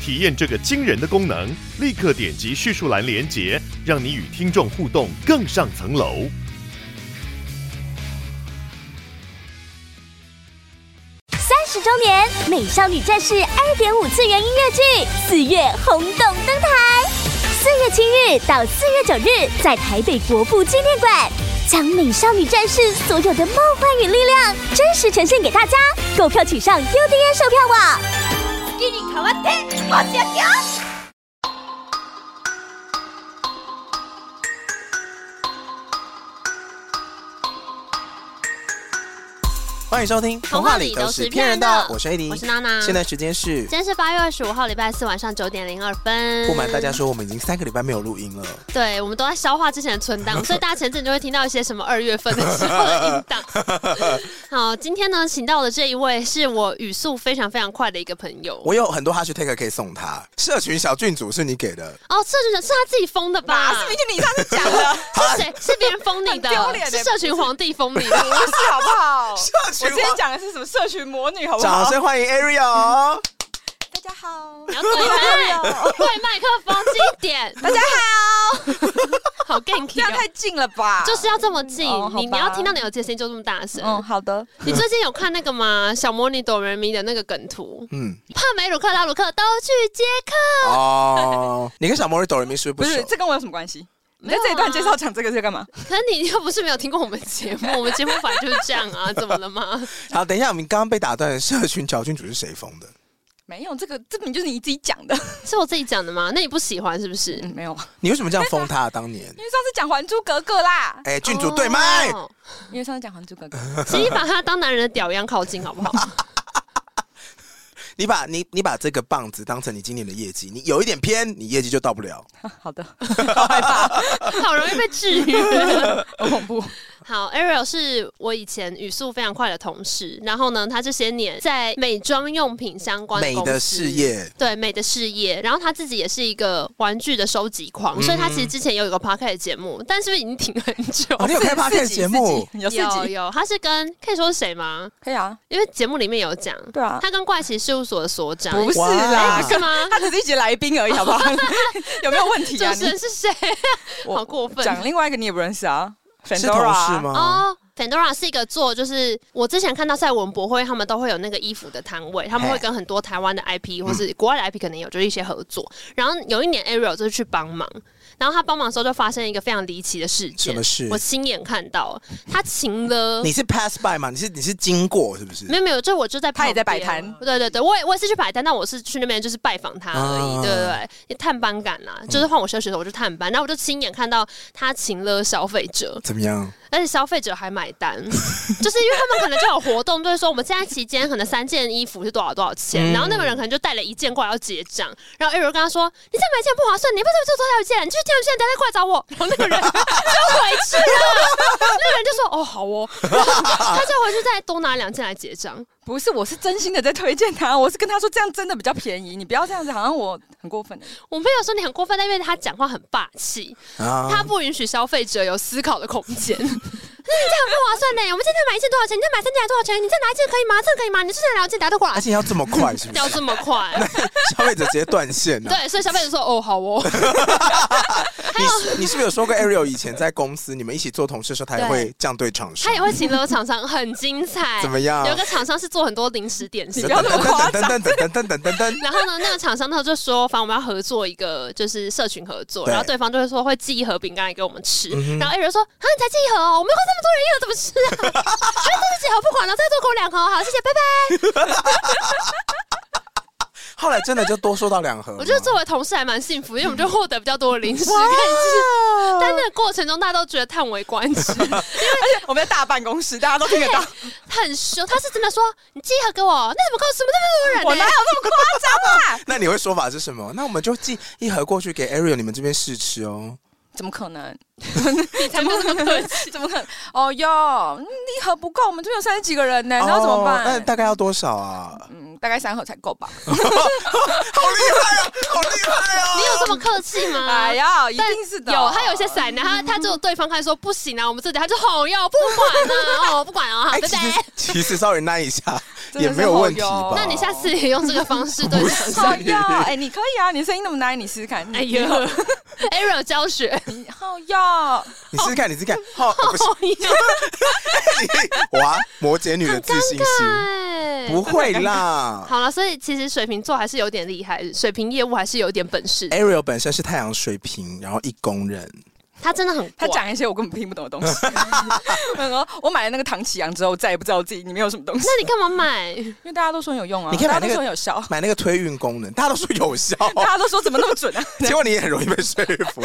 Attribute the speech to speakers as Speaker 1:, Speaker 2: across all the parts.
Speaker 1: 体验这个惊人的功能，立刻点击叙述栏连接，让你与听众互动更上层楼。
Speaker 2: 三十周年《美少女战士》二点五次元音乐剧四月轰动登台，四月七日到四月九日在台北国父纪念馆，将《美少女战士》所有的梦幻与力量真实呈现给大家。购票请上 UDN 售票网。
Speaker 3: 欢迎收听《
Speaker 4: 童话里都是骗人的
Speaker 3: 我是 AD，
Speaker 4: 我是娜娜
Speaker 3: 现在时间是
Speaker 4: 今天是八月二十五号，礼拜四晚上九点零二分。
Speaker 3: 不瞒大家，说，我们已经三个礼拜没有录音了。
Speaker 4: 对我们都在消化之前的 存档，所以大家前阵就会听到一些什么二月份的时候的音档。 好，今天呢，请到的这一位是我语速非常非常快的一个朋友。
Speaker 3: 我有很多 hashtag 可以送他，社群小郡主是你给的，
Speaker 4: 哦，这就是是他自己封的
Speaker 3: 啊
Speaker 4: 吧？
Speaker 5: 哪是明天你上次讲 的，
Speaker 4: 是谁？是别人封你的
Speaker 5: 很丢？脸欸
Speaker 4: 是社群皇帝封你的？
Speaker 5: 不是好不好？
Speaker 3: 社群
Speaker 5: 我今天讲的是什么？社群魔女，好不好？
Speaker 3: 掌声欢迎 Ariel。
Speaker 5: 大家好，
Speaker 4: 你要对麦，对麦克风近一 点，
Speaker 5: 大家好，
Speaker 4: 好 ganky
Speaker 5: 这样
Speaker 4: 哦
Speaker 5: 太。近了吧？
Speaker 4: 就是啊要这么近
Speaker 5: 哦，好
Speaker 4: 你你
Speaker 5: 吧
Speaker 4: 要听到你有界声音就这么大声。
Speaker 5: 嗯，好的，
Speaker 4: 你最近有看那个吗？小魔女哆瑞咪的那个梗图，
Speaker 3: 嗯，
Speaker 4: 帕梅鲁克、拉鲁克都去接客，
Speaker 3: 哦，你跟小魔女哆人咪是不
Speaker 5: 不
Speaker 3: 是
Speaker 5: 是
Speaker 3: 不熟？
Speaker 5: 这跟我有什么关系？你
Speaker 4: 没
Speaker 5: 在
Speaker 4: 有啊
Speaker 5: 这一段介绍讲这个是干嘛？
Speaker 4: 可是你又不是没有听过我们节目， 我们节目法就是这样啊，怎么了吗？
Speaker 3: 好，等一下，我们刚刚被打断，社群小郡主是谁封的？
Speaker 5: 没有，这个这明明就是你自己讲的。
Speaker 4: 是我自己讲的吗？那你不喜欢是不是？
Speaker 5: 嗯，没有，因
Speaker 3: 你为什么这样封他？当年，
Speaker 5: 为上次讲《还珠格格》啦，
Speaker 3: 哎，郡主对麦，
Speaker 4: 哦
Speaker 5: 因为上次讲《还珠格格》，
Speaker 4: 请你把他当男人的屌一样靠近，好 不好？
Speaker 3: 你把你你把这个棒子当成你今年的业绩，你有一点偏，你业绩就到不了。
Speaker 5: 好的，好害怕，
Speaker 4: 好容易被治愈。
Speaker 5: 好恐怖。
Speaker 4: 好，Ariel 是我以前语速非常快的同事，然后呢，他这些年在美妆用品相关
Speaker 3: 美
Speaker 4: 公
Speaker 3: 的
Speaker 4: 司
Speaker 3: 事业，
Speaker 4: 对美的事业，然后他自己也是一个玩具的收集狂，
Speaker 3: 嗯
Speaker 4: 所以他其实之前有一个 p o c a s t 节目，但是不是已经停很久？
Speaker 3: 哦，你 有开 p o d
Speaker 5: 四
Speaker 3: c
Speaker 5: 集
Speaker 3: 节目
Speaker 5: 四集？有四
Speaker 4: 有
Speaker 5: 集，
Speaker 4: 有，他是跟可以说是谁吗？
Speaker 5: 可以啊，
Speaker 4: 因为节目里面有讲，
Speaker 5: 对啊
Speaker 4: 他跟怪奇事务所的所长哎
Speaker 5: 不是
Speaker 3: 哇
Speaker 5: 啦，
Speaker 4: 是吗？
Speaker 5: 他只是一集来宾而已，好 不好？有没有问题
Speaker 4: 主
Speaker 5: 啊？
Speaker 4: 持
Speaker 5: 你
Speaker 4: 人是谁？
Speaker 5: 我
Speaker 4: 好过分
Speaker 5: 讲另外一个你也不认识啊，
Speaker 3: 是同事？吗？
Speaker 4: 哦。Pandora 是一个做，就是我之前看到在文博会，他们都会有那个衣服的摊位，他们
Speaker 3: 嘿嗯
Speaker 4: 会跟很多台湾的 IP 或是国外的 IP 可能有就是一些合作。然后有一年 Ariel 就是去帮忙，然后他帮忙的时候就发生一个非常离奇的事
Speaker 3: 什
Speaker 4: 件，
Speaker 3: 么事
Speaker 4: 我亲眼看到他擒了
Speaker 3: 你是 pass by 吗？你是你是经过是不是？
Speaker 4: 没有没有，就我就在
Speaker 5: 他也在
Speaker 4: 旁边啊
Speaker 5: 摆摊
Speaker 4: 对对对，我也我也是去摆摊，但我是去那边就是拜访他而已，
Speaker 3: 啊
Speaker 4: 对对对，也探班感啦，就是换我休息的时候我就探班，然后我就亲眼看到他请了消费者，
Speaker 3: 怎么样？
Speaker 4: 而且消费者还买单， 就是因为他们可能就有活动，就是说我们现在期间可能三件衣服是多少多少
Speaker 3: 嗯
Speaker 4: 钱，然后那个人可能就带了一件过来要结账，然后艾 r 跟他说你再买一件不划算，你不是就多少一件，你去这样现在再过来找我，然后那个人 就回去了，那个人就说哦好哦， 然后他就回去再多拿两件来结账。
Speaker 5: 不是，我是真心的在推荐他，我是跟他说这样真的比较便宜，你不要这样子，好像我很过分的。
Speaker 4: 我没有说你很过分，但因为他讲话很霸气，
Speaker 3: 啊
Speaker 4: 他不允许消费者有思考的空间。 那你这样不划算呢？我们现在买一件多少钱？你再买三件还多少钱？你再拿一件可以吗？这个可以吗？你是再拿一件，拿得过来
Speaker 3: 而？且要这么快，是不
Speaker 4: 要
Speaker 3: 是？
Speaker 4: 这么快？
Speaker 3: 消费者直接断线了、
Speaker 4: 对，所以消费者说：“哦，好哦。
Speaker 3: 你是你是不是有说过 Ariel 以前在公司你们一起做同事的时候，他也
Speaker 4: 对
Speaker 3: 会这样对厂”商
Speaker 4: 他？也会请了厂商，很精彩。
Speaker 3: 怎么样
Speaker 4: 有一个厂商是做很多零食点心
Speaker 5: 你不。要那么夸张
Speaker 3: 噔噔噔噔噔噔噔噔。
Speaker 4: 然后呢，那个厂商他就说，反正我们要合作一个就是社群合作，
Speaker 3: 对
Speaker 4: 然后对嗯方就会说会寄一盒饼干来给我们吃，然后 A 人说啊，你才寄一盒哦，我们会这么多人一盒怎么吃啊？ 哎，这是几盒不管了，再多给我两盒，好，谢谢，拜拜。
Speaker 3: 后来真的就多收到两盒吗。
Speaker 4: 我觉得作为同事还蛮幸福，因为我们就获得比较多的零食可以吃。但那个过程中，大家都觉得叹为观止，
Speaker 5: 而且 我们在大办公室，大家都听得到。
Speaker 4: 很凶。他是真的说：“你寄一盒给我，那怎么够什么那么多
Speaker 5: 我
Speaker 4: 人呢、
Speaker 5: 哪有那么夸张啊？
Speaker 3: 那你会说法是什么？那我们就寄一盒过去给 Ariel 你们这边试吃哦。
Speaker 5: 怎么可能？
Speaker 4: 怎么 那么客气？
Speaker 5: 怎么可能？哦哟，一盒不够，我们这边有三十几个人呢，然后怎么
Speaker 3: 哦那
Speaker 5: 办？
Speaker 3: 大概要多少啊？
Speaker 5: 嗯，大概三盒才够吧。
Speaker 3: 好厉害啊！好厉害啊！
Speaker 4: 你有这么客气吗？”
Speaker 5: 哎呀，一
Speaker 4: 但
Speaker 5: 定是的。
Speaker 4: 有，他有一些散的，他他就对方看说不行啊，我们这里，他就吼哟，不管 啊，哦，不管啊，好，
Speaker 3: 哎，
Speaker 4: 拜
Speaker 3: 其
Speaker 4: 拜。
Speaker 3: 实其实稍微耐一下
Speaker 5: 真
Speaker 3: 也
Speaker 5: 的是
Speaker 3: 没有问题吧
Speaker 5: 好？
Speaker 4: 那你下次也用这个方式对
Speaker 3: 不
Speaker 4: 陈
Speaker 3: 是
Speaker 5: 好 哟，哎，你可以啊，你声音那么奶，你试试看。
Speaker 4: 哎呦，Ariel 教学，
Speaker 5: 好哟，
Speaker 3: 你试试看，你试试看。好，不是
Speaker 4: 哦哟，
Speaker 3: 你哇，摩羯女的自信心
Speaker 4: 哎
Speaker 3: 不会啦。
Speaker 4: 好了，所以其实水瓶座还是有点厉害，水瓶业务还是有点本
Speaker 5: 哎
Speaker 4: 事，
Speaker 3: Ariel 本身是太阳水瓶，然后一宫人，
Speaker 4: 他真的很
Speaker 5: 他
Speaker 4: 怪
Speaker 5: 讲一些我根本听不懂的东西。 我说我买了那个唐奇阳之后，再也不知道自己里面有什么东西
Speaker 4: 那，你干嘛买？
Speaker 5: 因为大家都说有用啊，
Speaker 3: 你可以买
Speaker 5: 大
Speaker 3: 那
Speaker 5: 家
Speaker 3: 个哦
Speaker 5: 都说有效，
Speaker 3: 买那个推运功能，大家都说有 效，
Speaker 5: 大家都说怎么那么准啊？
Speaker 3: 结果你也很容易被说服。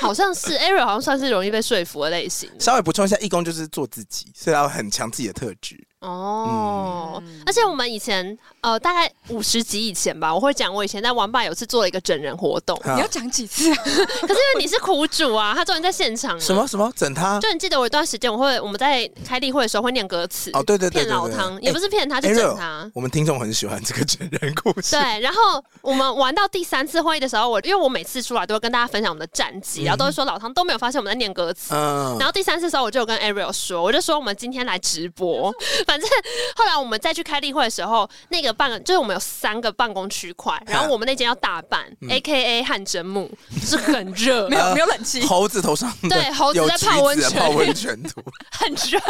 Speaker 4: 好像是 Ariel，好像算是容易被说服的类型
Speaker 3: 稍微补充一下，义工就是做自己，所以要很强自己的特质。
Speaker 4: 哦。
Speaker 3: 嗯
Speaker 4: 而且我们以前呃，大概五十集以前吧，我会讲我以前在玩吧有次做了一个整人 活动，
Speaker 3: 啊
Speaker 5: 你要讲几次啊？
Speaker 4: 可是因为你是苦主啊，他终于在现场了。
Speaker 3: 什么？什么整他？
Speaker 4: 就你记得我有一段时间，我会我们在开例会的时候会念歌词
Speaker 3: 哦，对对对对对
Speaker 4: 骗老汤
Speaker 3: 哎哦
Speaker 4: 也不是骗他，啊就整他
Speaker 3: Ariel，。我们听众很喜欢这个真人故事。
Speaker 4: 对，然后我们玩到第三次会议的时候，我因为我每次出来都会跟大家分享我们的战绩，然后都会说老汤都没有发现我们在念歌词。
Speaker 3: 嗯
Speaker 4: 然，后第三次的时候，我就有跟 Ariel 说，我就说我们今天来直播。反正后来我们再去开例会的时候，那个办就是我们有三个办公区块，然后我们那间要大办、a K A 汗蒸木，就是很热
Speaker 5: 没，有没有冷气，
Speaker 3: 猴子头上的
Speaker 4: 对猴子
Speaker 3: 有
Speaker 4: 在
Speaker 3: 橘
Speaker 4: 泡
Speaker 3: 子
Speaker 4: 温
Speaker 3: 的
Speaker 4: 泉
Speaker 3: 泡温泉图，
Speaker 4: 很热，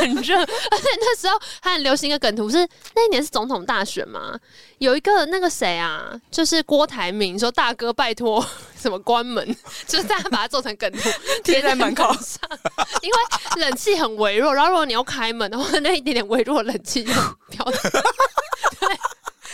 Speaker 4: 很热。而且那时候还很流行一个梗图是，那一年是总统大选嘛，有一个那个谁啊，就是郭台铭说：“大哥，拜托，什么关门？”就是大家把它做成梗图
Speaker 5: 贴在门口
Speaker 4: 上，因为冷气很微弱，然后如果你要开门的话，那一点点微弱的冷气就飘到。 对，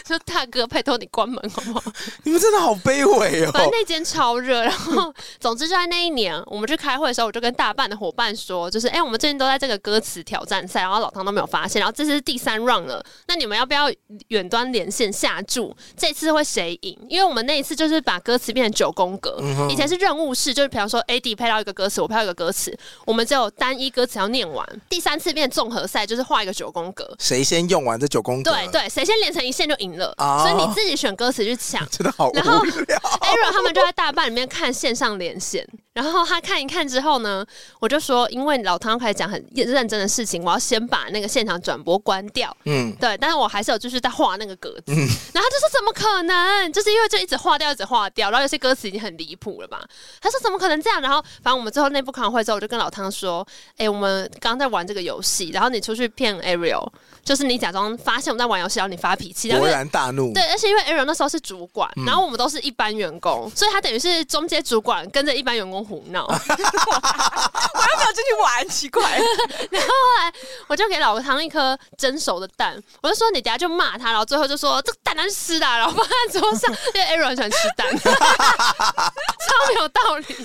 Speaker 4: 说大哥，拜托你关门好不好？
Speaker 3: 你们真的好卑微
Speaker 4: 反正
Speaker 3: 哦。
Speaker 4: 那间超热，然后总之就在那一年，我们去开会的时候，我就跟大半的伙伴说，就是哎、我们最近都在这个歌词挑战赛，然后老唐都没有发现，然后这次是第三 round 了，那你们要不要远端连线下注？这次会谁赢？因为我们那一次就是把歌词变成九宫格，以前是任务式，就是比方说 AD 配到一个歌词，我配到一个歌词，我们只有单一歌词要念完。第三次变综合赛，就是画一个九宫格。
Speaker 3: 谁先用完这九宫格？
Speaker 4: 对，对，谁先连成一线就赢了，
Speaker 3: 哦
Speaker 4: 所以你自己选歌词去抢。
Speaker 3: 真的好
Speaker 4: 然后哎
Speaker 3: 无聊。
Speaker 4: Aaron 他们就在大半里面看线上连线，然后他看一看之后呢，我就说，因为老汤开始讲很认真的事情，我要先把那个现场转播关掉。
Speaker 3: 嗯，
Speaker 4: 对，但是我还是有继续在画那个格子，然后他就说怎么可能？就是因为就一直画掉，一直画掉，然后有些歌词已经很离谱了吧？他说怎么可能这样？然后反正我们最后内部开完会之后，我就跟老汤说，哎、我们刚刚在玩这个游戏，然后你出去骗 Ariel，就是你假装发现我们在玩游戏，然后你发脾气，然后
Speaker 3: 勃
Speaker 4: 因为
Speaker 3: 然大怒。
Speaker 4: 对，而且因为 Aaron 那时候是主管，然后我们都是一般员工，所以他等于是中间主管跟着一般员工胡闹。
Speaker 5: 我要不啊要进去玩？奇怪，
Speaker 4: 我就给老汤一颗蒸熟的蛋，我就说你等下就骂他，然后最后就说这个蛋难吃的啊，然后放在桌上，因为 Aaron 很喜欢吃蛋， 超没有道理。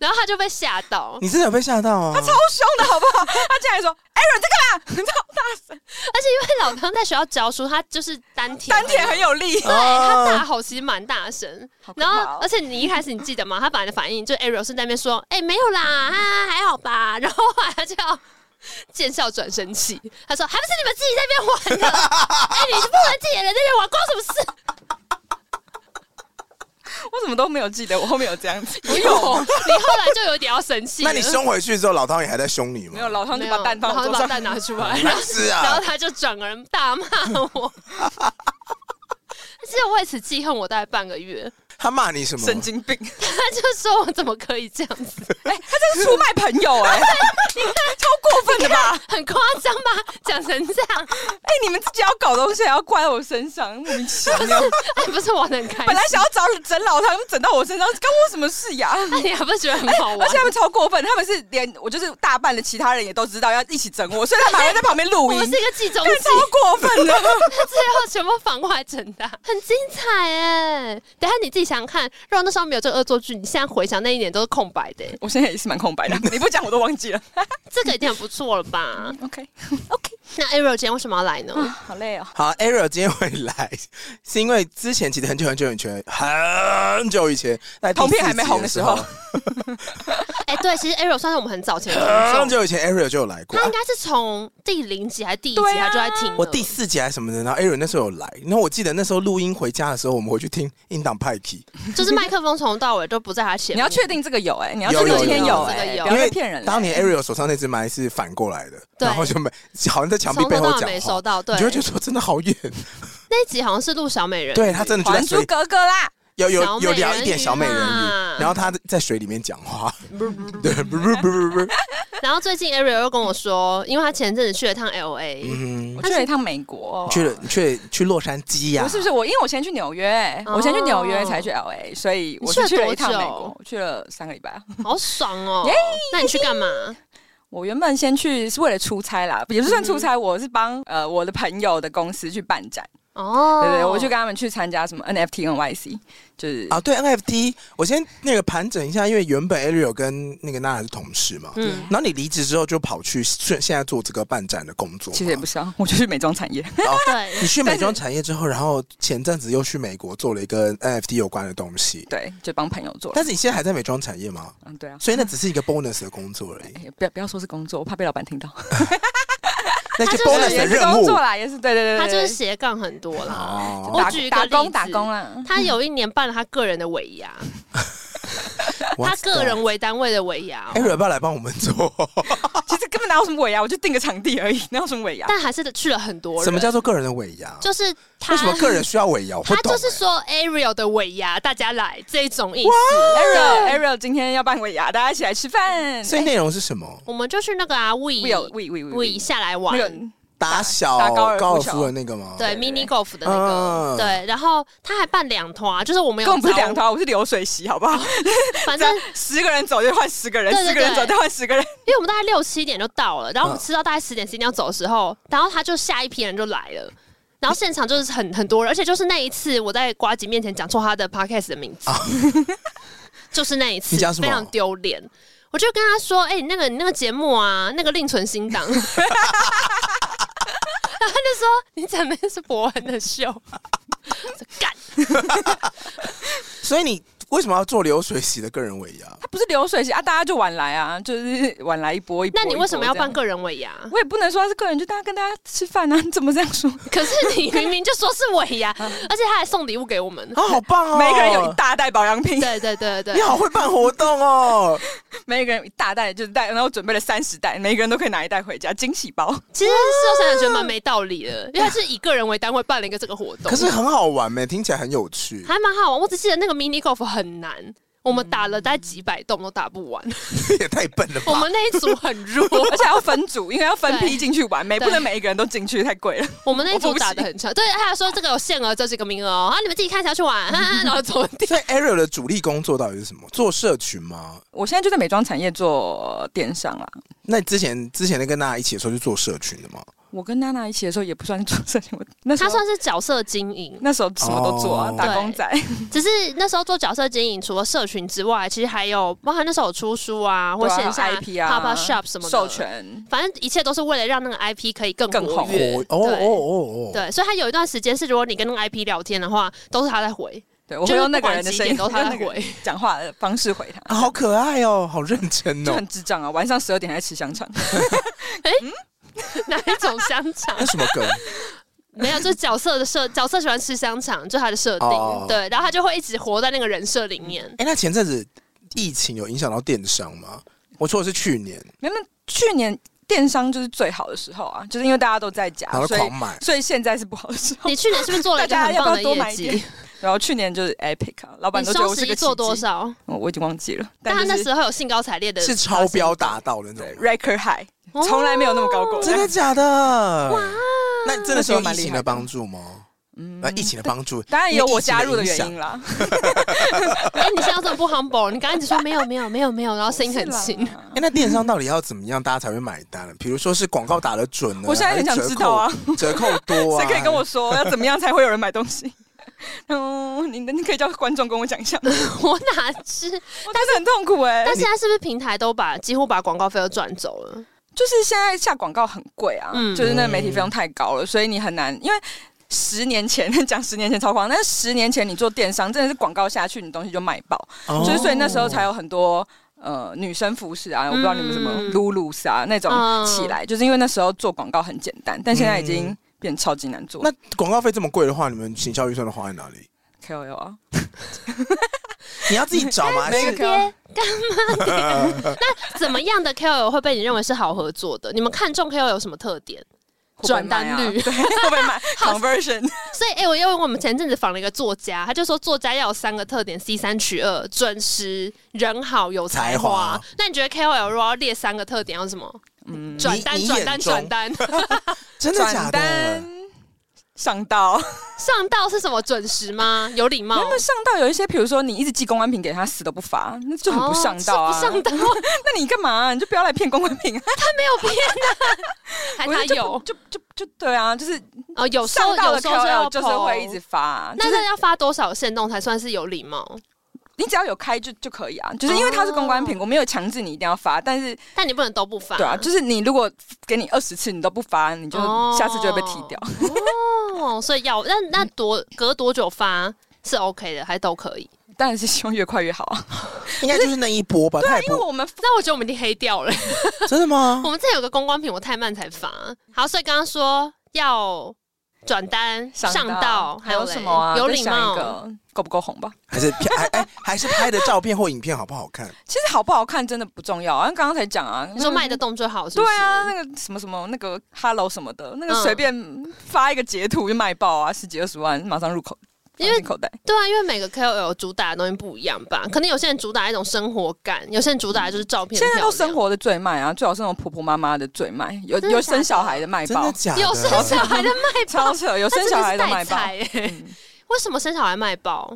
Speaker 4: 然后他就被吓到，
Speaker 3: 你真的有被吓到啊？
Speaker 5: 超凶的好不好？他竟然说 Aaron 这个嘛， 超大声，
Speaker 4: 而且因为老汤在学校教书，他就是丹田
Speaker 5: 丹田很有力。
Speaker 4: 对他大吼其实蛮大声，
Speaker 5: 哦好可
Speaker 4: 然
Speaker 5: 怕哦
Speaker 4: 后而且你一开始你记得吗？他本来的反应就 Ariel 是在那边说：“哎、没有啦，啊还好吧。” 然后后来他就要见笑转生气，他说：“还不是你们自己在那边玩的， 哎、你就不能自己人在那边玩，关我什么事？”
Speaker 5: 我怎么都没有记得我后面有这样子，
Speaker 4: 你有，你后来就有点要生气了。
Speaker 3: 那你凶回去之后，老汤也还在凶你吗？
Speaker 5: 没有老汤
Speaker 4: 没
Speaker 5: 就
Speaker 4: 有
Speaker 5: 把蛋放
Speaker 4: 然
Speaker 5: 我
Speaker 4: 后就把
Speaker 5: 桌上，
Speaker 4: 蛋拿出来，然后
Speaker 3: 是
Speaker 4: 然
Speaker 3: 啊
Speaker 4: 后，他就转个 人大骂我。其实我为此记恨我大概半个月，
Speaker 3: 他骂你什么？
Speaker 5: 神经病！
Speaker 4: 他就说我怎么可以这样子，
Speaker 5: 哎、他这是出卖朋友哎、超过分的吧？
Speaker 4: 很夸张吧？讲成这样，
Speaker 5: 哎、你们自己要搞东西还要怪在我身上，莫名其妙。
Speaker 4: 哎，不是我很开心，
Speaker 5: 本来想要找整老他们整到我身上，干我什么事呀？
Speaker 4: 哎你还不是觉得很好玩？
Speaker 5: 哎而且他们超过分，他们是连我就是大半的其他人也都知道要一起整我，所以他们还会在旁边录
Speaker 4: 我
Speaker 5: 音，
Speaker 4: 是一个计 中
Speaker 5: 干
Speaker 4: 计
Speaker 5: 超，过 分的。
Speaker 4: 他最后全部反过来整的，很精彩哎！等一下你自己想想看，如果那时候没有这个恶作剧，你现在回想那一年都是空白 的耶，
Speaker 5: 我现在也是蛮 空白的，你不讲我都忘记了。
Speaker 4: 这个一定很不错了吧？
Speaker 5: OK，
Speaker 4: 那 Ariel 今天为什么要来 呢？
Speaker 5: 好累哦。
Speaker 3: 好，Ariel 今天会来，是因为之前其实很久很久以前，很久以前，在第
Speaker 5: 同片
Speaker 3: 四
Speaker 5: 还没
Speaker 3: 集
Speaker 5: 红
Speaker 3: 的
Speaker 5: 的
Speaker 3: 时
Speaker 5: 时候
Speaker 3: 候，
Speaker 4: 哎、对，其实 Ariel 算是我们很早前的
Speaker 3: 很
Speaker 4: 观
Speaker 5: 嗯
Speaker 4: 众，
Speaker 3: 久以前 Ariel 就有来过
Speaker 4: 他。应该是从第零集还是第一集，
Speaker 5: 对啊
Speaker 4: 他就在听了
Speaker 3: 我第四集还是什么的，然后 Ariel 那时候有来，那我记得那时候录音回家的时候，我们回去听音档派 k
Speaker 4: 就是麦克风从头到尾都不在他前
Speaker 5: 你
Speaker 4: 面。
Speaker 5: 要确定这个有哎、你要
Speaker 3: 有
Speaker 5: 确定
Speaker 3: 有
Speaker 5: 今天
Speaker 3: 有
Speaker 5: 有
Speaker 4: 这个
Speaker 5: 哎、
Speaker 4: 有
Speaker 5: 不
Speaker 3: 因
Speaker 5: 要
Speaker 3: 为
Speaker 5: 再骗人了。
Speaker 3: 当年 Ariel 手上那只麦是反过来的，
Speaker 4: 对
Speaker 3: 然后就没好像在墙壁
Speaker 4: 从
Speaker 3: 背
Speaker 4: 头
Speaker 3: 后
Speaker 4: 到尾
Speaker 3: 讲
Speaker 4: 没
Speaker 3: 话
Speaker 4: 收，到，对
Speaker 3: 你，就会觉得说真的好 远，
Speaker 4: 那一集好像是录小美人，
Speaker 3: 对啊他真的就在
Speaker 5: 还珠
Speaker 3: 水
Speaker 5: 格格》啦，
Speaker 3: 有有
Speaker 4: 小
Speaker 3: 有
Speaker 4: 美
Speaker 3: 聊
Speaker 4: 人
Speaker 3: 一点
Speaker 4: 鱼
Speaker 3: 小美人鱼
Speaker 4: 嘛，
Speaker 3: 然后他在水里面讲话， 对，不不不不不，
Speaker 4: 然后最近 Ariel 又跟我说，因为他前阵子去了趟 LA，、
Speaker 3: 嗯
Speaker 5: 我，去了一趟美国，
Speaker 3: 去了去去洛杉矶呀，
Speaker 5: 不是不是我，因为我先去纽约，
Speaker 4: 哦
Speaker 5: 我先去纽约才去 L A，所以我是
Speaker 4: 你去
Speaker 5: 去
Speaker 4: 了
Speaker 5: 了一趟
Speaker 4: 多久
Speaker 5: 美国，我去了三个礼拜啊。
Speaker 4: 好爽哦
Speaker 5: 耶！
Speaker 4: 那你去干嘛？
Speaker 5: 我原本先去是为了出差啦，也不算出
Speaker 4: 嗯
Speaker 5: 差，我是帮呃我的朋友的公司去办展，
Speaker 4: 哦，
Speaker 5: 对对，我去跟他们去参加什么 NFT NYC，就是
Speaker 3: 啊，对 NFT，我先那个盘整一下，因为原本 Ariel 跟那个娜娜是同事嘛，
Speaker 4: 嗯，
Speaker 3: 然后你离职之后就跑去现现在做这个办展的工作嘛，
Speaker 5: 其实也不是啊， 我就去美妆产业，
Speaker 3: 哦
Speaker 4: 对，
Speaker 3: 你去美妆产业之后，然后前阵子又去美国做了一个 NFT 有关的东西，
Speaker 5: 对，就帮朋友做，
Speaker 3: 但是你现在还在美妆产业吗？
Speaker 5: 嗯，对啊。
Speaker 3: 所以那只是一个 bonus 的工作而 已，
Speaker 5: 哎不要不要说是工作，我怕被老板听 到。
Speaker 3: 那
Speaker 4: 他
Speaker 3: 些
Speaker 4: 就是
Speaker 3: bonus 的
Speaker 5: 也是
Speaker 3: 任
Speaker 5: 工
Speaker 3: 务
Speaker 5: 作啦，也是对对对对，
Speaker 4: 他就是
Speaker 5: 对
Speaker 4: 斜杠很多啦。
Speaker 3: 哦，
Speaker 4: 我
Speaker 5: 打
Speaker 4: 举一个
Speaker 5: 打
Speaker 4: 例
Speaker 5: 工
Speaker 4: 子
Speaker 5: 打工啦。
Speaker 4: 他有一年办了他个人的尾牙，
Speaker 3: 哇哎
Speaker 4: 他个人为单位的尾牙哦，
Speaker 3: Ariel 要不要来帮我们做？
Speaker 5: 哦其实根本哪有什么尾牙，我就定个场地而已，哪有什么尾牙？
Speaker 4: 但还是去了很多人。
Speaker 3: 什么叫做个人的尾牙？
Speaker 4: 就是他
Speaker 3: 为什么个人需要尾牙？我不
Speaker 4: 他
Speaker 3: 懂
Speaker 4: 就是
Speaker 3: 欸。
Speaker 4: 说 Ariel 的尾牙，大家来这种意思。
Speaker 5: Ariel Ariel 今天要办尾牙，大家一起来吃饭。
Speaker 3: 所以内容是什么？
Speaker 4: 我们就去那个啊 We
Speaker 5: Will We We
Speaker 4: 下来玩
Speaker 5: 那，个
Speaker 3: 打小
Speaker 5: 打高尔夫
Speaker 3: 高尔
Speaker 5: 球
Speaker 3: 夫的那个吗？
Speaker 4: 对
Speaker 5: 对
Speaker 4: Mini Golf 的那个，
Speaker 3: 嗯
Speaker 4: 对。然后他还办两团啊，就是我们有
Speaker 5: 根本不是两
Speaker 4: 招，
Speaker 5: 团，我是流水席，好不好？
Speaker 4: 反
Speaker 5: 这
Speaker 4: 正
Speaker 5: 样十个人走就换十个人，
Speaker 4: 对对
Speaker 5: 十个人走
Speaker 4: 对
Speaker 5: 再换十个人。
Speaker 4: 因为我们大概六七点就到了，然后我们
Speaker 3: 嗯
Speaker 4: 吃到大概十点十一点要走的时候，然后他就下一批人就来了。然后现场就是很很多人，而且就是那一次我在瓜吉面前讲错他的 podcast 的名字， 就是那一次
Speaker 3: 啊你讲，什么
Speaker 4: 非常丢脸。我就跟他说：“哎、你那个你那个节目啊，那个另存新档。” 然后他就说：“你讲的是伯恩的秀。” 我说干，
Speaker 3: 所以你为什么要做流水席的个人尾牙？
Speaker 5: 他不是流水席啊，大家就晚来啊，就是晚来一波一波。
Speaker 4: 那你为什么要办
Speaker 5: 个？
Speaker 4: 个人尾牙？
Speaker 5: 我也不能说他是个人，就大家跟大家吃饭啊，你 怎么这样说？
Speaker 4: 可是你明明就说是尾 牙，
Speaker 3: 嗯
Speaker 4: 而且他还送礼物给我们。
Speaker 3: 啊，好棒哦！
Speaker 5: 每个人有一大袋保养品，
Speaker 4: 对对对对对
Speaker 3: 你，好会办活动哦！
Speaker 5: 每个人有一大袋就是袋，然后准备了三十袋，每个人都可以拿一袋回家，惊喜包。
Speaker 4: 其实事后想想觉得蛮没道理的，因为他是以个人为单位办了一个这个活动，
Speaker 3: 可是很好玩没？听起来很有趣。
Speaker 4: 还蛮好玩。我只记得那个 mini golf 很难，我们打了大概几百洞都打不完，
Speaker 5: 嗯
Speaker 3: 也太笨了吧！
Speaker 4: 我们那一组很弱，
Speaker 5: 而且要分组，因为要分批
Speaker 4: 对
Speaker 5: 进去玩，每
Speaker 4: 对
Speaker 5: 不能每一个人都进去，太贵了。
Speaker 4: 我们那一
Speaker 5: 我
Speaker 4: 组
Speaker 5: 不
Speaker 4: 打的
Speaker 5: 行
Speaker 4: 很强。对，他还说这个有限额，这是一个名额哦，啊，你们自己看谁要去玩，哈 哈然后走 地。
Speaker 3: 所以 Ariel 的主力工作到底是什么？做社群吗？
Speaker 5: 我现在就在美妆产业做电商啦。
Speaker 3: 那你之前之前那跟大家一起的时候是做社群的吗？
Speaker 5: 我跟娜娜一起的时候也不算做事情，我那时
Speaker 4: 他
Speaker 5: 候
Speaker 4: 算是角色经营，
Speaker 5: 那时候什么都做啊，
Speaker 3: 哦
Speaker 5: 打工仔。
Speaker 4: 只是那时候做角色经营，除了社群之外，其实还有包含那时候有出书啊，或
Speaker 5: 对啊
Speaker 4: 线下
Speaker 5: 还有 IP 啊
Speaker 4: Papa Shop 什么的
Speaker 5: 授，权。
Speaker 4: 反正一切都是为了让那个 IP 可以更
Speaker 5: 更
Speaker 4: 活
Speaker 5: 红
Speaker 4: 跃。
Speaker 3: 哦哦
Speaker 4: 对
Speaker 3: 哦哦，
Speaker 4: 对，所以他有一段时间是，如果你跟那个 IP 聊天的话，都是他在回，
Speaker 5: 对，我
Speaker 4: 就
Speaker 5: 会
Speaker 4: 是
Speaker 5: 用那
Speaker 4: 不
Speaker 5: 个
Speaker 4: 管
Speaker 5: 人的
Speaker 4: 几
Speaker 5: 声音，
Speaker 4: 点都他
Speaker 5: 用那
Speaker 4: 在
Speaker 5: 个人
Speaker 4: 回
Speaker 5: 讲话的方 式回他，
Speaker 3: 啊，好可爱哦，好认真
Speaker 5: 就
Speaker 3: 哦
Speaker 5: 很。智障啊！晚上十二点还在吃香肠，
Speaker 4: 哪一种香肠
Speaker 3: 那？什么梗？
Speaker 4: 没有，就是角色的设，角色喜欢吃香肠，就他的设定。
Speaker 3: 哦
Speaker 4: 对，然后他就会一直活在那个人设里
Speaker 5: 嗯
Speaker 4: 面。
Speaker 3: 哎，那前阵子疫情有影响到电商吗？我说的是去年，
Speaker 5: 没有，去年电商就是最好的时候啊，就是因为大家都在家
Speaker 3: 然后，
Speaker 5: 所以
Speaker 3: 狂买。
Speaker 5: 所以现在是不好的时候
Speaker 4: 你。去年是不是做了一
Speaker 5: 大
Speaker 4: 个
Speaker 5: 家
Speaker 4: 很
Speaker 5: 要不
Speaker 4: 棒
Speaker 5: 要
Speaker 4: 的
Speaker 5: 多
Speaker 4: 业
Speaker 5: 买一点
Speaker 4: 绩？？
Speaker 5: 然后去年就是 Epic，啊老板
Speaker 4: 你
Speaker 5: 都觉得
Speaker 4: 双
Speaker 5: 我
Speaker 4: 十
Speaker 5: 是
Speaker 4: 一
Speaker 5: 个
Speaker 4: 做多
Speaker 5: 奇迹？
Speaker 4: 少？
Speaker 5: 哦我已经忘记了，
Speaker 4: 但他
Speaker 5: 就
Speaker 4: 那时候有兴高采烈的，
Speaker 3: 是超标达到的那种，
Speaker 5: record high，
Speaker 4: 哦
Speaker 5: 从来没有那么高过。
Speaker 3: 真的假的？哇！那你真的是有
Speaker 5: 那
Speaker 3: 疫
Speaker 5: 时候蛮厉
Speaker 3: 情
Speaker 5: 害
Speaker 3: 的
Speaker 5: 的嗯
Speaker 3: 帮助吗？那疫情的帮助，
Speaker 5: 当然也有我加入的
Speaker 3: 因为疫
Speaker 5: 原
Speaker 3: 情
Speaker 5: 因啦，
Speaker 4: 哎，你现在这么不 humble，你刚刚一直说没有没有没有没有，然后声音很轻
Speaker 5: 是。啦
Speaker 3: 哎、那电商到底要怎么样，大家才会买单呢？比如说是广告打的准呢？
Speaker 5: 我现在很想知道啊
Speaker 3: 还是折扣，折扣多啊？
Speaker 5: 谁可以跟我说要怎么样才会有人买东西？ 嗯，你你可以叫观众跟我讲 一下，我真
Speaker 4: 我哪知？
Speaker 5: 哎的很痛苦哎、
Speaker 4: 但现在是不是平台都把几乎把广告费都赚走了？
Speaker 5: 就是现在下广告很贵啊，
Speaker 4: 嗯
Speaker 5: 就是那个媒体费用太高了，所以你很难，因为十年前讲十年前超狂，但是十年前你做电商真的是广告下去，你东西就卖爆，
Speaker 3: 哦
Speaker 5: 就是所以那时候才有很多。呃，女生服饰啊，我不知道你们什么
Speaker 4: 嗯
Speaker 5: Lulu's 啊那种
Speaker 4: 嗯
Speaker 5: 起来，就是因为那时候做广告很简单，但现在已经
Speaker 3: 嗯
Speaker 5: 变超级难做。
Speaker 3: 那广告费这么贵的话，你们行销预算都花在哪里？
Speaker 5: KOL 啊，
Speaker 3: 你要自己找 吗？还
Speaker 5: 那
Speaker 3: 是
Speaker 5: 个 KOL
Speaker 4: 怎么样的 KOL 会被你认为是好合作的？你们看中 KOL 有什么特点？转单率
Speaker 5: 会不会 卖啊对，会不会买 conversion？
Speaker 4: 所以，哎、我因为我们前阵子访了一个作家，他就说作家要有三个特点：C 三取二，准时、人好、有才
Speaker 3: 才
Speaker 4: 华。
Speaker 3: 华
Speaker 4: 那你觉得 KOL 如果要列三个特点，要什么？
Speaker 5: 嗯，
Speaker 4: 转单、
Speaker 3: 你
Speaker 4: 转单、
Speaker 3: 眼中
Speaker 4: 转 单。
Speaker 3: 真的假
Speaker 5: 转
Speaker 3: 的
Speaker 5: 单？上到，
Speaker 4: 上道是什么？准时吗？有礼貌
Speaker 5: 那？么上到有一些，比如说你一直寄公关品给他，死都不发，那就很不上道啊。
Speaker 4: 哦是不上道，
Speaker 5: 那你干嘛、你就不要来骗公关品啊！
Speaker 4: 没有骗的、 还
Speaker 5: 我
Speaker 4: 他
Speaker 5: 就
Speaker 4: 有
Speaker 5: 就就就对啊，就是
Speaker 4: 哦，有时候
Speaker 5: 上到
Speaker 4: 有
Speaker 5: 的
Speaker 4: 时候要
Speaker 5: KOL 就是会一直
Speaker 4: po。
Speaker 5: 发、啊，就
Speaker 4: 那
Speaker 5: 是
Speaker 4: 那要发多少限动才算是有礼貌？
Speaker 5: 你只要有开就就可以啊。就是因为它是公关品，我没有强制你一定要发，但是
Speaker 4: 但你不能都不哦发。
Speaker 5: 对啊，就是你如果给你二十次你都不发，你就
Speaker 4: 哦
Speaker 5: 下次就会被踢掉。
Speaker 4: 哦， 所以要那那多隔多久发是 OK 的，还都可以。
Speaker 5: 当然是希望越快越好 啊，
Speaker 3: 应该就是那一波吧？太
Speaker 5: 因为
Speaker 3: 波
Speaker 5: 我们
Speaker 4: 那我觉得我们已经黑掉了。
Speaker 3: 真的吗
Speaker 4: 我？们这有个公关品，我太慢才发。好，所以刚刚说要转单、
Speaker 5: 上
Speaker 4: 上道，
Speaker 5: 还
Speaker 4: 有
Speaker 5: 有
Speaker 4: 嘞
Speaker 5: 什么啊？
Speaker 4: 有
Speaker 5: 再
Speaker 4: 礼
Speaker 5: 想一
Speaker 4: 貌。
Speaker 5: 个够不够红吧？
Speaker 3: 还是拍还哎还是拍的照片或影片好不好看？
Speaker 5: 其实好不好看真的不重要啊，刚刚才讲啊，
Speaker 4: 你说卖得动就好，是
Speaker 5: 对
Speaker 4: 不是？
Speaker 5: 啊，那个什么什么那个 Hello 什么的，那个
Speaker 4: 嗯
Speaker 5: 随便发一个截图就卖爆啊，十几二十万马上入口，
Speaker 4: 因为
Speaker 5: 放进口袋
Speaker 4: 对啊，因为每个 KOL 主打的东西不一样吧？可能有些人主打一种生活感，有些人主打就是照片。
Speaker 5: 现在都生，活的最卖啊，最好是那种婆婆妈妈的最卖，有
Speaker 4: 真的
Speaker 5: 有
Speaker 4: 假
Speaker 5: 生
Speaker 4: 的
Speaker 5: 小孩的卖
Speaker 3: 真的
Speaker 5: 爆，
Speaker 3: 假的？
Speaker 4: 有生小孩的卖爆
Speaker 5: 超，扯，有
Speaker 4: 那
Speaker 5: 生
Speaker 4: 真
Speaker 5: 小
Speaker 4: 的
Speaker 5: 孩
Speaker 4: 是
Speaker 5: 的
Speaker 4: 带
Speaker 5: 卖爆。
Speaker 4: 财欸
Speaker 5: 嗯
Speaker 4: 为什么生小孩卖爆？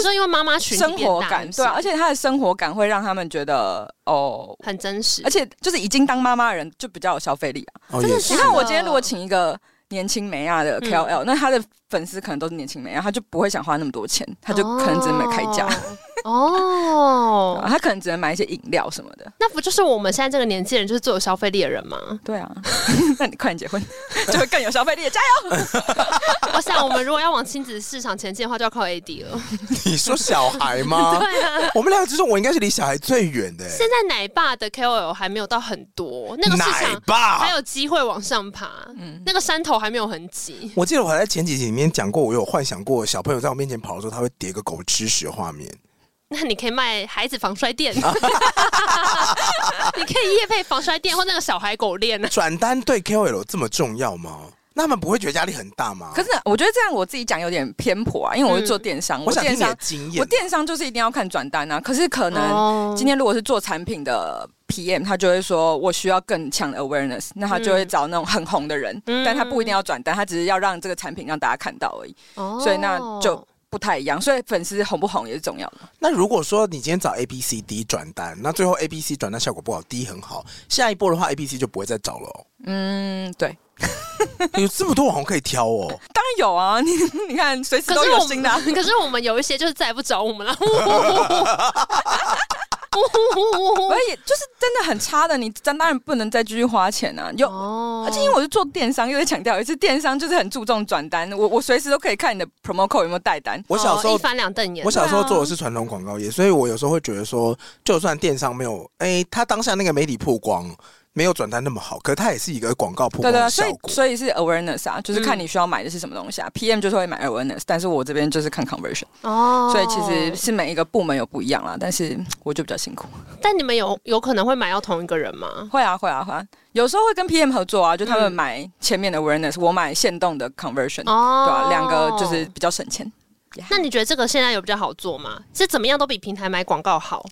Speaker 4: 就是是因为妈妈群体
Speaker 5: 生活
Speaker 4: 变大
Speaker 5: 感
Speaker 4: 是不是
Speaker 5: 对啊，而且他的生活感会让他们觉得哦，
Speaker 4: 很真实，
Speaker 5: 而且就是已经当妈妈的人就比较有消费力啊。
Speaker 3: 哦
Speaker 4: 真的
Speaker 3: 也
Speaker 4: 假
Speaker 5: 你
Speaker 3: 是
Speaker 5: 看
Speaker 4: 的
Speaker 5: 我今天如果请一个年轻美亚的
Speaker 4: 嗯
Speaker 5: KOL，、那他的粉丝可能都是年轻美亚，他就不会想花那么多钱，他就可能只能买开价。
Speaker 4: 哦。
Speaker 5: 啊
Speaker 4: 哦
Speaker 5: 他可能只能买一些饮料什么的。
Speaker 4: 那不就是我们现在这个年纪人就是最有消费力的人 吗？
Speaker 5: 对啊，那你快点结婚， 就会更有消费力。加
Speaker 4: 我想，我们如果要往亲子市场前进的话，就要靠 AD 了。
Speaker 3: 你说小孩吗？
Speaker 4: 对啊，
Speaker 3: 我们两个之中，我应该是离小孩最远的、
Speaker 4: 现在奶爸的 KOL 还没有到很多，那个市
Speaker 3: 奶
Speaker 4: 场
Speaker 3: 爸
Speaker 4: 还有机会往上爬，
Speaker 5: 嗯
Speaker 4: 那个山头还没有很挤。
Speaker 3: 我记得我还在前几集里面讲过，我有幻想过小朋友在我面前跑的时候，他会叠个狗吃屎的画面。
Speaker 4: 那你可以卖孩子防摔 垫，你可以夜配防摔垫或那个小孩狗链呢、
Speaker 3: 转单对 KOL 这么重要吗？那他们不会觉得压力很大吗？
Speaker 5: 可是我觉得这样我自己讲有点偏颇啊，因
Speaker 4: 嗯
Speaker 5: 为我是做电商，
Speaker 3: 我想听
Speaker 5: 电
Speaker 3: 你的
Speaker 5: 商
Speaker 3: 经
Speaker 5: 我
Speaker 3: 验。
Speaker 5: 电商就是一定要看转单啊。可是可
Speaker 4: 哦
Speaker 5: 能今天如果是做产品的 PM，他就会说我需要更强的 awareness，那他就会找那种很红的人，
Speaker 4: 嗯
Speaker 5: 但他不一定要转单，他只是要让这个产品让大家看到而已，
Speaker 4: 哦
Speaker 5: 所以那就。不太一样，所以粉丝红不红也是重要的。
Speaker 3: 那如果说你今天找 A、B、C、D 转单，那最后 A、B、C 转单效果不好，D 很好，下一波的话 A、B、C 就不会再找了、 哦。
Speaker 5: 嗯，对，
Speaker 3: 有这么多网红可以挑哦，
Speaker 5: 当然有啊，你 你看随时
Speaker 4: 可
Speaker 5: 都
Speaker 4: 是
Speaker 5: 有
Speaker 4: 我
Speaker 5: 新 的啊、
Speaker 4: 们，可是我们有一些就是再也不找我们 了。哦
Speaker 5: 而且就是真的很差的，你当然不能再继续花钱啊。有，
Speaker 4: 哦
Speaker 5: 而且因为我是做电商，又在强调一次，电商就是很注重转单，我我随时都可以看你的 promo code 有没有带单。
Speaker 3: 我小时候
Speaker 4: 哦一翻两瞪眼，
Speaker 3: 我小时候
Speaker 5: 对啊
Speaker 3: 做的是传统广告业，所以我有时候会觉得说，就算电商没有，哎、他当下那个媒体曝光没有转单那么好，可它也是一个广告曝光
Speaker 5: 对对、啊，
Speaker 3: 的
Speaker 5: 所
Speaker 3: 效
Speaker 5: 以
Speaker 3: 果。
Speaker 5: 所以是 awareness 啊，就是看
Speaker 4: 嗯
Speaker 5: 你需要买的是什么东西啊。PM 就是会买 awareness，但是我这边就是看 conversion，、
Speaker 4: 哦
Speaker 5: 所以其实是每一个部门有不一样啦。但是嗯我就比较辛苦。
Speaker 4: 但你们有有可能会买到同一个人吗？
Speaker 5: 会啊会啊会啊，有时候会跟 PM 合作啊，就他们
Speaker 4: 嗯
Speaker 5: 买前面的 awareness，我买现动的 conversion，、啊
Speaker 4: 哦
Speaker 5: 对啊，两个就是比较省钱。
Speaker 4: 那你觉得这个现在有比较好做吗？是怎么样都比平台买广告好？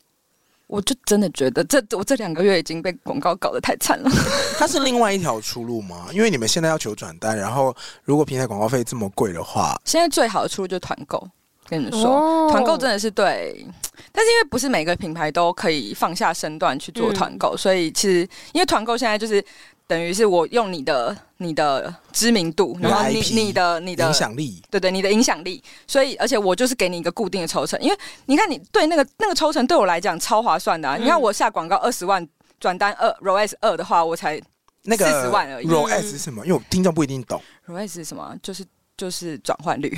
Speaker 5: 我就真的觉得这我这两个月已经被广告搞得太惨了。
Speaker 3: 它是另外一条出路吗？因为你们现在要求转单，然后如果平台广告费这么贵的话，
Speaker 5: 现在最好的出路就是团购，跟你们
Speaker 4: 哦
Speaker 5: 说，团购真的是对，但是因为不是每个品牌都可以放下身段去做团购，所以其实因为团购现在就是等于是我用你的你的知名度，
Speaker 3: 你的
Speaker 5: 然后你
Speaker 3: IP
Speaker 5: 你的你的
Speaker 3: 影响力
Speaker 5: 对对，你的影响力，所以而且我就是给你一个固定的抽成，因为你看你对那个那个抽成对我来讲超划算的、啊，你看我下广告二十万转单二 ROS 二的话，我才
Speaker 3: 那个
Speaker 5: 40万而已
Speaker 3: ROS 是什么？因为我听众不一定懂。
Speaker 5: ROS 是什么啊？就是就是转 换率，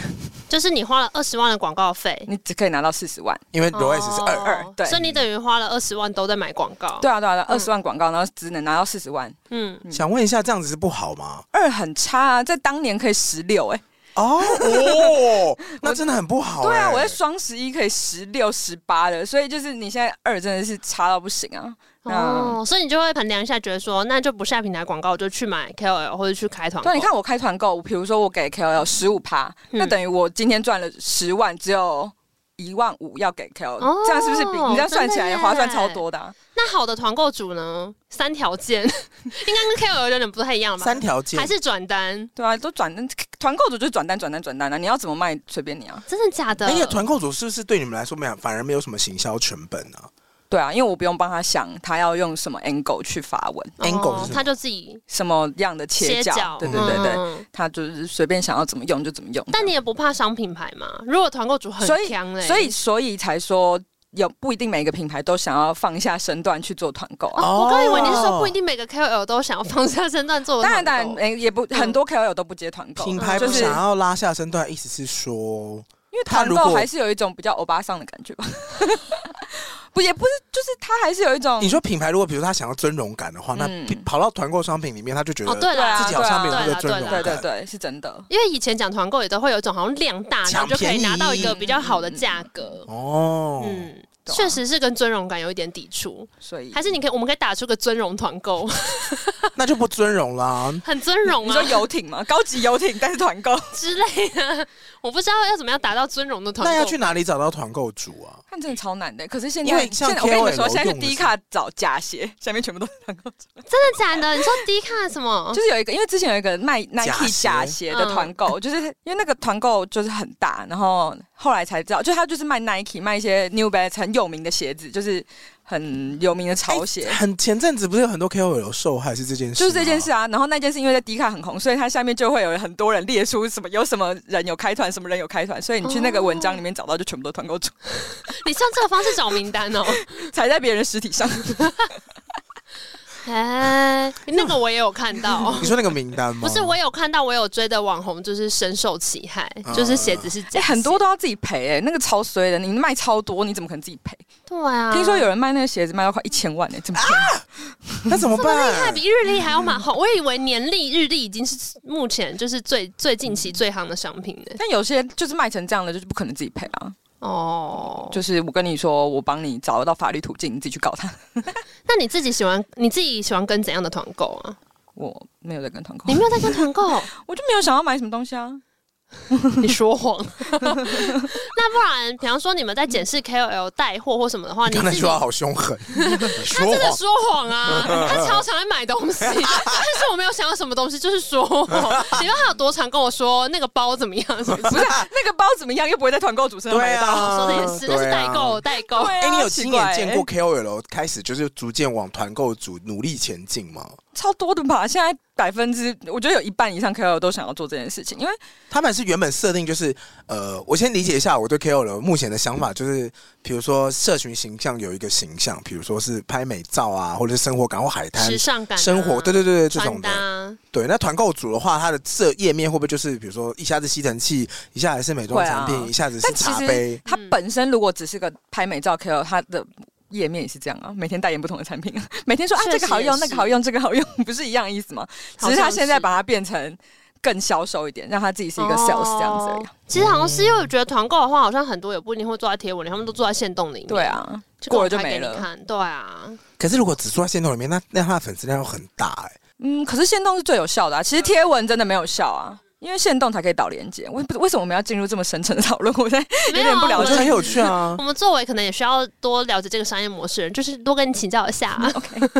Speaker 4: 就是你花了二十万的广告费，
Speaker 5: 你只可以拿到四十万。
Speaker 3: 因为 ROS 嗯是二
Speaker 4: 哦
Speaker 3: 二，
Speaker 5: 对
Speaker 4: 所以你等于花了二十万都在买广告。
Speaker 5: 对，啊，对啊，二
Speaker 4: 嗯
Speaker 5: 十万广告，然后只能拿到四十万，
Speaker 4: 嗯，
Speaker 3: 想问一下，这样子是不好吗？
Speaker 5: 二很差啊，在当年可以十六哎，
Speaker 3: 哦 哦，那真的很不好欸。
Speaker 5: 对啊，我在双十一可以十六十八的，所以就是你现在二真的是差到不行啊。
Speaker 3: 嗯
Speaker 4: 哦，所以你就会衡量一下，觉得说那就不下平台广告，就去买 KOL 或者去开团购。
Speaker 5: 对啊，你看我开团购，我比如说我给 KOL 十五趴，那
Speaker 4: 嗯
Speaker 5: 等于我今天赚了十万，只有一万五要给 KOL，、
Speaker 4: 哦
Speaker 5: 这样是不是比你这样算起
Speaker 4: 真的
Speaker 5: 来
Speaker 4: 耶
Speaker 5: 划算超多的、啊？
Speaker 4: 那好的团购主呢，三条件 应该跟 KOL 有点不太一样吧？
Speaker 3: 三条件
Speaker 4: 还是转单？
Speaker 5: 对啊，都转单，团购主就是转单转单转单啊，你要怎么卖随便你啊。
Speaker 4: 真的假的？
Speaker 3: 哎呀，团购组是不是对你们来说没有，反而没有什么行销成本啊
Speaker 5: 对啊，因为我不用帮他想他要用什么 angle 去发文，
Speaker 4: 哦
Speaker 3: angle 是什么
Speaker 4: 他就自己
Speaker 5: 什么样的切角，
Speaker 4: 角，
Speaker 5: 对对对对，
Speaker 4: 嗯
Speaker 5: 他就是随便想要怎么用就怎么用。
Speaker 4: 但你也不怕伤品牌嘛？如果团购主很
Speaker 5: 所以
Speaker 4: 强欸嘞，
Speaker 5: 所以所以才说。有不一定每个品牌都想要放下身段去做团购啊，
Speaker 4: 哦，我刚以为你是说
Speaker 3: 哦
Speaker 4: 不一定每个 KOL 都想要放下身段做
Speaker 5: 当
Speaker 4: 哦团
Speaker 5: 然
Speaker 4: 购。嗯
Speaker 5: 当然，诶也不很多 KOL 都不接团购，
Speaker 3: 品牌
Speaker 5: 就
Speaker 3: 不
Speaker 5: 是
Speaker 3: 想要拉下身段，意思是说，
Speaker 5: 因为
Speaker 3: 他
Speaker 5: 团
Speaker 3: 如
Speaker 5: 购
Speaker 3: 果
Speaker 5: 还是有一种比较欧巴桑的感 觉吧，不也不是，就是他还是有一种
Speaker 3: 你说品牌如果比如他想要尊荣感的话，那
Speaker 5: 嗯
Speaker 3: 跑到团购商品里面，他就觉
Speaker 4: 哦，
Speaker 3: 得
Speaker 4: 对啦
Speaker 5: 自己好像没有
Speaker 4: 对
Speaker 3: 那个
Speaker 4: 啦
Speaker 3: 尊
Speaker 4: 对啊
Speaker 3: 荣
Speaker 5: 啊对
Speaker 4: 啦
Speaker 5: 对对是真的，
Speaker 4: 因为以前讲团购也都会有一种好像量大，然后
Speaker 3: 抢
Speaker 4: 就可
Speaker 3: 便
Speaker 4: 以
Speaker 3: 宜
Speaker 4: 拿到一个比较好的价格。
Speaker 3: 哦，
Speaker 4: 嗯，
Speaker 5: 懂啊
Speaker 4: 确实是跟尊荣感有一点抵触。
Speaker 5: 所以
Speaker 4: 还是你可以，我们可以打出个尊荣团购，
Speaker 3: 那就不尊荣啦。
Speaker 4: 很尊荣
Speaker 5: 你说
Speaker 4: 啊
Speaker 5: 游艇吗？高级游艇，但是团购，
Speaker 4: 之类的。我不知道要怎么样达到尊荣的团
Speaker 3: 那要
Speaker 4: 购
Speaker 3: 去。哪里找到团购主啊？
Speaker 5: 看真的超难的。可是现
Speaker 3: 因
Speaker 5: 在
Speaker 3: 为像
Speaker 5: 现在我跟你们
Speaker 3: KOL
Speaker 5: 说，现在
Speaker 3: 用
Speaker 5: 去
Speaker 3: 的是
Speaker 5: 低卡找假鞋，下面全部都是团购，
Speaker 4: 真的假的？你说迪卡什
Speaker 3: 哦
Speaker 4: 么
Speaker 5: 就？是有一个，因为之前有一个卖 Nike 假鞋
Speaker 3: 嗯
Speaker 5: 的团购，就是因为那个团购就是很大，然后后来才知道，就他就是卖 Nike 卖一些 New Balance 很有名的鞋子，就是很有名的潮鞋。
Speaker 3: 哎很前阵子不是有很多 KOL 受害是这件事，
Speaker 5: 就是这件事。啊。然后那件事因为在迪卡很红，所以它下面就会有很多人列出什么有什么人有开团，什么人有开团，所以你去那个文
Speaker 3: 哦
Speaker 5: 章里面找到就全部都团购主，
Speaker 4: 你是用这个方式找名单 哦？
Speaker 5: 踩在别人尸体上。
Speaker 4: 哎，那个我也有看到。
Speaker 3: 你说那个名单吗？
Speaker 4: 不是，我有看到，我有追的网红就是深受其害，
Speaker 3: 嗯
Speaker 4: 就是鞋子是假鞋、
Speaker 5: 哎、很多都要自己赔哎、那个超衰的，你卖超多，你怎么可能自己赔？
Speaker 4: 对啊，
Speaker 5: 听说有人卖那个鞋子卖到快一千万哎、怎么可能？
Speaker 3: 那怎么
Speaker 4: 它
Speaker 3: 办？
Speaker 4: 比日历还要蛮好，我以为年历、日历已经是目前就是最最近期最夯的商品呢。
Speaker 5: 但有些就是卖成这样的，就是不可能自己赔啊。
Speaker 4: 哦，
Speaker 5: 就是我跟你说，我帮你找到法律途径，你自己去告他。
Speaker 4: 那你自己喜欢你自己喜欢跟怎样的团购啊？
Speaker 5: 我没有在跟团购
Speaker 4: 你，没有在跟团购，
Speaker 5: 我就没有想要买什么东西啊。
Speaker 4: 你说谎。那不然，比方说你们在检视 KOL 带货或什么的话，
Speaker 3: 嗯你
Speaker 4: 你
Speaker 3: 刚才
Speaker 4: 自
Speaker 3: 句
Speaker 4: 己
Speaker 3: 话好凶 狠，你
Speaker 4: 他
Speaker 3: 说
Speaker 4: 真的
Speaker 3: 谎。
Speaker 4: 说谎 啊！他超常来买东西，但 是我没有想到什么东西，就是说谎。你知道他有多常跟我说那个包怎 么样？是不是哦
Speaker 5: 不是、 啊、那个包怎么样，又不会在团购主身上买
Speaker 3: 对
Speaker 5: 得到。
Speaker 3: 啊，
Speaker 4: 说的也是，那是代购，代购。
Speaker 5: 对啊
Speaker 3: 哎、你有亲眼
Speaker 5: 奇怪
Speaker 3: 见
Speaker 5: 欸
Speaker 3: 过 KOL 开始就是逐渐往团购组努力前进吗？
Speaker 5: 超多的吧？现在百分之，我觉得有一半以上 KOL 都想要做这件事情，因为
Speaker 3: 他们是原本设定就是，呃，我先理解一下我对 KOL 目前的想法，就是比如说社群形象有一个形象，比如说是拍美照啊，或者是生活感或海滩
Speaker 4: 时尚感啊、
Speaker 3: 生活，对对对对，这
Speaker 4: 穿
Speaker 3: 种的。
Speaker 4: 搭，
Speaker 3: 对，那团购组的话，它的这页面会不会就是比如说一下子吸尘器，一下子是美妆产品，
Speaker 5: 会啊
Speaker 3: 一下子是
Speaker 5: 但其
Speaker 3: 茶
Speaker 5: 实
Speaker 3: 杯？
Speaker 4: 嗯
Speaker 5: 它本身如果只是个拍美照 KOL，它的页面也是这样啊，每天代言不同的产品啊， 每天说啊
Speaker 4: 确实
Speaker 5: 这个好用，
Speaker 4: 也是
Speaker 5: 那个好用，这个好用， 不是一样的意思吗？
Speaker 4: 好
Speaker 5: 只是它
Speaker 4: 像
Speaker 5: 现在
Speaker 4: 是
Speaker 5: 把它变成更销售一点，让它自己是一个 sales 这样子而已啊。
Speaker 4: 哦其实好像是，因为我觉得团购的话，好像很多也不一定会做在贴文里，他们都做在线动里面。
Speaker 5: 对，啊，
Speaker 4: 就
Speaker 5: 过了就
Speaker 4: 赶快
Speaker 5: 没
Speaker 4: 给你
Speaker 5: 了。
Speaker 4: 看，对啊，
Speaker 3: 可是如果只做在线动里面，那那他的粉丝量又很大哎、
Speaker 5: 嗯，可是线动是最有效的啊，其实贴文真的没有效啊。因为限动才可以导连接。为不为什么我们要进入这么深层的讨论？ 我现在
Speaker 4: 没
Speaker 5: 有
Speaker 4: 有啊
Speaker 5: 点不
Speaker 3: 我觉得
Speaker 5: 了解
Speaker 4: 们。
Speaker 3: 很有趣啊
Speaker 4: 我。们作为可能也需要多了解这个商业模式，就是多跟你请教一下、
Speaker 3: 嗯
Speaker 4: 啊。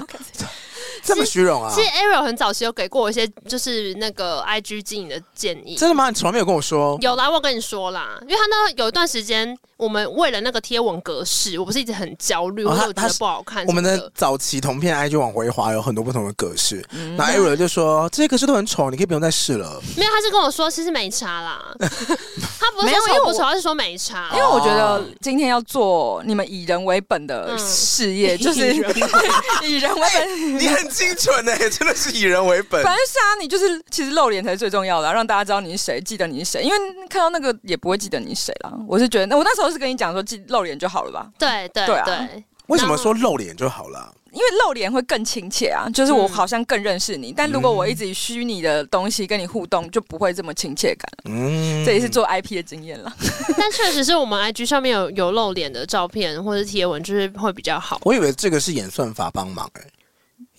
Speaker 3: 这么虚荣啊
Speaker 4: 其？实 Ariel 很早期有给过我一些就是那个 IG 经营的建议，
Speaker 3: 真的吗？你从来没有跟我说。
Speaker 4: 有啦，我跟你说啦，因为他呢有一段时间，我们为了那个贴文格式，我不是一直很焦虑，
Speaker 3: 哦
Speaker 4: 或者
Speaker 3: 他
Speaker 4: 我觉
Speaker 3: 他
Speaker 4: 得
Speaker 3: 是
Speaker 4: 不好看
Speaker 3: 我
Speaker 4: 什
Speaker 3: 们
Speaker 4: 么
Speaker 3: 的早期同片 IG 往回滑有很多不同的格式，
Speaker 5: 嗯
Speaker 3: 然后 Ariel 就说这些格式都很丑，你可以不用再试 了。
Speaker 4: 没有，他是跟我说其实没 差啦，他不是
Speaker 5: 没有
Speaker 4: 说
Speaker 5: 因为
Speaker 4: 丑不
Speaker 5: 我
Speaker 4: 丑，他是说没差
Speaker 5: 因。为我觉得今天要做你们以人为本的
Speaker 4: 哦嗯
Speaker 5: 事业，就是 以人为本。
Speaker 3: 你很精准哎、真的是以人为 本
Speaker 5: 反正是啊，你就是其实露脸才是最重要的啊、让大家知道你是谁，记得你是谁。因为看到那个也不会记得你是谁啦。我是觉得，那我那时候是跟你讲说，记露脸就好了吧，
Speaker 4: 对对
Speaker 5: 对啊
Speaker 4: 对，
Speaker 3: 为什么说露脸就好了？
Speaker 5: 因为露脸会更亲切啊，就是我
Speaker 4: 嗯
Speaker 5: 好像更认识你。但如果我一直以虚拟的东西跟你互动，就不会这么亲切感。
Speaker 3: 嗯，
Speaker 5: 这也是做 IP 的经验啦。
Speaker 4: 但确实是我们 IG 上面有有露脸的照片或者贴文，就是会比较好。
Speaker 3: 我以为这个是演算法帮忙哎、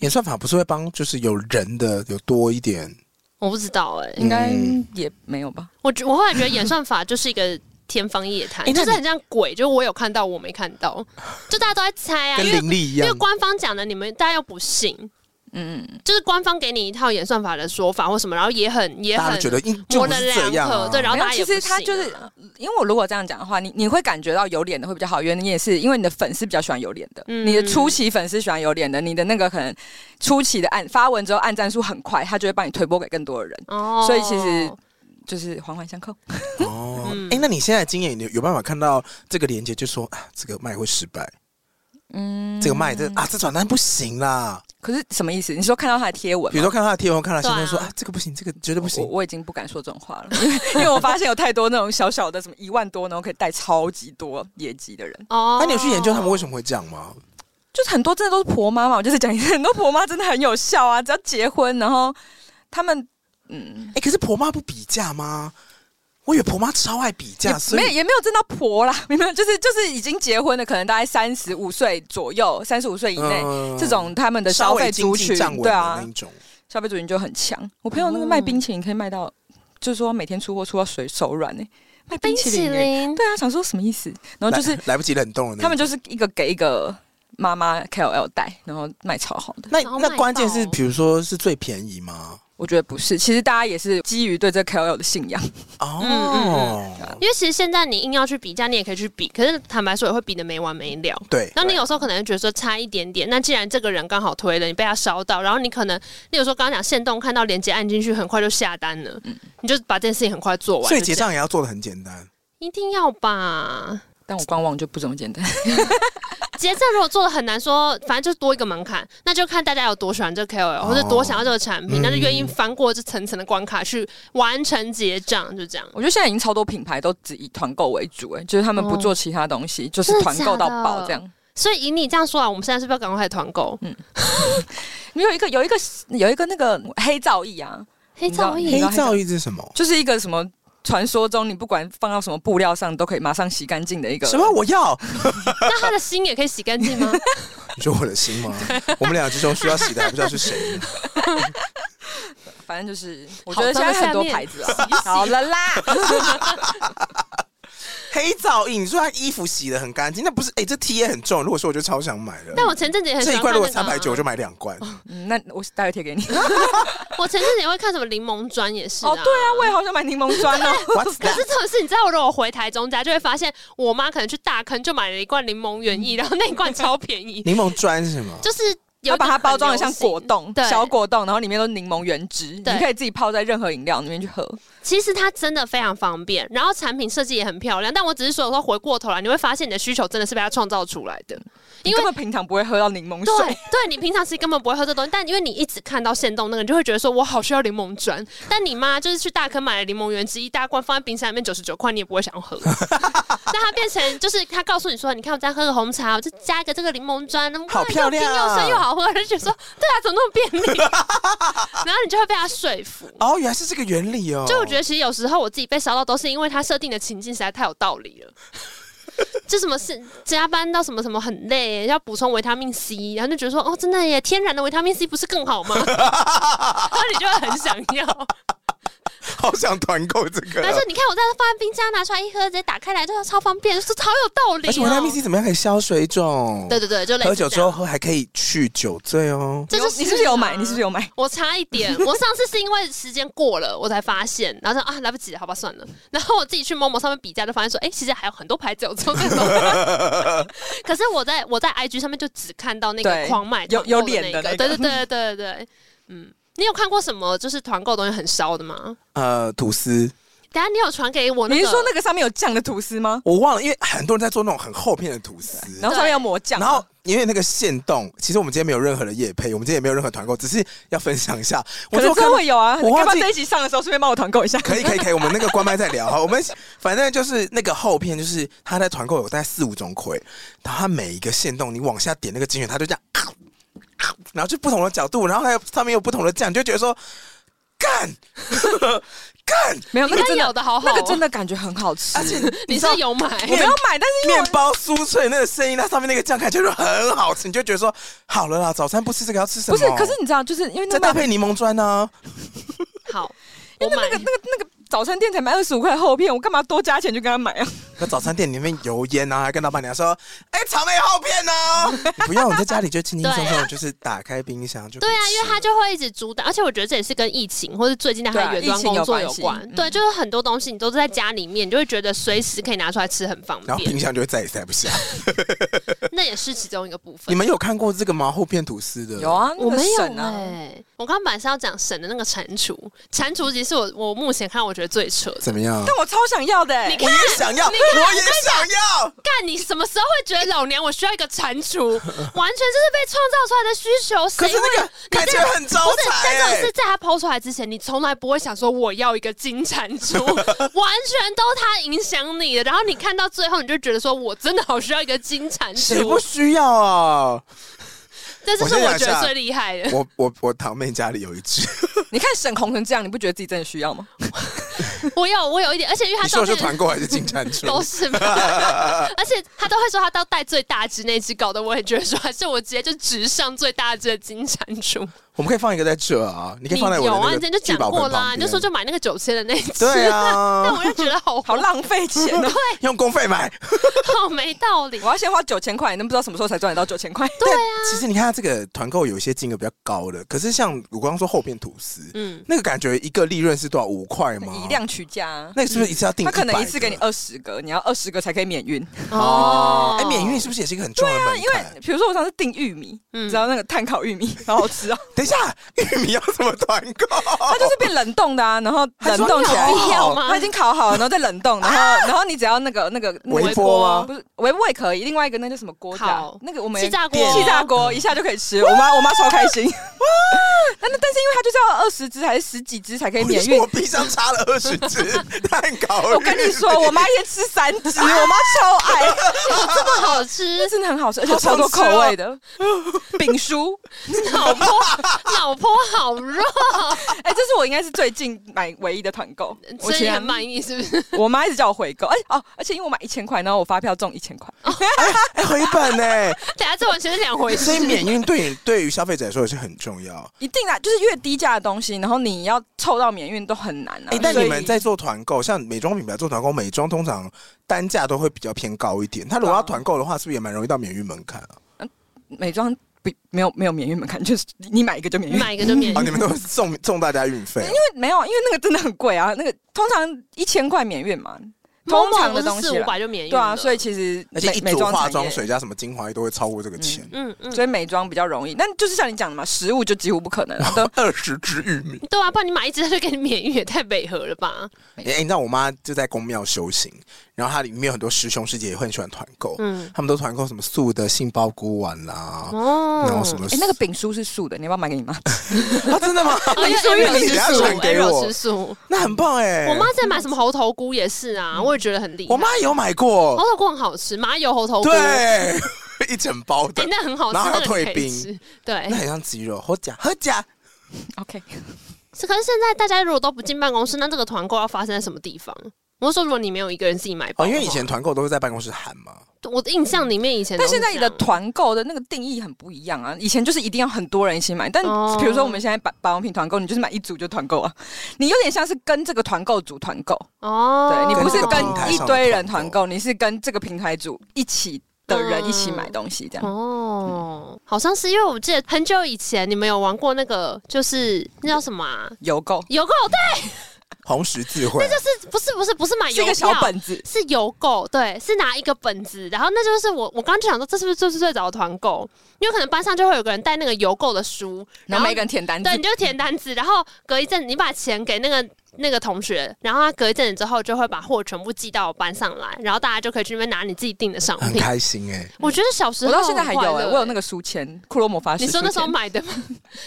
Speaker 3: 演算法不是会帮，就是有人的有多一点，
Speaker 4: 我不知道哎、
Speaker 5: 应该也没有吧？
Speaker 4: 我觉我后来觉得演算法就是一个天方夜谭，
Speaker 3: 诶那
Speaker 4: 就
Speaker 3: 你
Speaker 4: 是很像鬼，就是我有看到我没看到，就大家都在猜啊，
Speaker 3: 跟
Speaker 4: 因为
Speaker 3: 灵力一
Speaker 4: 因为
Speaker 3: 样。
Speaker 4: 官方讲的你们大家又不信，
Speaker 5: 嗯，
Speaker 4: 就是官方给你一套演算法的说法或什么，然后也很也
Speaker 3: 大家
Speaker 4: 很
Speaker 3: 都觉得，嗯，就
Speaker 4: 模
Speaker 3: 不
Speaker 4: 棱
Speaker 3: 是这
Speaker 4: 两
Speaker 3: 样、
Speaker 4: 可，
Speaker 3: 啊。
Speaker 4: 对，然后
Speaker 5: 没有
Speaker 4: 大家也
Speaker 5: 其
Speaker 4: 不
Speaker 5: 实他
Speaker 4: 信
Speaker 5: 就是
Speaker 4: 啊
Speaker 5: 因为我如果这样讲的话，你你会感觉到有脸的会比较好，因为你也是因为你的粉丝比较喜欢有脸的，
Speaker 4: 嗯
Speaker 5: 你的初期粉丝喜欢有脸的，你的那个可能初期的按发文之后按赞数很快，他就会帮你推播给更多的人，
Speaker 4: 哦
Speaker 5: 所以其实就是环环相扣。
Speaker 3: 哦，哎、
Speaker 4: 嗯
Speaker 3: 那你现在经验有有办法看到这个连接，就说啊，这个卖会失败，
Speaker 5: 嗯，
Speaker 3: 这个卖这啊，这转单不行啦。
Speaker 5: 可是什么意思？你说看到他的贴文
Speaker 3: 比如
Speaker 5: 吗？
Speaker 3: 说看到他的贴文，看到
Speaker 4: 对
Speaker 3: 新
Speaker 4: 啊
Speaker 3: 闻说啊，这个不行，这个绝对不
Speaker 5: 我
Speaker 3: 行。
Speaker 5: 我已经不敢说这种话了， 因为因为我发现有太多那种小小的什么一万多，然后可以带超级多业绩的人，
Speaker 4: 哦
Speaker 3: 那、你有去研究他们为什
Speaker 4: 么？
Speaker 3: 么会这样吗？
Speaker 5: 就是很多真的都是婆妈嘛，我就是讲一次，很多婆妈真的很有效啊，只要结婚，然后他们嗯
Speaker 3: 哎、，可是婆妈不比价吗？我以为婆妈超爱比
Speaker 5: 也
Speaker 3: 价，所
Speaker 5: 没有
Speaker 3: 以
Speaker 5: 也没有挣到婆啦， 没有，就是就是已经结婚的，可能大概三十五岁左右，三十五岁以内。
Speaker 3: 嗯
Speaker 5: 这种他们的消费族群，
Speaker 3: 站稳
Speaker 5: 对
Speaker 3: 的
Speaker 5: 啊
Speaker 3: 那一，种，
Speaker 5: 消费族群就很强。我朋友那个卖冰淇淋可以卖到，就是说每天出货出到水手软呢、卖
Speaker 4: 冰
Speaker 5: 冰淇
Speaker 4: 淇
Speaker 5: 淋、欸，
Speaker 4: 淋，
Speaker 5: 对啊，想说什么意思？然后就是
Speaker 3: 来来不及冷冻了那种。
Speaker 5: 他们就是一个给一个妈妈 KOL 带，然后卖超好的。
Speaker 3: 那
Speaker 4: 想要
Speaker 3: 那
Speaker 4: 卖
Speaker 3: 关键
Speaker 4: 爆
Speaker 3: 是，
Speaker 4: 哦
Speaker 3: 比如说是最便宜吗？
Speaker 5: 我觉得不是，其实大家也是基于对这 KOL 的信仰。
Speaker 4: 嗯
Speaker 3: 哦，
Speaker 4: 因为其实现在你硬要去比价，你也可以去比，可是坦白说也会比的没完没了。
Speaker 3: 对，
Speaker 4: 然后你有时候可能觉得说差一点点，那既然这个人刚好推了，你被他烧到，然后你可能，例如说刚刚讲线动看到连接按进去，很快就下单了，你就把这件事情很快做
Speaker 3: 嗯
Speaker 4: 完。
Speaker 3: 所以
Speaker 4: 就
Speaker 3: 结
Speaker 4: 这样
Speaker 3: 账也要做的很简单。
Speaker 4: 一定要吧？
Speaker 5: 但我观望就不怎么简单。
Speaker 4: 结账如果做的很难说，反正就是多一个门槛，那就看大家有多喜欢这个 KOL，、或者多想要这个产品，
Speaker 3: 哦嗯
Speaker 4: 那就愿意翻过这层层的关卡去完成结账，就这样。
Speaker 5: 我觉得现在已经超多品牌都只以团购为主、哎，就是他们不
Speaker 4: 哦
Speaker 5: 做其他东西，就是团购到爆这样。
Speaker 4: 所以以你这样说啊，我们现在是不是要赶快开始团购？
Speaker 3: 嗯
Speaker 5: 你有一个有一个有一个那个黑皂液啊，
Speaker 4: 黑皂
Speaker 5: 你知
Speaker 3: 黑
Speaker 5: 道
Speaker 4: 液，
Speaker 3: 皂液是什么？
Speaker 5: 就是一个什么传说中你不管放到什么布料上都可以马上洗干净的一个。
Speaker 3: 什么？？我要？
Speaker 4: 那他的心也可以洗干净吗？
Speaker 3: 你说我的心吗？我们俩之中需要洗的还不知道是谁。
Speaker 5: 反正就是，我
Speaker 4: 好
Speaker 5: 觉得现在
Speaker 4: 脏的
Speaker 5: 很多
Speaker 4: 下面
Speaker 5: 牌子啊。好了 啦，
Speaker 3: 黑皂液，你说他衣服洗的很干净，那不是？哎，这 T 也很重。如果说我就超想买了。
Speaker 4: 但我前阵子也很喜
Speaker 3: 这一
Speaker 4: 欢
Speaker 3: 罐
Speaker 4: 看
Speaker 3: 如果
Speaker 4: 那
Speaker 3: 三
Speaker 4: 个
Speaker 3: 百
Speaker 4: 啊
Speaker 3: 九，我就买两罐。
Speaker 5: 嗯那我待会贴给你。
Speaker 4: 我前阵子也会看什么柠檬砖，也是、
Speaker 5: 哦，对啊，我也好想买柠檬 砖哦。
Speaker 3: What's
Speaker 4: 可
Speaker 3: that？
Speaker 4: 是这种事，你知道，我如果回台中家，就会发现我妈可能去大坑就买了一罐柠檬园艺，然后那一罐超便宜，
Speaker 3: 柠檬砖是吗？
Speaker 4: 嗯 就是有
Speaker 5: 要
Speaker 4: 一个
Speaker 5: 把它包装的
Speaker 4: 很流
Speaker 5: 像
Speaker 4: 行
Speaker 5: 果冻，
Speaker 4: 对，
Speaker 5: 小。果冻，然后里面都是柠檬原汁，你
Speaker 4: 对
Speaker 5: 可以自己泡在任何饮料里面去喝。
Speaker 4: 其实它真的非常方便，然后产品设计也很漂亮。但我只是说，有时候回过头来，你会发现你的需求真的是被它创造出来的。因
Speaker 5: 因
Speaker 4: 为
Speaker 5: 为平常不会喝到柠檬
Speaker 4: 对，
Speaker 5: 水，
Speaker 4: 对你平常其实根本不会喝这东西，但因为你一直看到现动那个，你就会觉得说我好需要柠檬砖。但你妈就是去大坑买了柠檬园之一大罐，放在冰箱里面九十九块，你也不会想要喝。 那它变成就是她告诉你说，你看我在喝个红茶，我就加一个这个柠檬砖，哇
Speaker 3: 好漂亮
Speaker 4: 又冰又酸又好喝，就觉得说对啊，怎么那么便利？ 然后你就会被它说服。
Speaker 3: 哦，原来是这个原理哦。
Speaker 4: 就我觉得，其实有时候我自己被烧到，都是因为他设定的情境实在太有道理了。就什么是加班到什么什么很累，要补充维他命 C，然后就觉得说哦，真的耶， 天然的维他命 C 不是更好吗？然后你就会很想要，
Speaker 3: 得好想团购这个
Speaker 4: 然后
Speaker 3: 哦
Speaker 4: 说。你看我在这放在冰箱，拿出来一喝，直接打开来，就超方便，就是超有道理
Speaker 3: 而且维他命
Speaker 4: 哦。
Speaker 3: C 怎么样可以消水肿？
Speaker 4: 对对对，就类似
Speaker 3: 喝酒
Speaker 4: 这
Speaker 3: 之后
Speaker 4: 样，
Speaker 3: 喝还可以去酒醉哦。
Speaker 4: 这
Speaker 5: 你有
Speaker 4: 就是
Speaker 5: 你是不是有
Speaker 4: 啊
Speaker 5: 买？你是不是有买？
Speaker 4: 我差一点，我上次是因为时间过了，我才发现，然后说啊来不及了，好吧算了。然后我自己去某某上面比价，就发现说，哎、其实还有很多牌子有做这种。可是我在我在 IG 上面就只看到那个
Speaker 5: 对
Speaker 4: 狂卖
Speaker 5: 有
Speaker 4: 团
Speaker 5: 有
Speaker 4: 购
Speaker 5: 脸的
Speaker 4: 那
Speaker 5: 那
Speaker 4: 个，对对
Speaker 5: 个
Speaker 4: 对对对对，嗯。你有看过什么就是团购东西很烧的吗？
Speaker 3: 呃，吐司
Speaker 4: 等一下你有传给我那
Speaker 5: 你
Speaker 4: 个？
Speaker 5: 是说那个上面有酱的吐司吗？
Speaker 3: 我忘了，因为很多人在做那种很厚片的吐司。
Speaker 5: 然后上面要抹酱，啊
Speaker 4: 啊
Speaker 3: 然后因为那个线动，其实我们今天没有任何的业配，我们今天也没有任何团购，只是要分享一下。我
Speaker 5: 可能
Speaker 3: 就看
Speaker 5: 真
Speaker 3: 到
Speaker 5: 会有啊。
Speaker 3: 我
Speaker 5: 你要
Speaker 3: 忘
Speaker 5: 不要
Speaker 3: 记
Speaker 5: 这一集上的时候顺便帮我团购一下？
Speaker 3: 可以可以可以，我们那个关麦再聊哈。我们反正就是那个后片，就是他在团购有大概四五种葵，然后他每一个线动，你往下点那个精选，他就这样，啊啊然后就不同的角度，然后还有上面有不同的酱，你就觉得说干 干，
Speaker 5: 没有，
Speaker 4: 你
Speaker 5: 那个
Speaker 4: 刚
Speaker 5: 真
Speaker 4: 咬
Speaker 5: 的
Speaker 4: 的好好、
Speaker 5: 那个真，的感觉很好吃，
Speaker 3: 而且
Speaker 4: 你
Speaker 3: 知道
Speaker 4: 是有买？
Speaker 5: 我没有买，但是因为
Speaker 3: 面
Speaker 5: 我
Speaker 3: 包酥脆那个声音，那上面那个酱看起来就很好吃，你就觉得说好了啦，早餐不吃这个要吃什么？
Speaker 5: 不是，可是你知道，就是因为那
Speaker 3: 再
Speaker 5: 个
Speaker 3: 搭配柠檬砖啊呢、
Speaker 4: 好，
Speaker 5: 因
Speaker 4: 我
Speaker 5: 为那
Speaker 4: 买
Speaker 5: 那个那个那个早餐店才卖二十五块厚片，我干嘛多加钱去跟他买啊？
Speaker 3: 那早餐店里面油烟啊，还跟老板娘说：“哎、草莓厚片哦呢、 你不用，你在家里就轻轻松松，就是打开冰箱就可
Speaker 4: 对
Speaker 3: 以
Speaker 4: 啊，
Speaker 3: 吃
Speaker 4: 因为它就会一直主打，而且我觉得这也是跟疫情或是最近的它的
Speaker 5: 对啊
Speaker 4: 远端
Speaker 5: 疫情
Speaker 4: 工
Speaker 5: 有
Speaker 4: 作
Speaker 5: 关
Speaker 4: 有
Speaker 5: 系
Speaker 4: 关。
Speaker 5: 嗯
Speaker 4: 对，就是很多东西你都是在家里面，你就会觉得随时可以拿出来吃，很方
Speaker 3: 然后冰
Speaker 4: 便。
Speaker 3: 箱就会再也塞 不下。
Speaker 4: 那也是其中一个部
Speaker 3: 你
Speaker 4: 分。
Speaker 3: 们有看过这个吗？厚片吐司的
Speaker 5: 有，啊，那个
Speaker 4: 我没有
Speaker 5: 省啊。
Speaker 4: 欸我刚刚本来是要讲省的那个蟾蜍，蟾蜍其实我我目前看我觉得最扯的。
Speaker 3: 怎么样？
Speaker 5: 但我超想要的欸，
Speaker 4: 你
Speaker 3: 我
Speaker 4: 看，
Speaker 3: 也想要，我也想要。
Speaker 4: 干你什么时候会觉得老娘我需要一个蟾 蜍？完全就是被创造出来的需求。
Speaker 3: 可
Speaker 4: 谁
Speaker 3: 是那
Speaker 4: 会
Speaker 3: 个？看起来很招
Speaker 4: 不是，
Speaker 3: 财、
Speaker 4: 这种
Speaker 3: 欸
Speaker 4: 是。在他抛出来之前，你从来不会想说我要一个金蟾 蜍，完全都他影响你的。然后你看到最后，你就觉得说我真的好需要一个金蟾
Speaker 3: 谁不
Speaker 4: 蜍，
Speaker 3: 需要啊？
Speaker 4: 这就是
Speaker 3: 我先
Speaker 4: 我
Speaker 3: 讲一
Speaker 4: 觉得
Speaker 3: 下
Speaker 4: 最厉害的。
Speaker 3: 我我我堂妹家里有一 只，
Speaker 5: 你看沈红成这样，你不觉得自己真的需要吗？
Speaker 4: 我有我有一点，而且因为他
Speaker 3: 你说
Speaker 4: 照
Speaker 3: 的是
Speaker 4: 片
Speaker 3: 团购还是进餐出？
Speaker 4: 都是嘛， 而且他都会说他到带最大只那只搞得我也觉得说，还是我直接就直上最大只的金蟾蜍。
Speaker 3: 我们可以放一个在这啊，你可以放在我
Speaker 4: 有啊，
Speaker 3: 的那
Speaker 4: 你之前
Speaker 3: 个
Speaker 4: 就
Speaker 3: 聚
Speaker 4: 讲
Speaker 3: 宝盆
Speaker 4: 过
Speaker 3: 旁
Speaker 4: 啦，
Speaker 3: 边
Speaker 4: 你就说就买那个九千的那一只，
Speaker 3: 对啊
Speaker 4: 但，我就觉得好
Speaker 5: 好浪费钱哦！
Speaker 3: 用公费买。
Speaker 4: 好没道理
Speaker 5: 我。要先花九千块，那不知道什么时候才赚得到九千块。
Speaker 3: 对啊，其实你看它这个团购有一些金额比较高的，可是像我刚刚说厚片吐司，
Speaker 4: 嗯，
Speaker 3: 那个感觉一个利润是多少？五块吗？
Speaker 5: 以量取价啊，
Speaker 3: 那个是不是一次要定？
Speaker 5: 他可能一次给你。二十个，你要二十个才可以免 运。
Speaker 3: 哦，哎，免运是不是也是一个很重要的门
Speaker 5: 啊因为
Speaker 3: 槛？
Speaker 5: 比如说我上次订玉米，
Speaker 4: 嗯
Speaker 5: 你知道那个碳烤玉 米好好吃哦，
Speaker 3: 等一下，玉米要怎么团购？
Speaker 5: 它就是变冷冻的啊，然后冷冻起
Speaker 3: 还
Speaker 5: 来哦啊
Speaker 3: 说你有必要
Speaker 4: 吗
Speaker 5: 它已经烤好了，然后再冷冻，然后然后你只要那个那个那个
Speaker 3: 微波吗？
Speaker 5: 不是微波也可以，另外一个那叫什么锅架
Speaker 4: 好，
Speaker 5: 那个我们
Speaker 4: 气炸锅
Speaker 5: 气炸锅一下就可以吃，我妈我妈超开心。 但但是因为它就是要二十只还是十几只才可以免运
Speaker 3: 我，冰箱插了二十只 蛋糕。
Speaker 5: 我哦跟你 说，我妈一天吃三只，我妈超 爱，
Speaker 4: 这么好吃
Speaker 5: 那，真的很好吃，而哦且超多口味 的。饼酥，
Speaker 4: 脑波脑波好 弱，
Speaker 5: 哎、这是我应该是最近买唯一的团购，我
Speaker 4: 嗯所以
Speaker 5: 其
Speaker 4: 你
Speaker 5: 他
Speaker 4: 很满意是不 是？
Speaker 5: 我妈一直叫我回购，哎、哦，而且因为我买一千块，然后我发票中一千块，
Speaker 4: 哦
Speaker 3: 哎回本呢，
Speaker 4: 等下这完全是两回
Speaker 3: 所
Speaker 4: 事
Speaker 3: 以。免运对你对于消费者来说也是很重要。
Speaker 5: 一定啊，就是越低价的东西，然后你要凑到免运都很难啊。
Speaker 3: 哎，但
Speaker 5: 所以
Speaker 3: 你们在做团购，像美妆品牌做团购，美妆通常单价都会比较偏高一点。它如果要团购的话，是不是也蛮容易到免运门槛啊？
Speaker 5: 美妆不没有没有免运门槛，就是你买一个就免
Speaker 4: 你
Speaker 5: 运，
Speaker 4: 买一个就免
Speaker 3: 啊，你们都是送 送大家运费啊？
Speaker 5: 因为没有，因为那个真的很贵啊，那个通常一千块免运嘛，通常的东
Speaker 4: 四
Speaker 5: 西
Speaker 4: 五
Speaker 5: 啦
Speaker 4: 百就免运
Speaker 5: 对啊，
Speaker 4: 了
Speaker 5: 所以其实
Speaker 3: 而且
Speaker 5: 美
Speaker 3: 一
Speaker 5: 美
Speaker 3: 组
Speaker 5: 妆
Speaker 3: 化
Speaker 5: 产
Speaker 3: 妆
Speaker 5: 业
Speaker 3: 水加什么精华液都会超过这个钱，
Speaker 4: 嗯嗯，
Speaker 5: 所以美妆比较容易，但就是像你讲的嘛，食物就几乎不可能 了。都
Speaker 3: 二十支玉米。
Speaker 4: 对啊，不然你买一只它就给你免运，也太违和了吧？
Speaker 3: 哎、你知道我妈就在宫庙修行，然后她里面有很多师兄师姐也会很喜欢团购，
Speaker 4: 嗯
Speaker 3: 他们都团购什么素的杏鲍菇丸啦、
Speaker 4: 哦
Speaker 3: 然后什么、
Speaker 5: 哎、那个饼酥是素的，你要不要买给 你妈？
Speaker 3: 啊，真 的吗？
Speaker 4: 哦因为
Speaker 3: 说玉
Speaker 4: Ariel
Speaker 3: 米
Speaker 4: 吃
Speaker 3: 等下
Speaker 4: 素
Speaker 3: 传给
Speaker 4: ，Ariel
Speaker 3: 我
Speaker 4: 吃，素。
Speaker 3: 那很棒哎、
Speaker 4: 我妈在买什么猴头菇也是啊，我也觉得很厉害。
Speaker 3: 嗯我妈也有买过，
Speaker 4: 猴头菇很好吃，麻油猴头菇，哎，
Speaker 3: 对， 一整包的，
Speaker 4: 那很好吃，
Speaker 3: 然后还
Speaker 4: 那
Speaker 3: 要
Speaker 4: 个
Speaker 3: 退
Speaker 4: 你可以
Speaker 3: 冰
Speaker 4: 吃。对
Speaker 3: 那，很像鸡肉，喝甲喝甲，
Speaker 5: OK，
Speaker 4: 是可是现在大家如果都不进办公室，那这个团购要发生在什么地方？我是说，如果你没有一个人自己买包
Speaker 3: 哦，
Speaker 4: 的
Speaker 3: 因
Speaker 4: 话，
Speaker 3: 为以前团购都是在办公室喊嘛，
Speaker 4: 我的印象里面以前都
Speaker 5: 但
Speaker 4: 是这
Speaker 5: 现
Speaker 4: 样，
Speaker 5: 在你的团购的那个定义很不一样啊，以前就是一定要很多人一起买，但
Speaker 4: 哦
Speaker 5: 比如说我们现在保保养品团购，你就是买一组就团购啊，你有点像是跟这个团购组团购，
Speaker 4: 哦，
Speaker 5: 对你不是
Speaker 3: 跟这个平台
Speaker 5: 跟一
Speaker 3: 上的
Speaker 5: 堆人
Speaker 3: 团
Speaker 5: 团
Speaker 3: 购
Speaker 5: 购，你是跟这个平台组一起的人一起买东西这样。
Speaker 4: 哦，好像是因为我记得很久以前你们有玩过那个，就是那叫什么、啊？
Speaker 5: 邮购
Speaker 4: 邮购对，
Speaker 3: 红十字会，
Speaker 4: 就是不是不是不是买
Speaker 5: 是
Speaker 4: 邮
Speaker 5: 一个小
Speaker 4: 票
Speaker 5: 本子，
Speaker 4: 是邮购，对，是拿一个本子，然后那就是我，我刚刚就想说，这是不是就是最早的团购？因为可能班上就会有个人带那个邮购的书，
Speaker 5: 然
Speaker 4: 然
Speaker 5: 后
Speaker 4: 后
Speaker 5: 每个人填单子
Speaker 4: 对，。你就填单子，然后隔一阵你把钱给那个那个同学，然后他隔一阵子之后就会把货全部寄到班上来，然后大家就可以去那边拿你自己订的商
Speaker 3: 很
Speaker 4: 品。
Speaker 3: 开心哎、
Speaker 4: 我觉得小时
Speaker 5: 我
Speaker 4: 候
Speaker 5: 到现在还有哎、
Speaker 4: 哎、
Speaker 5: 我有那个书签，库洛魔法使
Speaker 4: 欸你说那
Speaker 5: 书
Speaker 4: 时候
Speaker 5: 签
Speaker 4: 买的吗？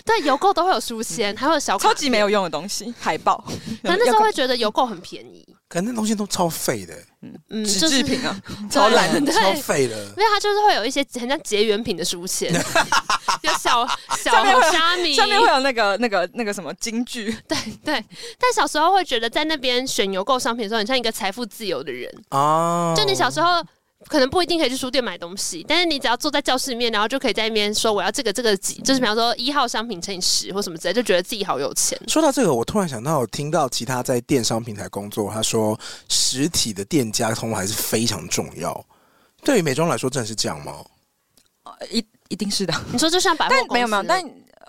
Speaker 4: 对，邮购都会有书签，还会有小卡
Speaker 5: 超级没有用的东西，海报，
Speaker 4: 片，但那时候会觉得邮购很便宜，
Speaker 3: 可能那东西都超废的、哦
Speaker 4: 嗯，
Speaker 5: 纸
Speaker 4: 就是
Speaker 5: 制品啊，超烂的。
Speaker 4: 对
Speaker 3: 超废的。
Speaker 4: 因为它就是会有一些很像结缘品的书 签，有小小
Speaker 5: 上面会有
Speaker 4: 虾米，
Speaker 5: 上面会有那个那个那个什么京剧，
Speaker 4: 对对。但小时候会觉得在那边选邮购商品的时候，很像一个财富自由的人。
Speaker 3: 哦，
Speaker 4: 就你小时候可能不一定可以去书店买东西，但是你只要坐在教室里面，然后就可以在那边说我要这个这个几，就是比方说一号商品乘以十或什么之类，就觉得自己好有钱。
Speaker 3: 说到这个，我突然想到，我听到其他在电商平台工作，他说实体的店家通路还是非常重要。对于美妆来说，真的是这样吗？
Speaker 5: 呃一一定是的。
Speaker 4: 你说就像百货
Speaker 5: 但
Speaker 4: 啊公司
Speaker 5: 没有没有，但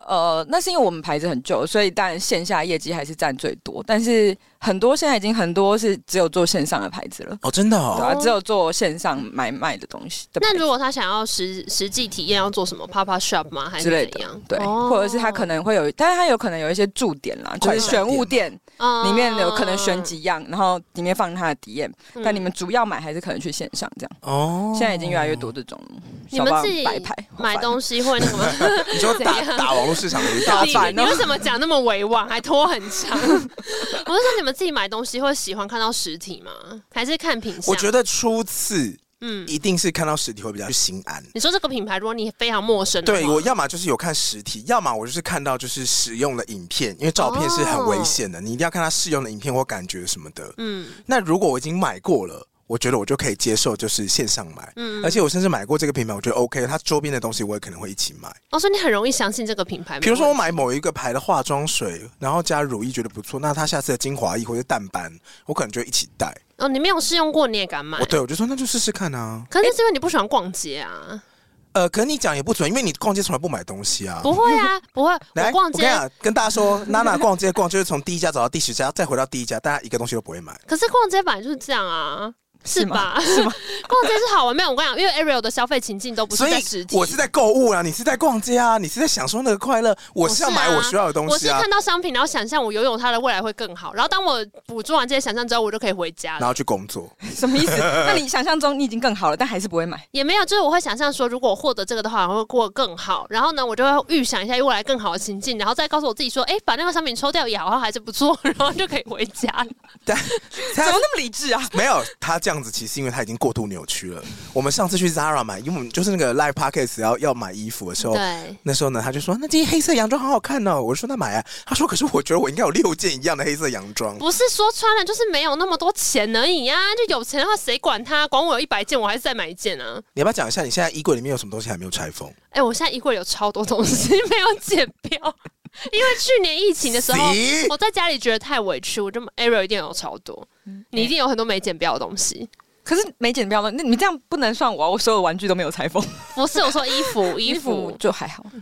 Speaker 5: 呃，那是因为我们牌子很旧，所以当然线下业绩还是占最多。但是很多现在已经很多是只有做线上的牌子了，
Speaker 3: 哦，真的
Speaker 5: 对
Speaker 3: 哦，
Speaker 5: 啊，只有做线上买卖的东西的牌
Speaker 4: 那
Speaker 5: 子
Speaker 4: 如果他想要实实际体验要做什么，Papa Shop 吗？还是
Speaker 5: 之类
Speaker 4: 怎
Speaker 5: 的
Speaker 4: 样？，
Speaker 5: 对，
Speaker 4: 哦
Speaker 5: 或者是他可能会有，但是他有可能有一些驻点啦，就是玄物店
Speaker 4: 嗯
Speaker 5: 里面有可能选几样，然后里面放他的体验，
Speaker 4: 嗯
Speaker 5: 但你们主要买还是可能去线上这样。
Speaker 3: 哦，
Speaker 5: 现在已经越来越多这种
Speaker 4: 哦你 们自己
Speaker 5: 摆拍
Speaker 4: 买东
Speaker 5: 西，
Speaker 4: 西会那个吗？
Speaker 3: 你说 打
Speaker 4: 怎样
Speaker 3: 打网络市场的一
Speaker 5: 好
Speaker 4: 你
Speaker 5: 烦哦
Speaker 4: 你为什么讲那么委婉，还拖很 长？我是说，你们自己买东西会喜欢看到实体吗？还是看品相？
Speaker 3: 我觉
Speaker 4: 得，
Speaker 3: 得初次
Speaker 4: 嗯，
Speaker 3: 一定是看到实体会比较心安。
Speaker 4: 你说这个品牌，如果你非常陌生的话，
Speaker 3: 对我要么就是有看实体，要么我就是看到就是使用的影片，因为照片是很危险的，你一定要看它试用的影片或感觉什么的。
Speaker 4: 哦嗯
Speaker 3: 那如果我已经买过了，我觉得我就可以接受，就是线上买。
Speaker 4: 嗯，
Speaker 3: 而且我甚至买过这个品牌，我觉得 OK，它周边的东西我也可能会一起买。
Speaker 4: 哦，所以你很容易相信这个品牌。
Speaker 3: 比如说我
Speaker 4: 没有问题
Speaker 3: 买某一个牌的化妆水，然后加乳液觉得不错，那它下次的精华液或者淡斑，我可能就一起带。
Speaker 4: 哦，你没有试用过，你也敢买
Speaker 3: 我？对我就说那就试试看啊。
Speaker 4: 可是是因为你不喜欢逛街啊？
Speaker 3: 呃，可你讲也不准，因为你逛街从来不买东西啊。
Speaker 4: 不会 啊，不会，
Speaker 3: 来，
Speaker 4: 我逛
Speaker 3: 跟
Speaker 4: 街
Speaker 3: 你。讲，跟大家 说，娜娜逛街逛就是从第一家走到第十家，再回到第一家，大家一个东西都不会买。
Speaker 4: 可是逛街本来就是这样啊，是
Speaker 5: 是吗
Speaker 4: 吧？是吗？ 逛街是好玩，没有我跟你讲，因为 Ariel 的消费情境都不
Speaker 3: 所
Speaker 4: 是
Speaker 3: 以
Speaker 4: 在实体，
Speaker 3: 我是在购物啊，你是在逛街啊，你是在享受那个快乐。我是要买我需要的东
Speaker 4: 啊哦我是
Speaker 3: 西啊
Speaker 4: 看，到商品，然后想象我拥有它的未来会更好，然后当我捕捉完这些想象之后，我就可以回家
Speaker 3: 然
Speaker 4: 了。
Speaker 3: 后去工作。
Speaker 5: 什么意思？那你想象中你已经更好了，但还是不会买。
Speaker 4: 也没有，就是我会想象说，如果我获得这个的话，我会过得更好。然后呢，我就会预想一下未来更好的情境，然后再告诉我自己说，哎、把那个商品抽掉也好像还是不错，然后就可以回家了。
Speaker 3: 但
Speaker 5: 怎
Speaker 3: 他
Speaker 5: 么那么理智啊？
Speaker 3: 没有他这样子，其实因为他已经过度扭曲了。我们上次去 Zara 买，因为我们就是那个 live podcast 要要买衣服的时候，
Speaker 4: 对，
Speaker 3: 那时候呢，他就说那这件黑色洋装好好看哦。我说那买啊。他说可是我觉得我应该有六件一样的黑色洋装。
Speaker 4: 不是说穿了就是没有那么多钱而已啊，就有钱的话谁管他？管我有一百件，我还是再买一件啊。
Speaker 3: 你要不要讲一下你现在衣柜里面有什么东西还没有拆封？
Speaker 4: 哎、我现在衣柜有超多东西没有剪掉，因为去年疫情的时候
Speaker 3: 行，
Speaker 4: 我在家里觉得太委屈，我就哎 Ariel 一定有超多，你一定有很多没剪掉的东西。
Speaker 5: 可是没剪标的，那你这样不能算我、啊，我所有玩具都没有裁缝，
Speaker 4: 不是我说衣服， 衣服，
Speaker 5: 就还好。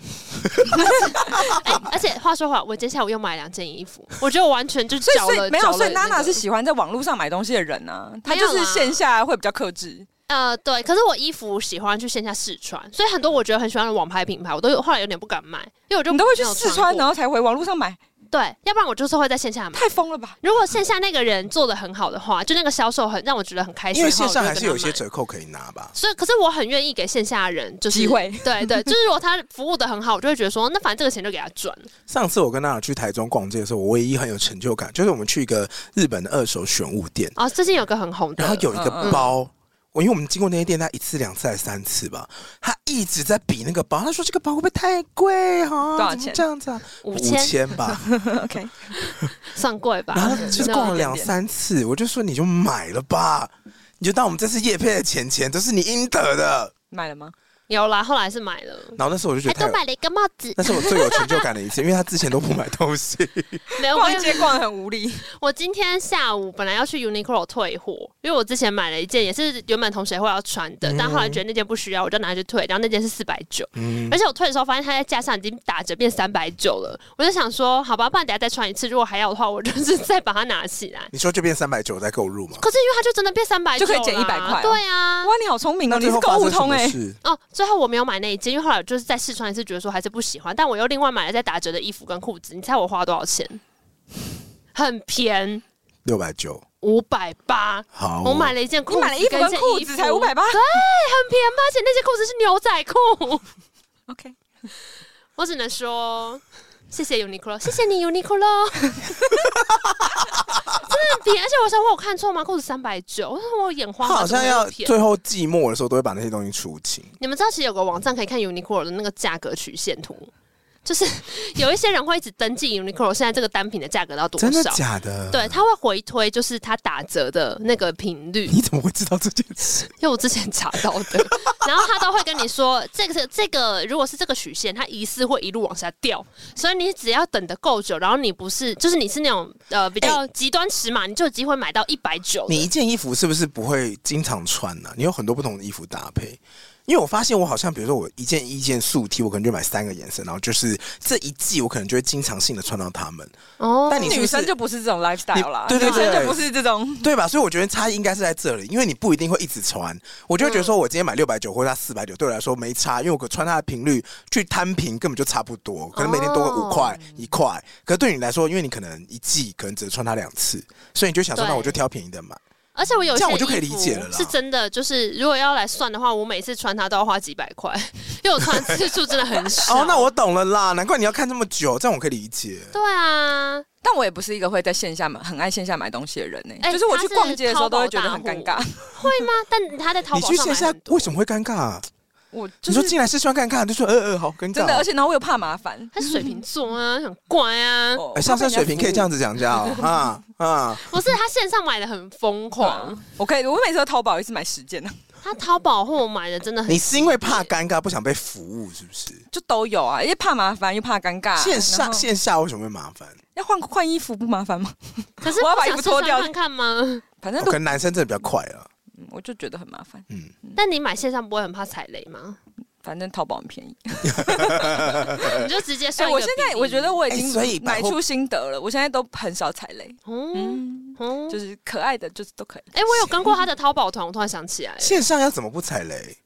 Speaker 4: 哎、而且话说回来，我接下来我又买了两件衣 服，我觉得我完全就
Speaker 5: 所以
Speaker 4: 找
Speaker 5: 所
Speaker 4: 了，
Speaker 5: 以没有，
Speaker 4: 缴了
Speaker 5: 所以娜
Speaker 4: 那
Speaker 5: 娜
Speaker 4: 个
Speaker 5: 是喜欢在网络上买东西的人啊，她
Speaker 4: 没
Speaker 5: 就
Speaker 4: 有
Speaker 5: 是
Speaker 4: 啦
Speaker 5: 线下会比较克制。
Speaker 4: 呃对，可是我衣服喜欢去线下试穿，所以很多我觉得很喜欢的网拍品牌，我都有后来有点不敢买，因为我就
Speaker 5: 你都会去
Speaker 4: 没有
Speaker 5: 试穿，哦
Speaker 4: 过
Speaker 5: 然后才回网络上买，
Speaker 4: 对，要不然我就是会在线下买。
Speaker 5: 太疯了吧？
Speaker 4: 如果线下那个人做的很好的话，就那个销售很让我觉得很开心，
Speaker 3: 因为
Speaker 4: 然
Speaker 3: 线
Speaker 4: 后我
Speaker 3: 上
Speaker 4: 就
Speaker 3: 还
Speaker 4: 跟
Speaker 3: 是
Speaker 4: 他
Speaker 3: 有一些
Speaker 4: 买
Speaker 3: 折扣可以拿吧。
Speaker 4: 所以，可是我很愿意给线下的人就是
Speaker 5: 机会，
Speaker 4: 对对，就是如果他服务的很好，我就会觉得说，那反正这个钱就给他赚。
Speaker 3: 上次我跟娜娜去台中逛街的时候，我唯一很有成就感，就是我们去一个日本的二手选物店，
Speaker 4: 啊，最近有个很红的，
Speaker 3: 然后有一个
Speaker 5: 嗯嗯
Speaker 3: 包，我因为我们经过那些店，他一次、两次、还是三次吧，他一直在比那个包，他说这个包会不会太贵哈？
Speaker 5: 多少
Speaker 3: 怎么
Speaker 5: 钱
Speaker 3: 这样子啊，
Speaker 4: 五千
Speaker 3: 吧。
Speaker 5: OK，
Speaker 4: 算贵吧？
Speaker 3: 然后就是逛了两三次，我就说你就买了吧。你就当我们这次叶配的钱钱都是你应得的。
Speaker 5: 买了吗？
Speaker 4: 哎有啦，后来是买了，
Speaker 3: 然后那时候我就觉
Speaker 4: 还
Speaker 3: 得太
Speaker 4: 多
Speaker 3: 有，
Speaker 4: 买了一个帽 子。
Speaker 3: 那是我最有成就感的一次，因为他之前都不买东西。
Speaker 4: 没有，我
Speaker 5: 逛街逛得很无力，
Speaker 4: 我今天下午本来要去 Uniqlo 退货，因为我之前买了一件也是原本同学会要穿的，但后来觉得那件不需要，我就拿去退。然后那件是四百九，
Speaker 3: 嗯
Speaker 4: 而且我退的时候发现它在架上已经打折变三百九了，我就想说，好吧，不然等下再穿一次，如果还要的话，我就是 再把它拿起来。
Speaker 3: 你说就变三百九再购入吗？
Speaker 4: 可是因为它就真的变三百，
Speaker 5: 就可以减100块哦
Speaker 4: 对啊
Speaker 5: 哇。，你好聪明哦，
Speaker 3: 那
Speaker 5: 你
Speaker 3: 最
Speaker 5: 是
Speaker 3: 后
Speaker 5: 购
Speaker 3: 发
Speaker 5: 物
Speaker 3: 生什
Speaker 5: 通
Speaker 3: 么
Speaker 5: 哎。
Speaker 3: 事？
Speaker 4: 哦，最后我没有买那一件，因为后来我就是再试穿一次，觉得说还是不喜欢，但我又另外买了在打折的衣服跟裤子。你猜我花了多少钱？很便宜，
Speaker 3: 六百九。
Speaker 4: 五百八。
Speaker 3: 好，哦
Speaker 4: 我买了一件裤
Speaker 5: 你
Speaker 4: 子，
Speaker 5: 买了衣服跟裤子才五百
Speaker 4: 八，
Speaker 5: 八
Speaker 4: 很便宜吗，而且那件裤子是牛仔裤。
Speaker 5: ，OK，
Speaker 4: 我只能说，谢谢 Uniqlo，谢谢你 Uniqlo。真的很便宜，而且我想我有看错吗？裤子三百九，我说我眼花
Speaker 3: 他
Speaker 4: 吗，
Speaker 3: 好像要
Speaker 4: 怎么那么便宜
Speaker 3: 最后季末的时候都会把那些东西出清。
Speaker 4: 你们知道，其实有个网站可以看 Uniqlo 的那个价格曲线图，就是有一些人会一直登记 Uniqlo 现在这个单品的价格到多
Speaker 3: 真的
Speaker 4: 少，
Speaker 3: 假的？
Speaker 4: 对，，他会回推就是它打折的那个频率。
Speaker 3: 你怎么会知道这件事？
Speaker 4: 因为我之前查到的， 然后他都会跟你说，这个这个如果是这个曲线，它疑似会一路往下掉，所以你只要等的够久，然后你不是就是你是那种呃比较极端尺码，你就有机会买到一百九。
Speaker 3: 哎你一件衣服是不是不会经常穿呢、你有很多不同的衣服搭配。因为我发现我好像，比如说我一件一件素 T，我可能就买三个颜色，然后就是这一季我可能就会经常性的穿到它们，
Speaker 4: 哦
Speaker 3: 但你是不
Speaker 5: 女生
Speaker 3: 是
Speaker 5: 就不是这种 lifestyle 啦，
Speaker 3: 你对对
Speaker 5: 女生
Speaker 3: 对
Speaker 5: 就不是这种。
Speaker 3: 对吧？所以我觉得差异应该是在这里，因为你不一定会一直穿。我就会觉得
Speaker 5: 嗯
Speaker 3: 说我今天买六百九或者它四百九，对我来说没差，因为我穿它的频率去摊平根本就差不多，可能每天多个
Speaker 4: 哦
Speaker 3: 五块一块。可对你来说，因为你可能一季可能只穿它两次，所以你就想说，
Speaker 4: 对
Speaker 3: 那我就挑便宜的买。
Speaker 4: 而且我有一
Speaker 3: 这
Speaker 4: 些
Speaker 3: 样我就可以
Speaker 4: 衣服
Speaker 3: 理解了啦
Speaker 4: 是真的，就是如果要来算的话，我每次穿它都要花几百块，因为我穿次数真的很
Speaker 5: 啊
Speaker 4: 少。
Speaker 3: 哦，那我懂了啦，难怪你要看这么久，这样我可以理解。
Speaker 4: 对啊，
Speaker 5: 但我也不是一个会在线下买、很爱线下买东西的人呢、
Speaker 4: 哎
Speaker 5: 就是我去逛街的时候都会
Speaker 4: 他
Speaker 5: 觉
Speaker 4: 是
Speaker 5: 得
Speaker 4: 淘宝
Speaker 5: 很尴
Speaker 4: 大
Speaker 5: 尬。
Speaker 4: 会吗？但他在淘
Speaker 3: 你
Speaker 4: 宝
Speaker 3: 去
Speaker 4: 上
Speaker 3: 线
Speaker 4: 买
Speaker 3: 下
Speaker 4: 很多
Speaker 3: 为什么会尴尬、
Speaker 5: 我就
Speaker 3: 你说
Speaker 5: 是
Speaker 3: 进来是喜欢尴尬，就说呃呃好尴尬。
Speaker 5: 真的，而且然后我又怕麻烦。
Speaker 4: 他是水瓶座啊，很怪啊，
Speaker 5: 哦
Speaker 3: 哎，上升水平可以这样
Speaker 5: 子
Speaker 3: 子讲价哦，啊啊，
Speaker 4: 不是他线上买的很疯狂，
Speaker 5: 我可以，我每次都淘宝一次买十件呢，
Speaker 4: 他淘宝货买的真的很。
Speaker 3: 你是因为怕尴尬不想被服务是不是？
Speaker 5: 就都有啊，因为怕麻烦又怕尴尬。啊
Speaker 3: 线
Speaker 5: 然
Speaker 3: 上
Speaker 5: 后
Speaker 3: 线下为什么会麻烦？
Speaker 5: 要换换衣服不麻烦吗？
Speaker 4: 可是
Speaker 5: 我要
Speaker 4: 不
Speaker 5: 把衣
Speaker 4: 想
Speaker 5: 服
Speaker 4: 试
Speaker 5: 脱
Speaker 4: 穿
Speaker 5: 掉
Speaker 4: 看看吗？
Speaker 5: 反正
Speaker 3: 哦
Speaker 5: 都
Speaker 3: 可能男生真的比较快啊。
Speaker 5: 嗯我就觉得很麻烦。
Speaker 3: 嗯，
Speaker 4: 但你买线上不会很怕踩雷吗？
Speaker 5: 反正淘宝很便宜。
Speaker 4: 你就直接
Speaker 5: 哎、
Speaker 4: 算一个
Speaker 5: 我
Speaker 4: 比
Speaker 5: 现
Speaker 4: 例。
Speaker 5: 在我觉得我已
Speaker 3: 哎所以
Speaker 5: 经
Speaker 3: 百
Speaker 5: 买
Speaker 3: 货
Speaker 5: 出心得了，我现在都很少踩雷。
Speaker 4: 嗯，
Speaker 5: 嗯，
Speaker 4: 嗯
Speaker 5: 就是是可爱的，就是都可以。
Speaker 4: 哎，我有跟过他的淘宝团，我突然想起来，
Speaker 3: 线上要怎么不踩雷？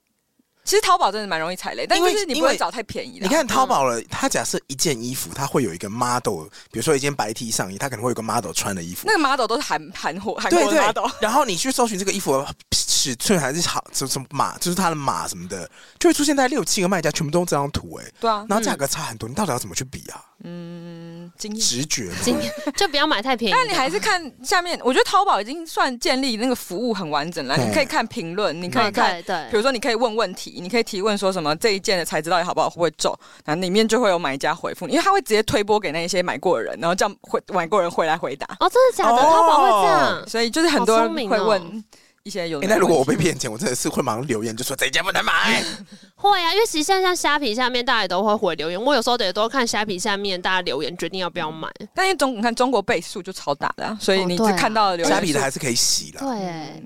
Speaker 5: 其实淘宝真的蛮容易踩雷，但
Speaker 3: 因为
Speaker 5: 就是你
Speaker 3: 因
Speaker 5: 不会
Speaker 3: 为
Speaker 5: 找太便宜的啊。
Speaker 3: 你看淘宝了，它假设一件衣服，它会有一个 model，比如说一件白 T 上衣，它可能会有个 model 穿的衣服
Speaker 5: 那。个 model 都是韩韩货韩
Speaker 3: 对
Speaker 5: 国的
Speaker 3: 对
Speaker 5: model，，
Speaker 3: 然后你去搜寻这个衣服的尺寸还是好什么什么码，就是它的码什么的，就会出现在六七个卖家全部都用这张图哎、
Speaker 5: 对啊，
Speaker 3: 然后价格差很多，你到底要怎么去比啊？
Speaker 5: 嗯，经验。
Speaker 3: 直觉吗
Speaker 4: 今天就不要买太便宜的。
Speaker 5: 但你还是看下面，我觉得淘宝已经算建立那个服务很完整了。
Speaker 3: 对
Speaker 5: 你可以看评论，你可以
Speaker 4: 嗯
Speaker 5: 看
Speaker 4: 对，对
Speaker 5: 比如说你可以问问题，你可以提问说什么这一件的材质到底好不好，会不会皱，然后里面就会有买家回复你，因为他会直接推播给那一些买过的人，然后这样回买过的人回来回答，
Speaker 4: 哦，真的假的？
Speaker 3: 哦
Speaker 4: 淘宝会这样？
Speaker 5: 所以就是很多
Speaker 4: 好
Speaker 5: 人
Speaker 4: 聪明
Speaker 5: 会
Speaker 4: 哦
Speaker 5: 问一些有的
Speaker 3: 哎、
Speaker 5: 没
Speaker 3: 那
Speaker 5: 的问题。
Speaker 3: 如果我被骗钱，我真的是会马上留言就说这件不能买。
Speaker 4: 会啊，因为其实现在像虾皮下面大家也都会回留言，我有时候得多看虾皮下面大家留言决定要不要买。
Speaker 5: 但因为中你看中国倍数就超大的、啊，所以
Speaker 4: 哦
Speaker 5: 你只
Speaker 4: 对啊
Speaker 5: 看到的留言
Speaker 3: 虾皮的
Speaker 5: 数
Speaker 3: 还是可以洗
Speaker 4: 对
Speaker 3: 啦。，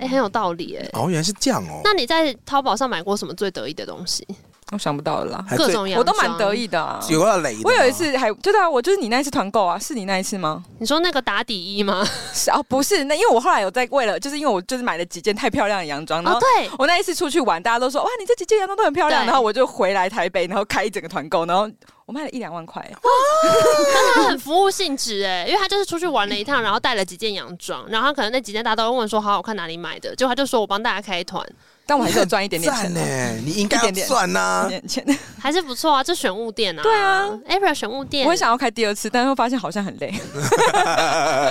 Speaker 4: 哎，很有道理哎。
Speaker 3: 哦，原来是这样哦。
Speaker 4: 那你在淘宝上买过什么最得意的东西？
Speaker 5: 我想不到了啦，
Speaker 3: 还
Speaker 4: 各
Speaker 3: 最
Speaker 4: 种洋
Speaker 5: 我都蛮
Speaker 4: 装
Speaker 5: 得意的、啊。
Speaker 3: 有个雷的吗。
Speaker 5: 我有一次还对啊，我就是你那一次团购啊，是你那一次吗？
Speaker 4: 你说那个打底衣吗？
Speaker 5: 是哦，不是，那因为我后来有在为了，就是因为我就是买了几件太漂亮的洋装，然
Speaker 4: 哦
Speaker 5: 后，
Speaker 4: 对，
Speaker 5: 我那一次出去玩，大家都说哇，你这几件洋装都很漂亮，
Speaker 4: 对
Speaker 5: 然后我就回来台北，然后开一整个团购，然后我卖了一两万块，
Speaker 4: 但他很服务性质哎，因为他就是出去玩了一趟，然后带了几件洋装，然后他可能那几件大家都会问说好好看哪里买的，结果他就说我帮大家开团，
Speaker 5: 但我
Speaker 3: 你很
Speaker 5: 还是有赚一点点
Speaker 3: 赞欸
Speaker 5: 钱
Speaker 3: 呢、
Speaker 5: 啊，
Speaker 3: 你应该
Speaker 5: 一
Speaker 3: 要
Speaker 5: 点点
Speaker 3: 赚啊呐、
Speaker 5: 一点点钱。
Speaker 4: 还是不错啊，这选物店啊，
Speaker 5: 对啊
Speaker 4: ，April 选物店，
Speaker 5: 我很想要开第二次，但是发现好像很累，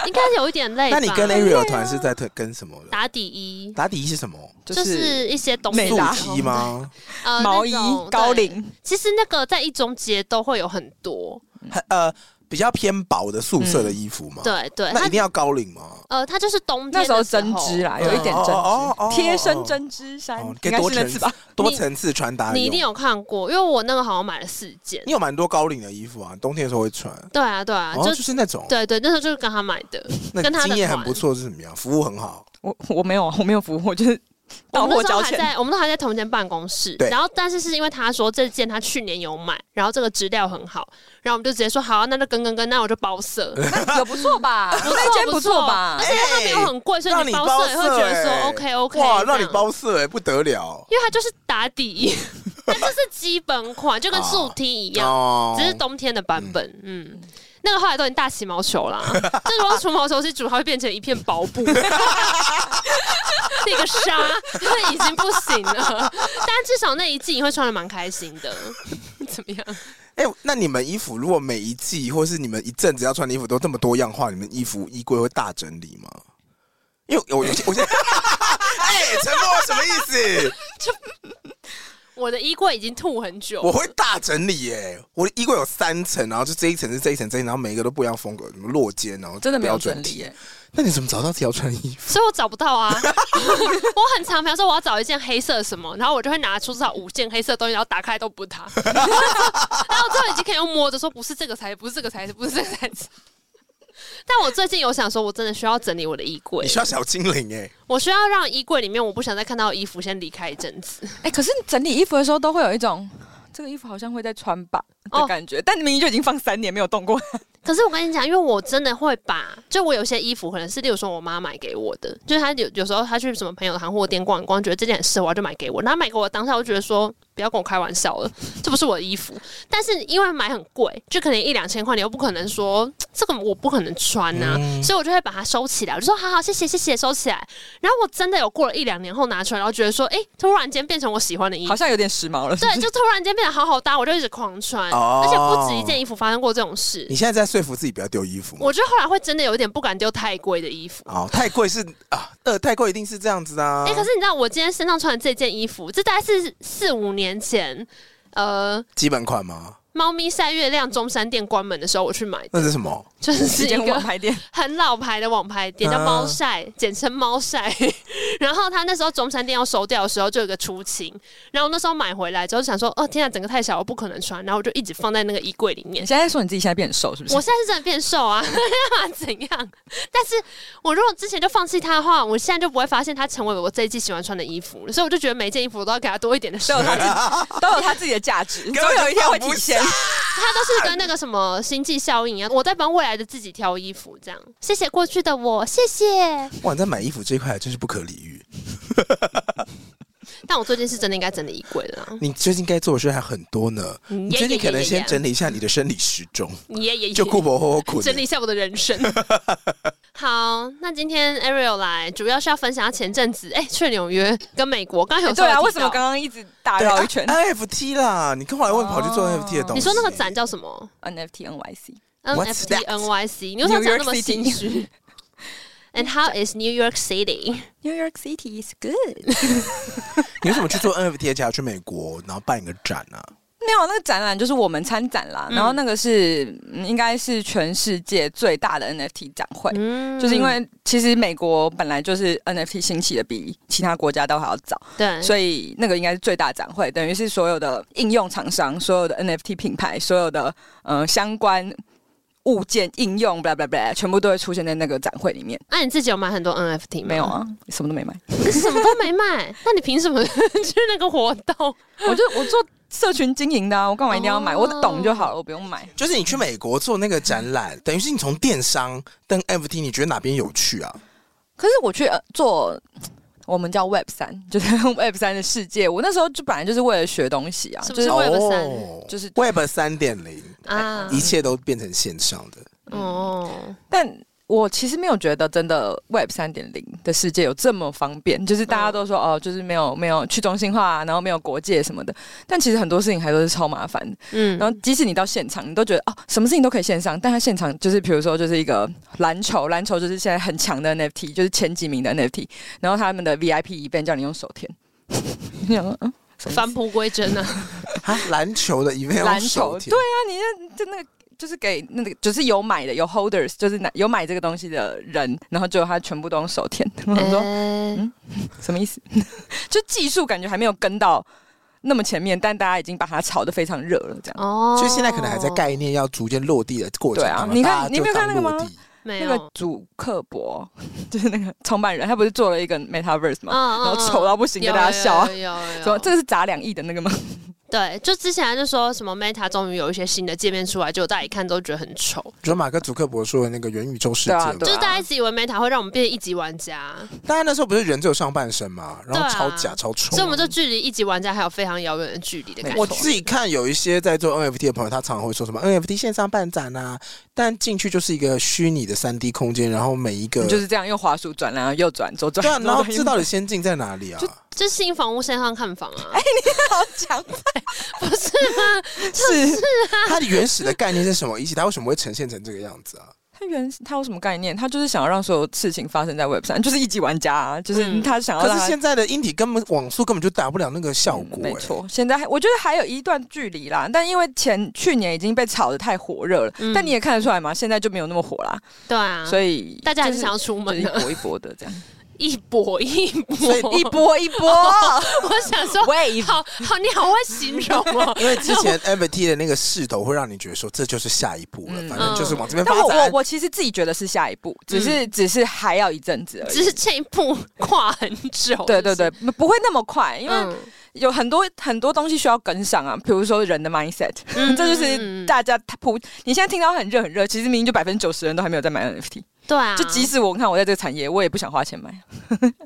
Speaker 4: 应该有一点累吧。
Speaker 3: 那你跟 Ariel 团是在跟什么的？
Speaker 4: 打底衣。
Speaker 3: 打底衣是什么？
Speaker 5: 就
Speaker 4: 就是一些东西，
Speaker 5: 美
Speaker 3: 素
Speaker 5: 达
Speaker 3: 题吗？
Speaker 4: 呃，那
Speaker 5: 毛衣
Speaker 4: 种、
Speaker 5: 高。
Speaker 4: 对
Speaker 5: 领，
Speaker 4: 其实那个在一中街都会有很多，
Speaker 3: 还呃，比较偏薄的素色的衣服吗？，
Speaker 4: 对对，
Speaker 3: 哦那
Speaker 4: 它
Speaker 3: 一定要高领吗？
Speaker 4: 呃，它就是冬天
Speaker 5: 那
Speaker 4: 的
Speaker 5: 时候针织啊啦，
Speaker 4: 嗯
Speaker 5: 有一点针
Speaker 3: 哦哦哦哦
Speaker 5: 织，贴身针织衫
Speaker 3: 哦，，
Speaker 5: 应
Speaker 3: 给
Speaker 5: 该
Speaker 3: 多
Speaker 5: 是那
Speaker 3: 层
Speaker 5: 次
Speaker 3: 次
Speaker 5: 吧？
Speaker 3: 多层次穿搭用。
Speaker 4: 你一定有看过，因为我那个好像买了四件
Speaker 3: 你。有蛮多高领的衣服啊，冬天的时候会穿。
Speaker 4: 对啊，对啊，
Speaker 3: 哦，
Speaker 4: 就
Speaker 3: 就是那种，
Speaker 4: 对对，那时候就是跟他买的，
Speaker 3: 那
Speaker 4: 跟他的
Speaker 3: 经验很
Speaker 4: 团
Speaker 3: 不错是怎么样？服务很好，
Speaker 5: 我我没有，我没有服务，我就是到
Speaker 4: 我们
Speaker 5: 货
Speaker 4: 那时候
Speaker 5: 交
Speaker 4: 还
Speaker 5: 钱。
Speaker 4: 在，我们都还在同一间办公室。
Speaker 3: 对
Speaker 4: 然后，但是是因为他说这件他去年有买，然后这个质量很好，然后我们就直接说好啊，那就跟跟跟，那我就包色。
Speaker 5: 那有不错吧？
Speaker 4: 错
Speaker 5: 那间不错吧
Speaker 4: 不？错而且它没有很贵，所以
Speaker 3: 哎让你
Speaker 4: 包色也会觉得说
Speaker 3: 欸
Speaker 4: OK OK。
Speaker 3: 哇，让你，包色哎，不得了
Speaker 4: 因为它就是打底， 它就是基本款，就
Speaker 3: 啊
Speaker 4: 跟速梯一样，
Speaker 3: 哦
Speaker 4: 只是冬天的版本。嗯，那个后来都已经大起毛球 啦，这时候除毛球机煮，它会变成一片薄布。那个纱，因为已经不行了，但至少那一季你会穿的蛮开心的， 怎么样？
Speaker 3: 哎、那你们衣服如果每一季或是你们一阵子要穿的衣服都这么多样化，你们衣服衣柜会大整理吗？因为我我我 现在，哎、沉默什么意思？
Speaker 4: 我的衣柜已经吐很久了，
Speaker 3: 我会大整理耶、我的衣柜有三层，然后就这一层是这一层这一层，然后每一个都不一样风格，什么落肩，然后
Speaker 5: 真的没有
Speaker 3: 标准
Speaker 5: 整理
Speaker 3: 体
Speaker 5: 耶。
Speaker 3: 那你怎么找到自己要穿的衣服？
Speaker 4: 所以我找不到啊。 我很常，比方说我要找一件黑色什么，然后我就会拿出至少五件黑色的东西，然后打开都不是它， 然后最后已经可以用摸着说不是这个材质，不是这个材质，不是这个材质。但我最近有想说，我真的需要整理我的衣柜
Speaker 3: 你，需要小精灵哎、
Speaker 4: 我需要让衣柜里面我不想再看到的衣服先离开一阵子。
Speaker 5: 哎、可是整理衣服的时候都会有一种这个衣服好像会再穿吧的
Speaker 4: 哦
Speaker 5: 感觉，但明明就已经放三年没有动过。
Speaker 4: 可是我跟你讲，因为我真的会把，就我有些衣服可能是，例如说我妈买给我的，就是她有有时候她去什么朋友的行货店逛一逛，觉得这件很适合，我就买给我。然后买给我当下，我就觉得说不要跟我开玩笑了， 这不是我的衣服。但是因为买很贵，就可能一两千块，你又不可能说这个我不可能穿啊呐、嗯所以我就会把它收起来。我就说好好，谢谢谢谢，收起来。然后我真的有过了一两年后拿出来，然后觉得说，哎、突然间变成我喜欢的衣服
Speaker 5: 好。像有点时髦了。是不
Speaker 4: 对，
Speaker 5: 是
Speaker 4: 就突然间变得好好搭，我就一直狂穿，
Speaker 3: 哦
Speaker 4: 而且不止一件衣服发生过这种事。
Speaker 3: 你现在在说服自己不要丢衣服吗？
Speaker 4: 我觉得后来会真的有一点不敢丢太贵的衣服。
Speaker 3: 哦，太贵是啊，呃，太贵一定是这样子的、啊。
Speaker 4: 哎、可是你知道我今天身上穿的这件衣服，这大概是四五年前，呃，
Speaker 3: 基本款吗？
Speaker 4: 猫咪晒月亮中山店关门的时候我去买的，
Speaker 3: 那是什么？
Speaker 4: 就是
Speaker 5: 一
Speaker 4: 一
Speaker 5: 间
Speaker 4: 个
Speaker 5: 网拍店，
Speaker 4: 很老牌的网拍店，叫
Speaker 3: 啊
Speaker 4: 猫晒，简称猫晒。然后他那时候中山店要收掉的时候，就有一个出清，然后那时候买回来之后就想说，哦天啊，整个太小，我不可能穿，然后我就一直放在那个衣柜里面
Speaker 5: 你。现在说你自己现在变瘦是不是？
Speaker 4: 我现在是真的变瘦啊， 要不然怎样？但是我如果之前就放弃它的话，我现在就不会发现它成为我这一季喜欢穿的衣服了，所以我就觉得每一件衣服我都要给它多一点的 时候，它它
Speaker 5: 都有
Speaker 4: 啊
Speaker 5: 它自己的价值，
Speaker 3: 根本
Speaker 5: 总
Speaker 3: 就
Speaker 5: 有一天会体现
Speaker 3: 放。
Speaker 4: 都是跟那个什么星际效应一样，啊我在帮未来的自己挑衣服，这样谢谢过去的我，谢谢。
Speaker 3: 哇，你在买衣服这一块真是不可理喻。
Speaker 4: 但我最近是真的应该整理衣柜了啦，
Speaker 3: 你最近该做的事还很多呢。
Speaker 4: 嗯
Speaker 3: 你最近
Speaker 4: 耶耶
Speaker 3: 可能
Speaker 4: 耶耶
Speaker 3: 先整理一下你的生理时 钟，
Speaker 4: 也也
Speaker 3: 就顾不后苦。
Speaker 4: 整理一下我的 人生。好，那今天 Ariel 来主要是要分享他前阵子哎、去纽约跟美国，刚刚有
Speaker 5: 对
Speaker 4: 稍
Speaker 5: 啊，
Speaker 4: 微
Speaker 5: 为
Speaker 4: 提
Speaker 5: 什么
Speaker 4: 到
Speaker 5: 刚刚一直大
Speaker 3: 对啊
Speaker 5: 绕 一圈
Speaker 4: 啊
Speaker 3: NFT 哎啦，你跟后来问
Speaker 5: 哦
Speaker 3: 跑去做 NFT 的东西。
Speaker 4: 你说那个展叫什么？
Speaker 5: ？NFT NYC，
Speaker 3: What's
Speaker 4: NFT
Speaker 3: that?
Speaker 4: NYC，你为什么讲那么
Speaker 5: New York City
Speaker 4: 心虚？And how is New York City？
Speaker 5: New York City is good。
Speaker 3: 你为什么去做 NFT，而且要去美国，然后办一个展啊？
Speaker 5: 没有那个展览就是我们参展啦，然后那个是嗯应该是全世界最大的 NFT 展会，
Speaker 4: 嗯
Speaker 5: 就是因为其实美国本来就是 NFT 兴起的比其他国家都还要早，
Speaker 4: 对，
Speaker 5: 所以那个应该是最大展会，等于是所有的应用厂商、所有的 NFT 品牌、所有的呃相关物件应用，blah blah blah，全部都会出现在那个展会里面。
Speaker 4: 那、你自己有买很多 NFT 吗
Speaker 5: 没有？啊，什么都没买，
Speaker 4: 你什么都没买，那你凭什么去那个活动？
Speaker 5: 我就我做社群经营的啊，我干嘛一定要买？
Speaker 4: 哦
Speaker 5: 我懂就好了，我不用买。
Speaker 3: 就是你去美国做那个展 览，等于是你从电商登 NFT，你觉得哪边有趣啊？
Speaker 5: 可是我去、呃、做。我们叫 Web 三，就是 Web 三的世界。我那时候就本来就是为了学东西啊，
Speaker 4: 是不
Speaker 5: 就是
Speaker 4: 是 Web 三
Speaker 5: 就是
Speaker 3: 哦 Web 三点零，
Speaker 4: 啊
Speaker 3: 一切都变成线上的。
Speaker 4: 哦，
Speaker 5: 但我其实没有觉得真的 Web 三点零的世界有这么方便，就是大家都说、哦，就是没有没有去中心化、然后没有国界什么的。但其实很多事情还都是超麻烦的。
Speaker 4: 嗯，
Speaker 5: 然后即使你到现场，你都觉得哦，什么事情都可以线上，但它现场就是比如说就是一个篮球，篮球就是现在很强的 NFT，就是前几名的 NFT，然后他们的 VIP event 叫你用手填。 你想说嗯什么意思
Speaker 4: 返璞归真啊！
Speaker 3: 啊，篮球的 event
Speaker 5: 篮
Speaker 3: 手
Speaker 5: 球
Speaker 3: 贴
Speaker 5: 对啊，你那就那个就是给那个就是有买的有 holders，就是拿有买这个东西的人，然后结果他全部都用手填。 我想说
Speaker 4: 嗯
Speaker 5: 什么意思？ 就技术感觉还没有跟到那么前面，但大家已经把它炒得非常热了，这样。
Speaker 4: 哦
Speaker 3: 所以现在可能还在，概念要逐渐落地的过程
Speaker 5: 啊对啊
Speaker 3: 当中。
Speaker 5: 你看
Speaker 3: 大家就
Speaker 5: 你没有看
Speaker 3: 当
Speaker 5: 那个
Speaker 3: 落
Speaker 5: 吗
Speaker 3: 地？
Speaker 4: 没
Speaker 5: 那
Speaker 4: 有
Speaker 5: 个，主克博就是那个创办人，他不是做了一个 Metaverse
Speaker 4: 嗯
Speaker 5: 吗？
Speaker 4: 嗯
Speaker 5: 然后丑到不行，
Speaker 4: 有
Speaker 5: 跟大家笑啊
Speaker 4: 有。有 有有
Speaker 5: 说这个是砸两亿的那个吗？
Speaker 4: 对，就之前就说什么 Meta 终于有一些新的界面出来，就大家一看都觉得很丑，
Speaker 3: 就马克·祖克伯说的那个元宇宙世界
Speaker 5: 对啊
Speaker 3: 嘛
Speaker 5: 对
Speaker 4: 就是大家一直以为 Meta 会让我们变一级玩家，
Speaker 3: 大家那时候不是人只有上半身嘛，然后
Speaker 4: 对啊
Speaker 3: 超假、超丑
Speaker 4: 所以。我们就距离一级玩家还有非常遥远的距离的感
Speaker 5: 没
Speaker 4: 觉。
Speaker 3: 我自己看有一些在做 NFT 的朋友，他常常会说什么 NFT 线上办展啊，但进去就是一个虚拟的三 D 空间，然后每一个
Speaker 5: 就是这样，用滑鼠转，然后右转左转
Speaker 3: 对啊，，然后
Speaker 5: 左转
Speaker 3: 这到底先进在哪里啊？
Speaker 4: 这是新房屋线上看房
Speaker 5: 哎
Speaker 4: 啊，
Speaker 5: 好 强，
Speaker 4: 不是啊吗？
Speaker 5: 是
Speaker 3: 它的原始的概念是什么？以及它为什么会呈现成这个样子啊？
Speaker 5: 他原他有什么概念？他就是想要让所有事情发生在 Web 上，就是一级玩家啊，就是
Speaker 4: 嗯
Speaker 5: 他想要
Speaker 3: 可
Speaker 5: 让
Speaker 3: 是
Speaker 5: 他
Speaker 3: 现在的硬体根本网速根本就达不了那个效果、
Speaker 5: 嗯没
Speaker 3: 欸
Speaker 5: 错，现在还我觉得还有一段距离啦，但因为前去年已经被炒得太火热了，
Speaker 4: 嗯
Speaker 5: 但你也看得出来嘛，现在就没有那么火啦，
Speaker 4: 对啊，
Speaker 5: 所以
Speaker 4: 大家还是
Speaker 5: 就
Speaker 4: 想要出
Speaker 5: 就是
Speaker 4: 门
Speaker 5: 一
Speaker 4: 的，
Speaker 5: 波一波的这样，
Speaker 4: 一波一波
Speaker 3: 所以
Speaker 5: 一。波一 波
Speaker 4: 我想说，
Speaker 5: 喂，
Speaker 4: 好好，你好会形容 哦。
Speaker 3: 因为之前 NFT 的那个势头会让你觉得说这就是下一步了，
Speaker 5: 嗯
Speaker 3: 反正就是往这边
Speaker 5: 但
Speaker 3: 发
Speaker 5: 我我
Speaker 3: 展。
Speaker 5: 我其实自己觉得是下一步，只是、只是还要一阵子而
Speaker 4: 嗯只
Speaker 5: 已。
Speaker 4: 是这一步跨很久，
Speaker 5: 对对对，
Speaker 4: 就是，
Speaker 5: 不会那么快，因为
Speaker 4: 嗯
Speaker 5: 有很多很多东西需要跟上啊，比如说人的 mindset，、
Speaker 4: 嗯
Speaker 5: 这
Speaker 4: 嗯
Speaker 5: 就是大家他普。你现在听到很热很热，其实明明就百分之九十人都还没有在买 NFT，、
Speaker 4: 对啊，
Speaker 5: 就即使我看我在这个产业，我也不想花钱买。
Speaker 4: 嗯嗯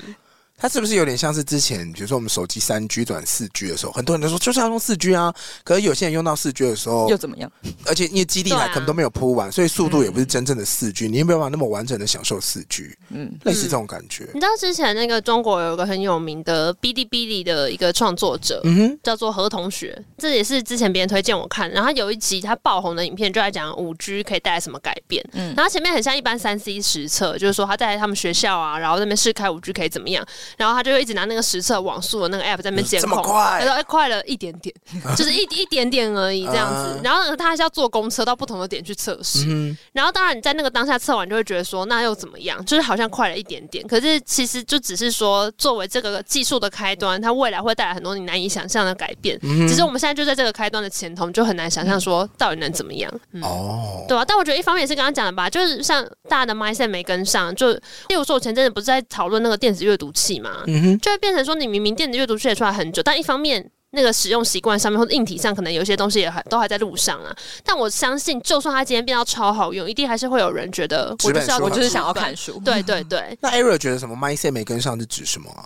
Speaker 4: 嗯，
Speaker 3: 它是不是有点像是之前，比如说我们手机三 G 转四 G 的时候，很多人都说就是要用四 G 啊，可是有些人用到四 G 的时候
Speaker 5: 又，怎么样？
Speaker 3: 而且因为基地
Speaker 4: 对
Speaker 3: 台
Speaker 4: 啊
Speaker 3: 可能都没有铺完，所以速度也不是真正的四 G，、你也没有办法那么完整的享受四 G，
Speaker 5: 嗯，
Speaker 3: 类似这种感觉。
Speaker 4: 你知道之前那个中国有一个很有名的哔哩哔哩的一个创作者，
Speaker 3: 嗯哼，
Speaker 4: 叫做何同学，这也是之前别人推荐我看。然后他有一集他爆红的影片就在讲五 G 可以带来什么改变。
Speaker 5: 嗯
Speaker 4: 然后前面很像一般三 C 实测，就是说他在他们学校啊，然后那边试开五 G 可以怎么样，然后他就会一直拿那个实测网速的那个 app 在那边监
Speaker 3: 这
Speaker 4: 控。
Speaker 3: 么
Speaker 4: 他
Speaker 3: 快
Speaker 4: 说、哎快了一点点，就是一一点点而已这样子
Speaker 3: 啊。
Speaker 4: 然后他还是要坐公车到不同的点去测试。
Speaker 3: 嗯
Speaker 4: 然后当然你在那个当下测完就会觉得说，那又怎么样？就是好像快了一点点，可是其实就只是说，作为这个技术的开端，它未来会带来很多你难以想象的改变。只是我们现在就在这个开端的前头，就很难想象说到底能怎么样。嗯
Speaker 3: 哼，哦，
Speaker 4: 对啊，但我觉得一方面也是刚刚讲的吧，就是像大家的 mindset 没跟上，就例如说，我前阵子不是在讨论那个电子阅读器嘛，
Speaker 3: 嗯哼，
Speaker 4: 就会变成说，你明明电子阅读器也出来很久，但一方面那个使用习惯上面或者硬体上，可能有一些东西也还都还在路上啊。但我相信，就算它今天变到超好用，一定还是会有人觉得我就是要
Speaker 3: 纸本书
Speaker 5: 我就是
Speaker 3: 很
Speaker 5: 想要看。书。
Speaker 4: 对对对，
Speaker 3: 那 Error 觉得什么 mindset 没跟上是指什么啊？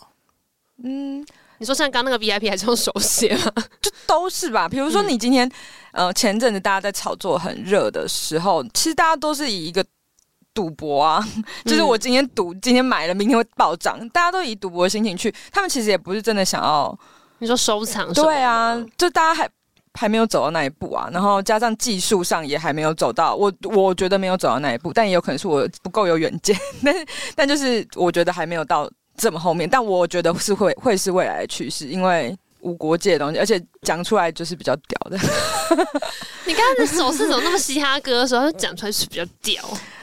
Speaker 5: 嗯，
Speaker 4: 你说像刚那个 VIP 还是用手写吗？
Speaker 5: 就都是吧。比如说
Speaker 4: 嗯
Speaker 5: 你今天，呃，前阵子大家在炒作很热的时候，其实大家都是以一个。赌博啊，
Speaker 4: 嗯
Speaker 5: 就是我今天赌，今天买了，明天会暴涨。大家都以赌博的心情去，他们其实也不是真的想要
Speaker 4: 你说收藏什么的
Speaker 5: 对啊，就大家还还没有走到那一步啊，然后加上技术上也还没有走到，我我觉得没有走到那一步，但也有可能是我不够有远见， 但是但就是我觉得还没有到这么后面，但我觉得是会会是未来的趋势，因为。无国界的东西，而且讲出来就是比较屌的。
Speaker 4: 你刚刚的手势怎么那么嘻哈歌的时候，就讲出来是比较屌。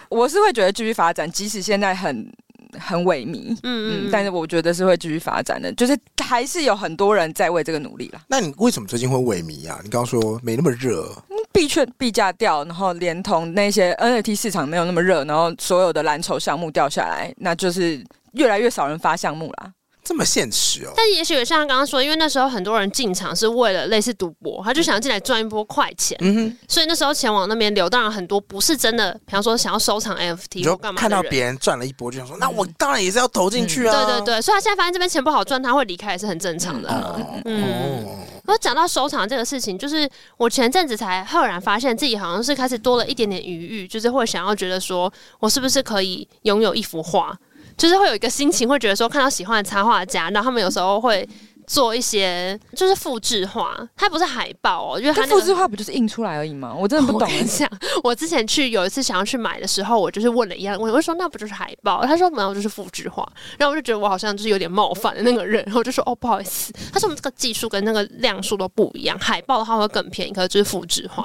Speaker 5: 我是会觉得继续发展，即使现在很很萎靡，
Speaker 4: 嗯
Speaker 5: 嗯，
Speaker 4: 嗯，
Speaker 5: 但是我觉得是会继续发展的，就是还是有很多人在为这个努力啦。
Speaker 3: 那你为什么最近会萎靡啊？你刚刚说没那么热，
Speaker 5: 币券币价掉，然后连同那些 NFT 市场没有那么热，然后所有的蓝筹项目掉下来，那就是越来越少人发项目啦。
Speaker 3: 这么现实哦。
Speaker 4: 但也许像刚刚说，因为那时候很多人进场是为了类似赌博，他就想进来赚一波快钱。
Speaker 3: 嗯哼，
Speaker 4: 所以那时候前往那边流，当然很多不是真的，比方说想要收藏
Speaker 3: 你
Speaker 4: NFT
Speaker 3: 就
Speaker 4: 或干嘛
Speaker 3: 看
Speaker 4: 的
Speaker 3: 到
Speaker 4: 人。嗯
Speaker 3: 别人赚了一波，就想说，那我当然也是要投进去啊。
Speaker 4: 对对对，所以他现在发现这边钱不好赚，他会离开也是很正常的啊、
Speaker 3: 哦。
Speaker 4: 嗯
Speaker 3: 哦，
Speaker 4: 我讲到收藏这个事情，就是我前阵子才赫然发现自己好像是开始多了一点点余裕，就是会想要觉得说我是不是可以拥有一幅画，就是会有一个心情，会觉得说看到喜欢的插画家，然后他们有时候会。做一些就是复制画，它不是海报哦，因为它
Speaker 5: 但
Speaker 4: 那
Speaker 5: 复
Speaker 4: 个哦
Speaker 5: 制画不就是印出来而已吗？我真的不
Speaker 4: 我
Speaker 5: 懂
Speaker 4: 跟。你讲，我之前去有一次想要去买的时候，我就是问了一样的问题，我就说那不就是海报？他说没有，就是复制画。然后我就觉得我好像就是有点冒犯的那个人，我就说哦不好意思。他说我们这个技术跟那个量数都不一样，海报的话会更便宜，可是就是复制画。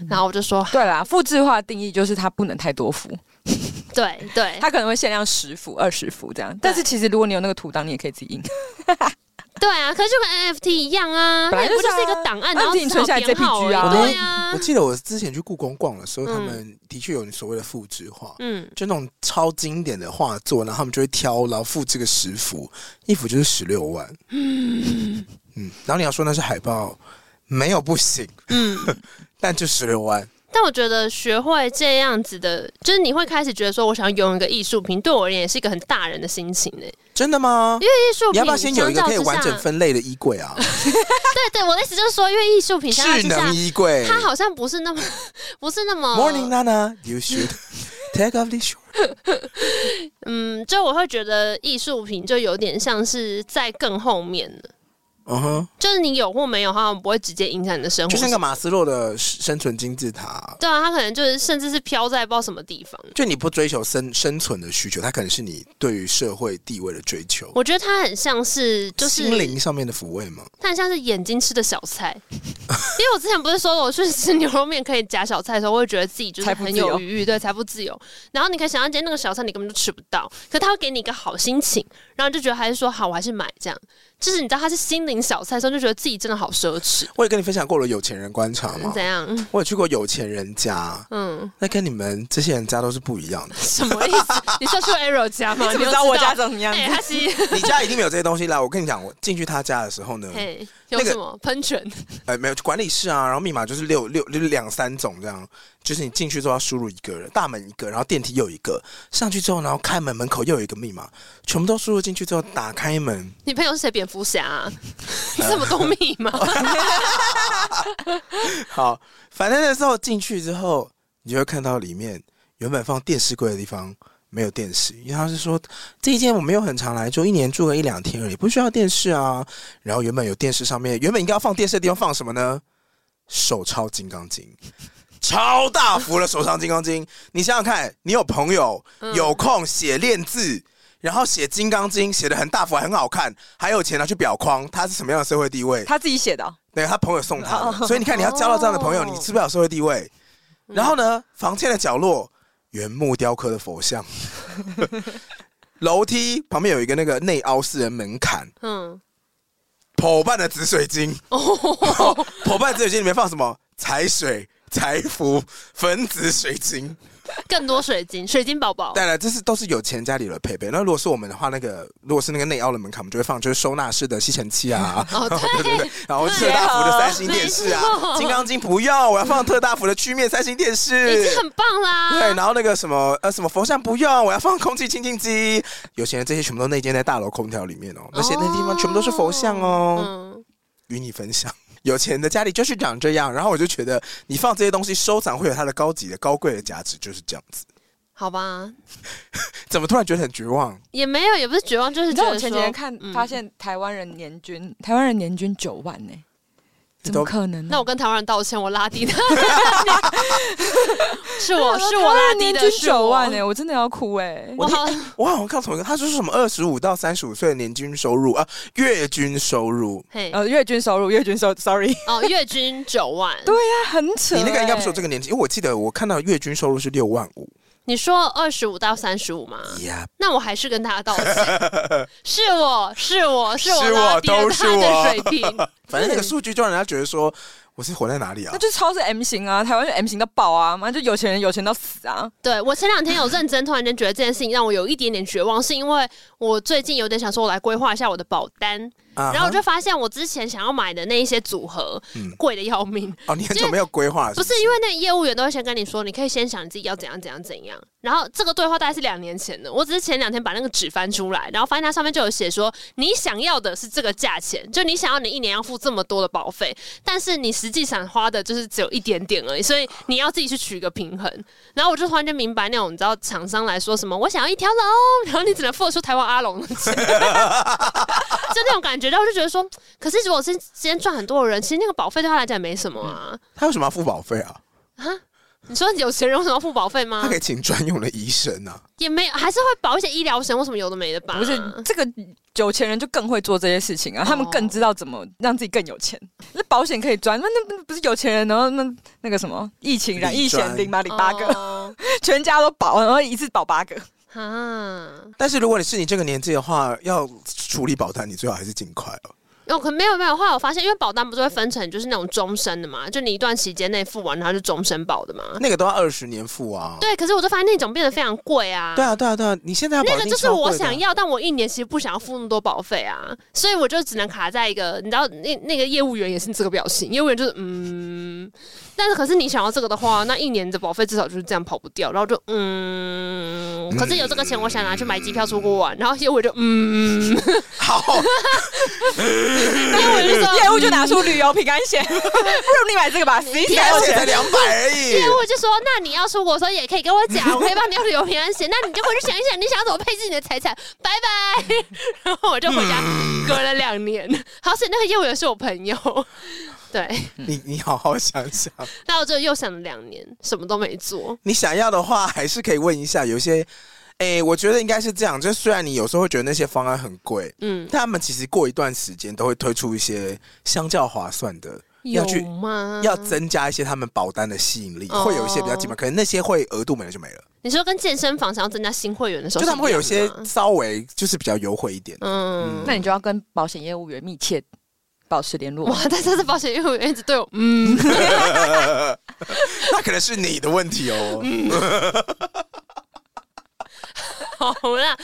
Speaker 5: 嗯
Speaker 4: 然后我就说
Speaker 5: 对啦，复制画的定义就是它不能太多幅，
Speaker 4: 对对
Speaker 5: 它可能会限量十幅、二十幅这样。但是其实如果你有那个图档，你也可以自己印。
Speaker 4: 对啊，可是就跟 NFT 一样啊，
Speaker 5: 本来
Speaker 4: 那也不
Speaker 5: 就
Speaker 4: 就是
Speaker 5: 啊
Speaker 4: 是一个档案，然后
Speaker 5: NFT 你存下来
Speaker 4: 只有编号而
Speaker 5: JPG 啊
Speaker 4: 已
Speaker 3: 我都
Speaker 4: 对啊
Speaker 3: 我，记得我之前去故宫逛的时候，他
Speaker 4: 嗯
Speaker 3: 们的确有所谓的复制画，
Speaker 4: 嗯，
Speaker 3: 就那种超经典的画作，然后他们就会挑，然后复制个十幅，一幅就是十六万。嗯然后你要说那是海报，没有不行，嗯， 但就十六万。
Speaker 4: 但我觉得学会这样子的，就是你会开始觉得说，我想要拥有一个艺术品，对我而言也是一个很大人的心情欸呢、
Speaker 3: 真的吗？
Speaker 4: 因为艺术品
Speaker 3: 你要不要先有一个
Speaker 4: 相较
Speaker 3: 可以
Speaker 4: 之
Speaker 3: 完整
Speaker 4: 下
Speaker 3: 分类的衣柜 啊？
Speaker 4: 对对，我的意思就是说，因为艺术品相较
Speaker 3: 智
Speaker 4: 之下
Speaker 3: 能，衣柜。
Speaker 4: 它好像哦不是 那么不是那么
Speaker 3: Morning Nana, you should take off this shirt.
Speaker 4: 嗯，就我会觉得艺术品就有点像是在更后面的，
Speaker 3: 嗯哼，
Speaker 4: 就是你有或没有，它好像不会直接影响你的生活
Speaker 3: 就。像个马斯洛的生存金字塔，
Speaker 4: 对啊，它可能就是甚至是飘在不知道什么地方。
Speaker 3: 就你不追求生生存的需求，它可能是你对于社会地位的追求，
Speaker 4: 我觉得它很像是就是
Speaker 3: 心灵上面的抚慰嘛。
Speaker 4: 它很像是眼睛吃的小菜， 因为我之前不是说我去吃牛肉面可以夹小菜的时候，我会觉得自己就是
Speaker 5: 财富
Speaker 4: 很
Speaker 5: 自由
Speaker 4: 有余裕，对，财富自由。然后你可以想象，今天那个小菜你根本就吃不到，可它会给你一个好心情，然后你就觉得还是说好，我还是买这样。就是你知道它是心灵小菜的时候，就觉得自己真的好奢侈，
Speaker 3: 我也跟你分享过我的有钱人观察嘛
Speaker 5: 哦
Speaker 4: 怎，样？
Speaker 3: 我有去过有钱人家，
Speaker 4: 嗯，。
Speaker 3: 那跟你们这些人家都是不一样的
Speaker 4: 什么意思？你说去 Arrow 家 吗？
Speaker 5: 你怎
Speaker 4: 又
Speaker 5: 么知道我家？长什么样
Speaker 4: 哎，
Speaker 5: 子？
Speaker 4: 他是
Speaker 3: 你家一定没有这些东西啦。我跟你讲，我进去他家的时候呢，
Speaker 4: 哎有
Speaker 3: 那个
Speaker 4: 什么喷泉？
Speaker 3: 呃，没有管理室啊，然后密码就是六六就是两三种这样，就是你进去之后要输入一个人，大门一个，然后电梯又一个，上去之后，然后开门门口又有一个密码，全部都输入进去之后，打开门，
Speaker 4: 你朋友是谁？蝙蝠侠 啊？这么多
Speaker 5: 呃
Speaker 4: 密码？
Speaker 3: 好，反正那时候进去之后，你就会看到里面原本放电视柜的地方没有电视，因为他是说这一间我没有很常来，就一年住个一两天而已，不需要电视啊。然后原本有电视上面原本应该要放电视的地方放什么呢？手抄金刚经。超大幅的手抄金刚经，你想想看，你有朋友有空写练字，然后写金刚经写的很大幅，还很好看，还有钱拿去裱框，他是什么样的社会地位？
Speaker 5: 他自己写的哦、
Speaker 3: 对他朋友送他的，所以你看你要交到这样的朋友，
Speaker 4: 哦
Speaker 3: 你是不是要有社会地位？然后呢，房间的角落原木雕刻的佛像，楼梯旁边有一个那个内凹式的门槛，
Speaker 4: 嗯，
Speaker 3: 剖半的紫水晶， 剖半的紫水晶里面放什么？财水、财福、粉紫水晶。
Speaker 4: 更多水晶，水晶宝宝。
Speaker 3: 当然，这是都是有钱家里的配备。那如果是我们的话，那个如果是那个内凹的门槛，我们就会放就是收纳式的吸尘器啊，
Speaker 4: 哦，
Speaker 3: 对对对，然后特
Speaker 4: 对
Speaker 3: 大幅的
Speaker 5: 哦
Speaker 3: 三星电视啊
Speaker 4: 没，错
Speaker 3: 金刚经不要，我要放特大幅的曲面三星电
Speaker 4: 已
Speaker 3: 视
Speaker 4: 经。很棒啦。
Speaker 3: 对，然后那个什么呃什么佛像不用，我要放空气清净机。有钱人这些全部都内建在大楼空调里面哦，那些那地方全部都是佛像哦，
Speaker 4: 嗯，
Speaker 3: 与你分享。有钱人的家里就是长这样，然后我就觉得你放这些东西收藏会有它的高级的高贵的价值，就是这样子。
Speaker 4: 好吧，
Speaker 3: 怎么突然觉得很绝望？
Speaker 4: 也没有，也不是绝望，就是
Speaker 5: 你知
Speaker 4: 觉
Speaker 5: 道我
Speaker 4: 得
Speaker 5: 前几
Speaker 4: 说
Speaker 5: 天看、
Speaker 4: 嗯
Speaker 5: 发现台湾人年均台湾人年均九万呢、
Speaker 3: 你
Speaker 5: 怎
Speaker 3: 都
Speaker 5: 么可能呢？
Speaker 4: 那我跟台湾人道歉，我拉 低的，是我哦是
Speaker 5: 啊台
Speaker 4: 我
Speaker 5: 湾
Speaker 4: 拉
Speaker 5: 人
Speaker 4: 低
Speaker 5: 年
Speaker 4: 的，
Speaker 5: 均
Speaker 4: 是
Speaker 5: 九万呢、欸
Speaker 4: 呢。
Speaker 5: 我真的要哭哎、
Speaker 4: 我好，
Speaker 3: 我好像看同一个，他说是什么二十五到三十五岁的年均收入啊，月均收入，
Speaker 4: 嘿，
Speaker 5: 呃，月均收入，月均收，sorry，
Speaker 4: 哦，月均九万，
Speaker 5: 对呀、很扯、
Speaker 3: 你
Speaker 4: 欸
Speaker 3: 那个应该不是我这
Speaker 5: 个，
Speaker 3: 个年纪，因为我记得我看到月均收入是六万五。
Speaker 4: 你说二十五到三十五吗？
Speaker 3: 呀，
Speaker 4: 那我还是跟大 家道歉，是我是我是我
Speaker 3: 是我
Speaker 4: 拉低
Speaker 3: 都
Speaker 4: 了
Speaker 3: 是
Speaker 4: 他
Speaker 3: 我
Speaker 4: 的水平，
Speaker 3: 反正那个数据就让人家觉得说我是活在哪里啊
Speaker 5: 那？就是超市 M 型啊，台湾就 M 型到爆啊，妈就有钱人有钱到死啊，
Speaker 4: 对我前两天有认真，突然间觉得这件事情让我有一点点绝望，是因为我最近有点想说，我来规划一下我的保单，
Speaker 3: 啊哈
Speaker 4: 然后我就发现我之前想要买的那一些组合
Speaker 3: 嗯
Speaker 4: 贵的要命，
Speaker 3: 哦，你很久没有规划了，
Speaker 4: 不
Speaker 3: 是
Speaker 4: 是因为那个业务员都会先跟你说，你可以先想你自己要怎样怎样怎样，然后这个对话大概是两年前的，我只是前两天把那个纸翻出来，然后发现它上面就有写说，你想要的是这个价钱，就你想要你一年要付这么多的保费，但是你实际上花的就是只有一点点而已，所以你要自己去取一个平衡。然后我就突然就明白那种你知道厂商来说什么，我想要一条龙，然后你只能付出台湾阿龙的 钱，就那种感觉。然后我就觉得说，可是如果是今天赚很多的人，其实那个保费对他来讲也没什么啊。
Speaker 3: 他为什么要付保费啊？
Speaker 4: 你说有钱人为什么要付保费吗
Speaker 3: 他可？以请专用的医生啊。
Speaker 4: 也没有，还是会保一些医疗险，为什么有的没的吧？
Speaker 5: 不是这个有钱人就更会做这些事情啊，他们
Speaker 4: 嗯哦
Speaker 5: 更知道怎么让自己更有钱。那保险可以赚，那那那不是有钱人，然后那那个什么疫情染疫
Speaker 3: 理
Speaker 5: 险
Speaker 3: 专
Speaker 5: 零八零八个，
Speaker 4: 哦
Speaker 5: 全家都保，然后一次保八个。
Speaker 4: 啊，
Speaker 3: 但是如果你是你这个年纪的话，要处理保单，你最好还是尽快哦。
Speaker 4: 有可没有没有。后来我发现，因为保单不是会分成就是那种终身的嘛，就你一段期间内付完，然后就终身保的嘛。
Speaker 3: 那个都要二十年付啊。
Speaker 4: 啊对，可是我就发现那种变得非常贵啊。
Speaker 3: 对啊，对啊，对啊，你现在要保
Speaker 4: 那个
Speaker 3: 金
Speaker 4: 就是
Speaker 3: 超贵
Speaker 4: 我
Speaker 3: 的
Speaker 4: 想。要，但我一年其实不想要付那么多保费啊，所以我就只能卡在一个，你知道那那个业务员也是这个表情，业务员就是嗯，但是可是你想要这个的话，那一年的保费至少就是这样跑不掉，然后就嗯，可是有这个钱，我想拿去买机票出国玩，然后业务员就嗯，
Speaker 3: 好，
Speaker 4: 业务员就说
Speaker 5: 业务就拿出旅游平安 险，不如你买这个吧，十一
Speaker 3: 一
Speaker 5: 才有
Speaker 3: 年才
Speaker 5: 钱。
Speaker 3: 两百而已
Speaker 4: 业。务就说：“那你要出国的时候也可以跟我讲，我可以帮你要旅游平安险。那你就回去想一想，你想要怎么配置你的财产。拜拜。” 然后我就回家，隔了两年。好险，那个业务员是我朋友。 对，
Speaker 3: 你你好好想想，
Speaker 4: 那我就又想了两年，什么都没做。
Speaker 3: 你想要的话，还是可以问一下。有些，哎、我觉得应该是这样。就虽然你有时候会觉得那些方案很贵，
Speaker 4: 嗯，
Speaker 3: 但他们其实过一段时间都会推出一些相较划算的，要
Speaker 4: 有
Speaker 3: 去
Speaker 4: 吗？
Speaker 3: 要增加一些他们保单的吸引力，
Speaker 4: 哦
Speaker 3: 会有一些比较基本，可能那些会额度没了就没了，
Speaker 4: 你说跟健身房想要增加新会员的时
Speaker 3: 就
Speaker 4: 候是
Speaker 3: 他
Speaker 4: 一样的吗，
Speaker 3: 们会有一些稍微就是比较优惠一点。
Speaker 4: 嗯。
Speaker 5: 那你就要跟保险业务员密切保持联络
Speaker 4: 哇！但这次保险业务员一直对我，嗯，
Speaker 3: 那可能是你的问题 哦。
Speaker 4: 嗯好啦，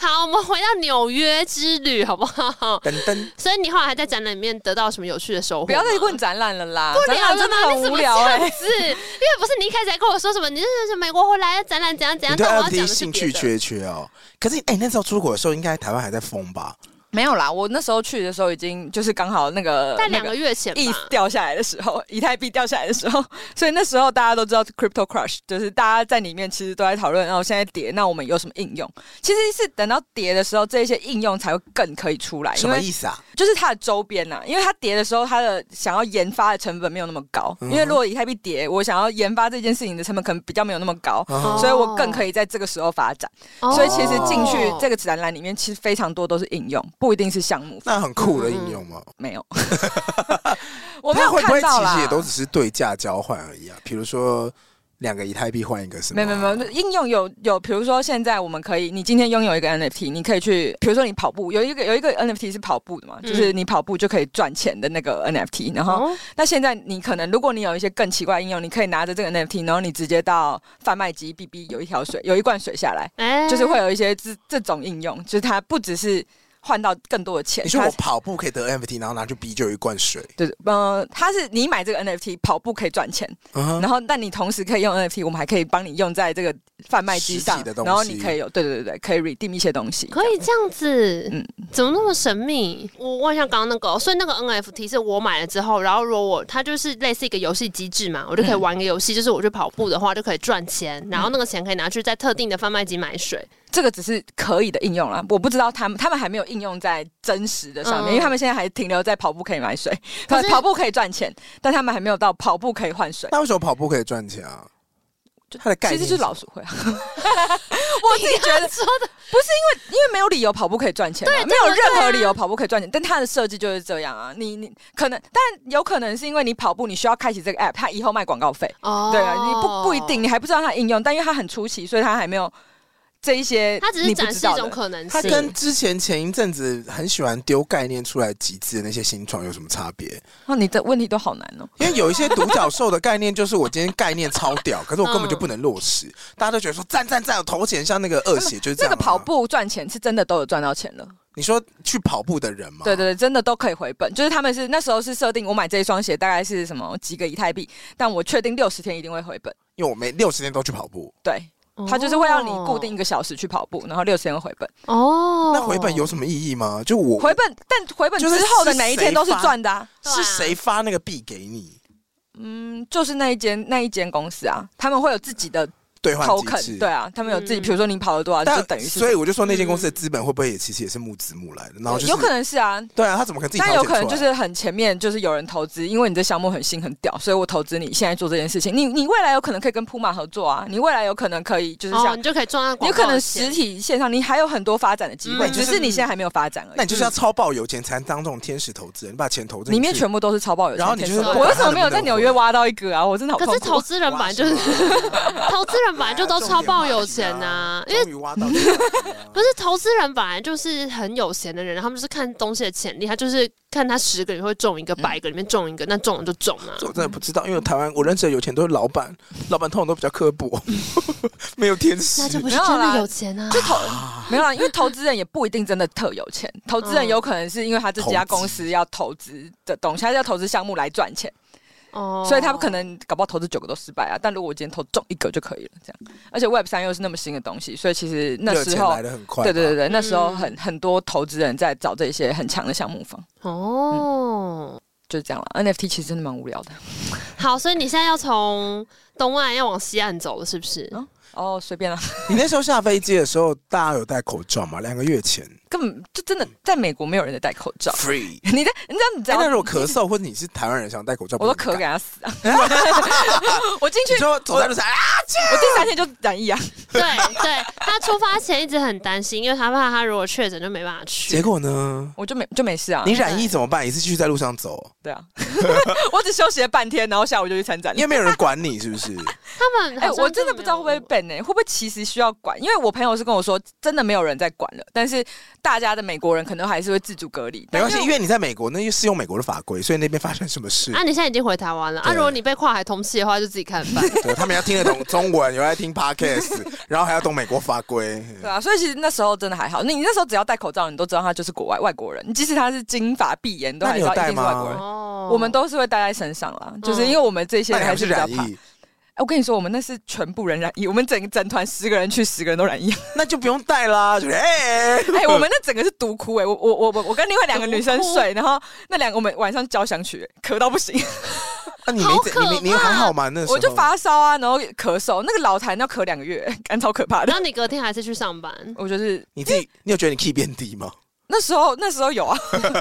Speaker 4: 好，我们回到纽约之旅，好不好？
Speaker 3: 噔噔，
Speaker 4: 所以你后来还在展览里面得到什么有趣的收获吗？
Speaker 5: 不要再问展览了啦，
Speaker 4: 不
Speaker 5: 展
Speaker 4: 聊
Speaker 5: 览
Speaker 4: 了
Speaker 5: 真的
Speaker 4: 吗？你
Speaker 5: 很
Speaker 4: 怎
Speaker 5: 无
Speaker 4: 么
Speaker 5: 聊
Speaker 4: 这
Speaker 5: 哎、
Speaker 4: 样子？因为不是你一开始还跟我说什么，你就是美国回来啊展览怎样怎
Speaker 3: 你
Speaker 4: 样，
Speaker 3: 对
Speaker 4: 但我要讲
Speaker 3: LT
Speaker 4: 的是
Speaker 3: 兴
Speaker 4: 别
Speaker 3: 趣
Speaker 4: 的。
Speaker 3: 缺缺哦。可是，哎、那时候出国的时候，应该台湾还在封吧？
Speaker 5: 没有啦，我那时候去的时候已经就是刚好那个
Speaker 4: 在
Speaker 5: 那
Speaker 4: 两个月前吧，
Speaker 5: e t 掉下来的时候， 以太币掉下来的时候， 所以那时候大家都知道 crypto crash，就是大家在里面其实都在讨论，然哦后现在跌，那我们有什么应用？其实是等到跌的时候，这些应用才会更可以出来，
Speaker 3: 什
Speaker 5: 因
Speaker 3: 么
Speaker 5: 为
Speaker 3: 意思啊？
Speaker 5: 就是它的周边呐、因为它跌的时候，它的想要研发的成本没有那么高，
Speaker 3: 嗯哼
Speaker 5: 因为如果以太币跌，我想要研发这件事情的成本可能比较没有那么高。
Speaker 3: 啊
Speaker 5: 所以我更可以在这个时候发展，
Speaker 4: 哦
Speaker 5: 所以其实进去这个展览里面，其实非常多都是应用，不一定是项目，
Speaker 3: 那很酷
Speaker 4: 嗯
Speaker 3: 的应用吗？
Speaker 5: 没有，我没
Speaker 3: 它
Speaker 5: 有
Speaker 3: 会不会
Speaker 5: 看到
Speaker 3: 其实
Speaker 5: 啦
Speaker 3: 也。都只是对价交换而已啊？比如说两个以太币换一个什么？
Speaker 5: 没有没有没有，应用有有，比如说现在我们可以，你今天拥有一个 NFT，你可以去，比如说你跑步，有一个有一个 NFT 是跑步的嘛，
Speaker 4: 嗯
Speaker 5: 就是你跑步就可以赚钱的那个 NFT，然后
Speaker 4: 哦
Speaker 5: 那现在你可能，如果你有一些更奇怪的应用，你可以拿着这个 NFT，然后你直接到贩卖机 BB 有一条水，有一罐水下来，
Speaker 4: 哎
Speaker 5: 就是会有一些这这种应用，就是它不只是换到更多的钱，
Speaker 3: 你说我
Speaker 5: 它
Speaker 3: 跑步可以得 NFT，然后拿去 B 就有一罐水，
Speaker 5: 对，呃，它是你买这个 NFT 跑步可以赚钱，
Speaker 3: 嗯哼
Speaker 5: 然后但你同时可以用 NFT，我们还可以帮你用在这个贩卖机
Speaker 3: 实
Speaker 5: 上
Speaker 3: 体的，东西
Speaker 5: 然后你可以有对对对对，可以 redeem 一些东西，
Speaker 4: 可以这样子，
Speaker 5: 嗯
Speaker 4: 怎么那么神秘？我问一下刚刚那个哦，所以那个 NFT 是我买了之后，然后如果我它就是类似一个游戏机制嘛，我就可以
Speaker 5: 嗯
Speaker 4: 玩一个游戏，就是我去跑步的话就可以赚钱，然后那个钱可以拿去在特定的贩卖机买水。
Speaker 5: 这个只是可以的应用啦，我不知道他们他们还没有应用在真实的上
Speaker 4: 嗯
Speaker 5: 面，因为他们现在还停留在跑步可以买水，
Speaker 4: 可是
Speaker 5: 跑步可以赚钱，但他们还没有到跑步可以换水。
Speaker 3: 那为什么跑步可以赚钱啊？它的概
Speaker 5: 其
Speaker 3: 念
Speaker 5: 实就是
Speaker 3: 什么
Speaker 5: 老鼠会啊， 我自己觉得
Speaker 4: 说的
Speaker 5: 不是因为因为没有理由跑步可以赚钱、啊，
Speaker 4: 对
Speaker 5: 没
Speaker 4: 这个
Speaker 5: 有任何
Speaker 4: 对啊
Speaker 5: 理由跑步可以赚钱，但它的设计就是这样啊。你你可能，但有可能是因为你跑步，你需要开启这个 app，它以后卖广告费，
Speaker 4: 哦
Speaker 5: 对啊，你不不一定，你还不知道它的应用，但因为它很出奇，所以它还没有这一些
Speaker 4: 它只
Speaker 5: 你
Speaker 4: 是
Speaker 5: 不
Speaker 4: 展
Speaker 5: 知
Speaker 4: 示
Speaker 5: 道
Speaker 4: 一
Speaker 5: 的
Speaker 4: 种可能
Speaker 3: 它
Speaker 4: 性。
Speaker 3: 跟之前前一阵子很喜欢丢概念出来集资的那些新创有什么差别？
Speaker 5: 那哦你的问题都好难哦。
Speaker 3: 因为有一些独角兽的概念，就是我今天概念超屌，可是我根本就不能落实。大家都觉得说赞赞赞，投钱像那个恶血就是这
Speaker 5: 这
Speaker 3: 样、啊
Speaker 5: 个跑，步赚钱是真的都有赚到钱了，
Speaker 3: 你说去跑步的人嘛，
Speaker 5: 对对对，真的都可以回本。就是他们是那时候是设定，我买这一双鞋大概是什么几个以太币，但我确定六十天一定会回本。
Speaker 3: 因为我每六十天都去跑步，
Speaker 5: 对，他就是会要你固定一个小时去跑步，然后六十天回本。
Speaker 4: 哦，
Speaker 3: 那回本有什么意义吗？就我
Speaker 5: 回本，但回本之
Speaker 3: 就是
Speaker 5: 后的哪一天都是
Speaker 3: 是谁
Speaker 5: 赚的啊。
Speaker 4: 对啊
Speaker 3: 是谁发那个币给你
Speaker 5: 嗯，就是那一间那一间公司啊，他们会有自己的
Speaker 3: 兑换嗯机
Speaker 5: token，
Speaker 3: 制？
Speaker 5: 对。啊，他们有自己，
Speaker 4: 嗯
Speaker 5: 比如说你跑了多少，就等于是嗯
Speaker 3: 所以我就说那间公司的资本会不会也其实也是募资募来的？然后就是
Speaker 5: 有可能是啊，
Speaker 3: 对啊，他怎么可能自己
Speaker 5: 但
Speaker 3: 掏
Speaker 5: 有
Speaker 3: 钱
Speaker 5: 可能
Speaker 3: 出
Speaker 5: 就
Speaker 3: 来
Speaker 5: 是很前面就是有人投资，因为你这项目很新很屌，所以我投资你现在做这件事情，你你未来有可能可以跟铺马合作啊，你未来有可能可以就是
Speaker 4: 哦，
Speaker 5: 像
Speaker 4: 你就可以赚到广
Speaker 5: 有
Speaker 4: 告
Speaker 5: 可
Speaker 4: 的
Speaker 5: 能
Speaker 4: 钱
Speaker 5: 实体线上你还有很多发展的机会，
Speaker 4: 嗯
Speaker 5: 只是你现在还没有发展而
Speaker 3: 那
Speaker 5: 已
Speaker 3: 你。就是要超爆有钱才能当这种天使投资人，你把钱投进去
Speaker 5: 里面全部都是超爆有钱
Speaker 3: 然后
Speaker 5: 的
Speaker 3: 你
Speaker 5: 天
Speaker 3: 就
Speaker 5: 使，
Speaker 3: 是不
Speaker 5: 我
Speaker 3: 管
Speaker 5: 为什
Speaker 3: 他
Speaker 5: 么没有
Speaker 3: 能不
Speaker 5: 在
Speaker 3: 能
Speaker 5: 纽
Speaker 3: 回
Speaker 5: 约
Speaker 3: 来
Speaker 5: 挖到一个啊？我真的好
Speaker 4: 可是
Speaker 5: 痛
Speaker 4: 投
Speaker 5: 苦
Speaker 4: 资人本来就是 投资人本来就都超爆有钱 呐、因
Speaker 5: 哎
Speaker 4: 为
Speaker 3: 啊终于挖到这个人啊
Speaker 4: 不是投资人本来就是很有钱的人，他们就是看东西的潜力，他就是看他十个里面会中一个，百个里面中一个，那中了就中啊
Speaker 3: 这。
Speaker 5: 嗯
Speaker 3: 我真的不知道，因为台湾我认识的有钱都是老板，老板通常都比较刻薄， 没有天使。
Speaker 4: 那就不
Speaker 5: 没
Speaker 4: 是
Speaker 5: 有
Speaker 4: 真
Speaker 5: 啦
Speaker 4: 的有钱啊！
Speaker 5: 就投没有啦，因为投资人也不一定真的特有钱，投资人有可能是因为他这家公司要投资的东西，他要投资项目来赚钱，
Speaker 4: 哦
Speaker 5: 所以他不可能搞不好投资九个都失败啊。但如果我今天投中一个就可以了，这样。而且 Web 三又是那么新的东西，所以其实那
Speaker 3: 热
Speaker 5: 时
Speaker 3: 钱
Speaker 5: 候
Speaker 3: 来，的很快，
Speaker 5: 对对对
Speaker 3: 对，
Speaker 5: 对，那时
Speaker 4: 嗯
Speaker 5: 候很很多投资人在找这些很强的项目方，
Speaker 4: 哦。
Speaker 5: 就是这样了。NFT 其实真的蛮无聊的
Speaker 4: 好，所以你现在要从东岸要往西岸走了，是不是？
Speaker 5: 嗯哦，随便啦，
Speaker 3: 你那时候下飞机的时候，大家有戴口罩吗？两个月前
Speaker 5: 根本就真的在美国没有人在戴口罩。
Speaker 3: free。
Speaker 5: 你在你知道你知
Speaker 3: 哎，
Speaker 5: 道
Speaker 3: 那如果咳嗽或者你是台湾人想戴口罩，
Speaker 5: 我都
Speaker 3: 不能
Speaker 5: 咳给他死 啊！我进去
Speaker 3: 你，说走在路上 啊，
Speaker 5: 我第三天就染疫啊。
Speaker 4: 对对，他出发前一直很担心，因为他怕他如果确诊就没办法
Speaker 3: 结
Speaker 4: 去。
Speaker 3: 果呢？
Speaker 5: 我就没就没事啊
Speaker 3: 你。染疫怎么办？你是继续在路上走，
Speaker 5: 对啊， 我只休息了半天，然后下午就去参展
Speaker 3: 因。为没有人管你，是不 是？
Speaker 4: 他们
Speaker 5: 哎、
Speaker 4: 好像
Speaker 5: 我真的不知道会不会
Speaker 4: 就没有
Speaker 5: 本呢、会不会其实需要管？因为我朋友是跟我说，真的没有人在管了，但是大家的美国人可能还是会自主隔离。
Speaker 3: 没关系，
Speaker 5: 但
Speaker 3: 因
Speaker 5: 是
Speaker 3: 为你在美国，那就适用美国的法规，所以那边发生什么事
Speaker 4: 啊，，你现在已经回台湾了啊！
Speaker 3: 对
Speaker 4: 如果你被跨海通缉的话，就自己看 办。
Speaker 3: 对他们要听得懂中文，有来听 podcast，然后还要懂美国法规。
Speaker 5: 对啊，所以其实那时候真的还好。你你那时候只要戴口罩，你都知道他就是国外外国人，你即使他是金发碧眼，你都
Speaker 3: 那
Speaker 5: 还
Speaker 3: 你
Speaker 5: 知
Speaker 3: 有
Speaker 5: 道一定
Speaker 3: 戴
Speaker 5: 是外国
Speaker 3: 吗哦
Speaker 5: 人。
Speaker 4: 哦
Speaker 5: 我们都是会带在身上啦，就是因为我们这些
Speaker 3: 那你
Speaker 5: 人
Speaker 3: 还
Speaker 5: 还
Speaker 3: 不
Speaker 5: 是
Speaker 3: 是
Speaker 5: 比较
Speaker 3: 染
Speaker 5: 怕。哎、
Speaker 3: 疫，
Speaker 5: 我跟你说，我们那是全部人染疫，我们整整团十个人去，十个人都染疫。
Speaker 3: 那就不用戴啦。就是哎，
Speaker 5: 哎、我们那整个是独哭哎、我我我我我跟另外两个女生睡，然后那两个我们晚上交响曲、哎咳到不行，
Speaker 3: 那你没
Speaker 4: 好
Speaker 3: 怎
Speaker 4: 可
Speaker 3: 你没你
Speaker 4: 怕
Speaker 3: 还好吗？那时候
Speaker 5: 我就发烧啊，然后咳嗽，那个老痰要咳两个月，哎干超可怕的
Speaker 4: 然。后你隔天还是去上 班，
Speaker 5: 我就是
Speaker 3: 你自己，你有觉得你 key 变低吗？
Speaker 5: 那时候那时候有啊， 真的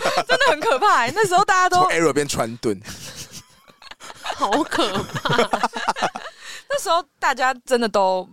Speaker 5: 很可怕、哎那时候大家
Speaker 3: 从
Speaker 5: 都
Speaker 3: error 变川顿，
Speaker 4: 好可怕！
Speaker 5: 那时候大家真的都。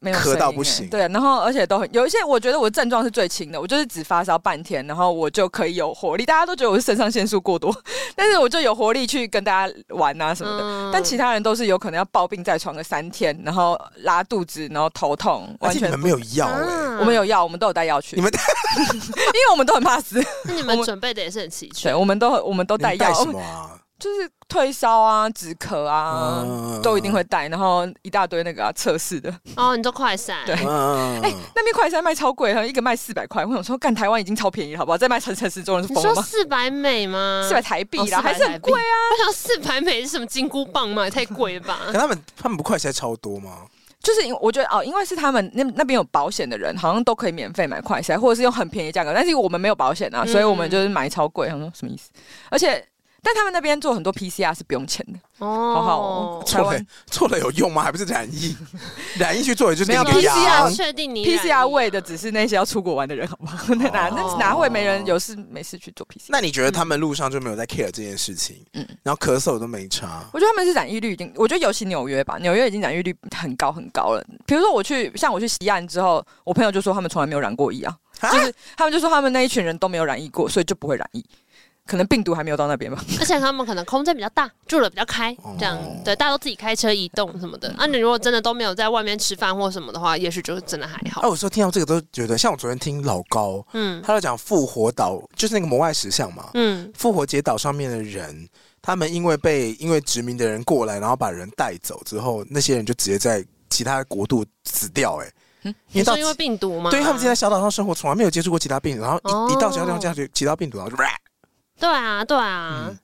Speaker 5: 没有
Speaker 3: 咳
Speaker 5: 声音
Speaker 3: 到
Speaker 5: 哎
Speaker 3: 不行
Speaker 5: 对，然后而且都很有一些，我觉得我症状是最轻的，我就是只发烧半天，然后我就可以有活力。大家都觉得我是肾上腺素过多， 但是我就有活力去跟大家玩啊什么的。
Speaker 4: 嗯
Speaker 5: 但其他人都是有可能要抱病在床个三天，然后拉肚子，然后头痛，
Speaker 3: 而
Speaker 5: 完
Speaker 3: 且你们嗯
Speaker 5: 全不。嗯
Speaker 3: 没有药哎，
Speaker 4: 啊
Speaker 5: 我们有药，我们都有带药去，
Speaker 3: 你
Speaker 5: 因
Speaker 3: 们
Speaker 5: 为我们都很怕死，
Speaker 4: 那你
Speaker 5: 我
Speaker 4: 们
Speaker 5: 们
Speaker 4: 准备的也是很齐全
Speaker 5: 对，。我们都我们都
Speaker 3: 你
Speaker 5: 带
Speaker 3: 们
Speaker 5: 药，
Speaker 3: 什
Speaker 5: 我们
Speaker 3: 么啊？
Speaker 5: 就是退烧啊、止咳啊，
Speaker 3: 嗯
Speaker 5: 都一定会带，然后一大堆那个啊测试的。
Speaker 4: 哦，你都快闪。
Speaker 5: 对
Speaker 3: 嗯，
Speaker 5: 哎、那边快餐卖超贵，一个卖四百块，我想说，干台湾已经超便宜了，好不好？再卖成城市中人是
Speaker 4: 你
Speaker 5: 疯了
Speaker 4: 说
Speaker 5: 吗？
Speaker 4: 四百美吗？
Speaker 5: 四百台币啦，
Speaker 4: 哦400
Speaker 5: 还是很贵 啊。
Speaker 4: 我想四百美是什么金箍棒吗？也太贵了吧
Speaker 3: 可！他们他们不快筛超多吗？
Speaker 5: 就是因为我觉得哦，因为是他们那那边有保险的人，好像都可以免费买快筛，或者是用很便宜的价格。但是我们没有保险啊，
Speaker 4: 嗯
Speaker 5: 所以我们就是买超贵。他说什么意思？而且，但他们那边做很多 PCR 是不用钱的，
Speaker 4: 哦
Speaker 5: 好好 哦。台
Speaker 3: 错了
Speaker 5: 湾
Speaker 3: 错了有用吗？还不是染疫，染疫去做也就是
Speaker 5: 没有
Speaker 3: 定
Speaker 5: 要 PCR
Speaker 3: 阳
Speaker 4: 确定你染疫
Speaker 5: PCR 喂的只是那些要出国玩的人，好不好？ 那哪那哪会没人有事没事去做 PCR？
Speaker 3: 那你觉得他们路上就没有在 care 这件事情？嗯
Speaker 5: 嗯，
Speaker 3: 然后咳嗽都没差，
Speaker 5: 我觉得他们是染疫率已经，我觉得尤其纽约吧，纽约已经染疫率很高很高了。比如说我去，像我去西岸之后，我朋友就说他们从来没有染过疫啊，
Speaker 3: 啊
Speaker 5: 就是他们就说他们那一群人都没有染疫过，所以就不会染疫。可能病毒还没有到那边吧。
Speaker 4: 而且他们可能空间比较大，住的比较开
Speaker 3: 哦，
Speaker 4: 这样对，大家都自己开车移动什么的。啊，你如果真的都没有在外面吃饭或什么的话，也许就真的还
Speaker 3: 哎，
Speaker 5: 哦
Speaker 4: 好。
Speaker 3: 我说听到这个都觉得，像我昨天听老高，
Speaker 4: 嗯
Speaker 3: 他在讲复活岛，就是那个摩外石像嘛，
Speaker 4: 嗯，
Speaker 3: 复活节岛上面的人，他们因为被因为殖民的人过来，然后把人带走之后，那些人就直接在其他国度死掉、欸，哎、因
Speaker 4: 你
Speaker 3: 为到
Speaker 4: 说因为病毒吗？
Speaker 3: 对于他们现在小岛上生活，从来没有接触过其他病毒，然后一、
Speaker 4: 哦
Speaker 3: 一到小岛上接触其他病毒，然后就、
Speaker 4: 对啊，对啊
Speaker 3: 嗯，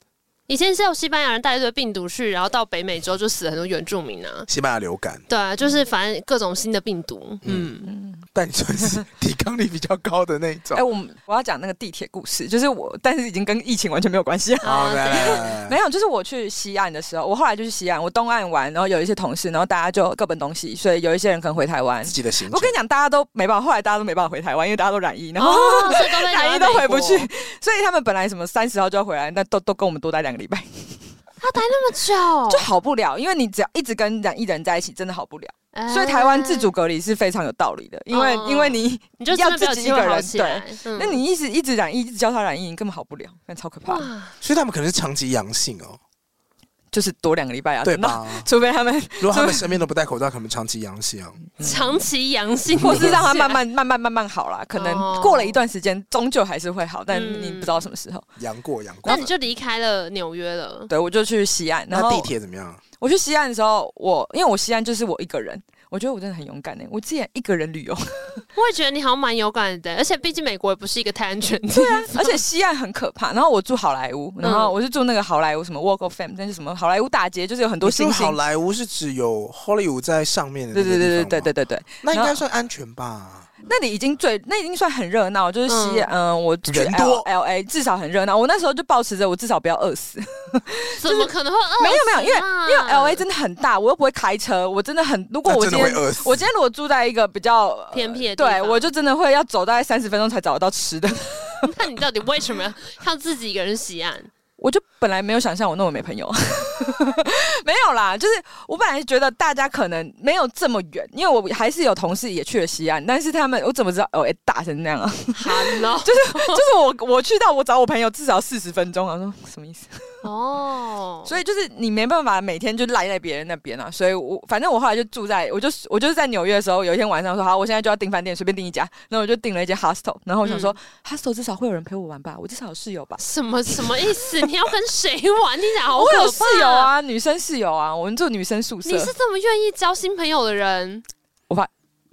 Speaker 4: 以前是有西班牙人带一堆病毒去，然后到北美洲就死了很多原住民啊。
Speaker 3: 西班牙流感，
Speaker 4: 对
Speaker 5: 嗯
Speaker 4: 啊，就是反正各种新的病毒。
Speaker 3: 嗯，但你算是抵抗力比较高的那一种
Speaker 5: 哎、。我们我要讲那个地铁故事，就是我，但是已经跟疫情完全没有关系 啊。
Speaker 3: 好，
Speaker 4: 啊
Speaker 3: 来来来来
Speaker 5: 没有，就是我去西岸的时候，我后来就去西岸，我东岸玩，然后有一些同事，然后大家就各奔东西，所以有一些人可能回台湾
Speaker 3: 自。己的行程。
Speaker 5: 我跟你讲，大家都没办法，后来大家都没办法回台湾，因为大家都染疫，然后、
Speaker 4: 哦，所以都被
Speaker 5: 染
Speaker 4: 留
Speaker 5: 疫
Speaker 4: 在
Speaker 5: 都
Speaker 4: 美
Speaker 5: 回不
Speaker 4: 国
Speaker 5: 去， 所以他们本来什么三十号就要回来，但都都跟我们多待两个礼拜，
Speaker 4: 他待那么久
Speaker 5: 就，好不了，因为你只要一直跟染疫的人在一起，真的好不了。
Speaker 4: 哎
Speaker 5: 所以台湾自主，隔离是非常有道理的，因为、
Speaker 4: 哦
Speaker 5: 因为你
Speaker 4: 你就真
Speaker 5: 要
Speaker 4: 的没有
Speaker 5: 自己一
Speaker 4: 机
Speaker 5: 个
Speaker 4: 会好
Speaker 5: 人
Speaker 4: 起
Speaker 5: 对
Speaker 4: 来。。嗯
Speaker 5: 那你一直一直染疫，一直交叉染疫，你根本好不了，那超可怕的。
Speaker 4: 哇，
Speaker 3: 所以他们可能是长期阳性哦，
Speaker 5: 就是多两个礼拜啊，
Speaker 3: 对
Speaker 5: 等到
Speaker 3: 吧？
Speaker 5: 除非 他们，
Speaker 3: 如果他们身边都不戴口罩，可能长期阳性。 哦
Speaker 4: 长期阳性，
Speaker 5: 或是让他慢。
Speaker 4: 啊
Speaker 5: 慢慢慢慢慢好啦，可能过了一段时间，终究还是会好，但
Speaker 4: 哦嗯
Speaker 5: 你不知道什么时候。
Speaker 3: 阳过阳过
Speaker 4: 那，你就离开了纽约了。
Speaker 5: 对，我就去西岸，然
Speaker 3: 那
Speaker 5: 后
Speaker 3: 地铁怎么样？
Speaker 5: 我去西岸的时候，我因为我西岸就是我一个人，我觉得我真的很勇敢呢、我之前一个人 旅游，
Speaker 4: 我也觉得你好像蛮有感的，而且毕竟美国也不是一个太安全的地方。
Speaker 5: 而且西岸很可怕。然后我住好莱坞，然后
Speaker 4: 嗯
Speaker 5: 我是住那个好莱坞什么 Walk of Fame，但是什么好莱坞大街，就是有很多
Speaker 3: 我说
Speaker 5: 星
Speaker 3: 好
Speaker 5: 星。
Speaker 3: 莱坞是指有 Hollywood 在上面的，
Speaker 5: 对对对对对对，对对，
Speaker 3: 那应该算安全吧？
Speaker 5: 那里已经最，那已经算很热闹，就是西，嗯，我去
Speaker 3: 人多
Speaker 5: L A 至少很热闹。我那时候就保持着我至少不要饿死，
Speaker 4: 怎么可能会饿？啊
Speaker 5: 没有没有，因为因为 L A
Speaker 4: 这
Speaker 5: 真的很大，我又不会开车，我真的很，如果我
Speaker 3: 那
Speaker 5: 今
Speaker 3: 真的会
Speaker 5: 天
Speaker 3: 饿死。
Speaker 5: 我今天如果住在一个比较呃
Speaker 4: 偏僻的地
Speaker 5: 对
Speaker 4: 方
Speaker 5: 我就真的会要走大概三十分钟才找得到吃的。
Speaker 4: 那你到底为什么要要自己一个人洗岸？
Speaker 5: 我就本来没有想象我那么没朋友， 没有啦，就是我本来觉得大家可能没有这么远，因为我还是有同事也去了西安，但是他们我怎么知道哦，哎大成那样啊？
Speaker 4: Hello，
Speaker 5: 就是我我去到我找我朋友至少四十分钟啊，我说什么意思？
Speaker 4: 哦，
Speaker 5: 所以就是你没办法每天就赖在别人那边啊，所以我反正我后来就住在，我就我就是在纽约的时候，有一天晚上说好，我现在就要订饭店，随便订一家，那我就订了一间 hostel，然后我想说、hostel 至少会有人陪我玩吧，我至少有室友吧。
Speaker 4: 什么什么意思？你要跟谁玩？听起来好
Speaker 5: 我哦有
Speaker 4: 可
Speaker 5: 室友
Speaker 4: 怕！
Speaker 5: 啊，女生室友啊，我们住女生宿舍。
Speaker 4: 你是这么愿意交新朋友的人，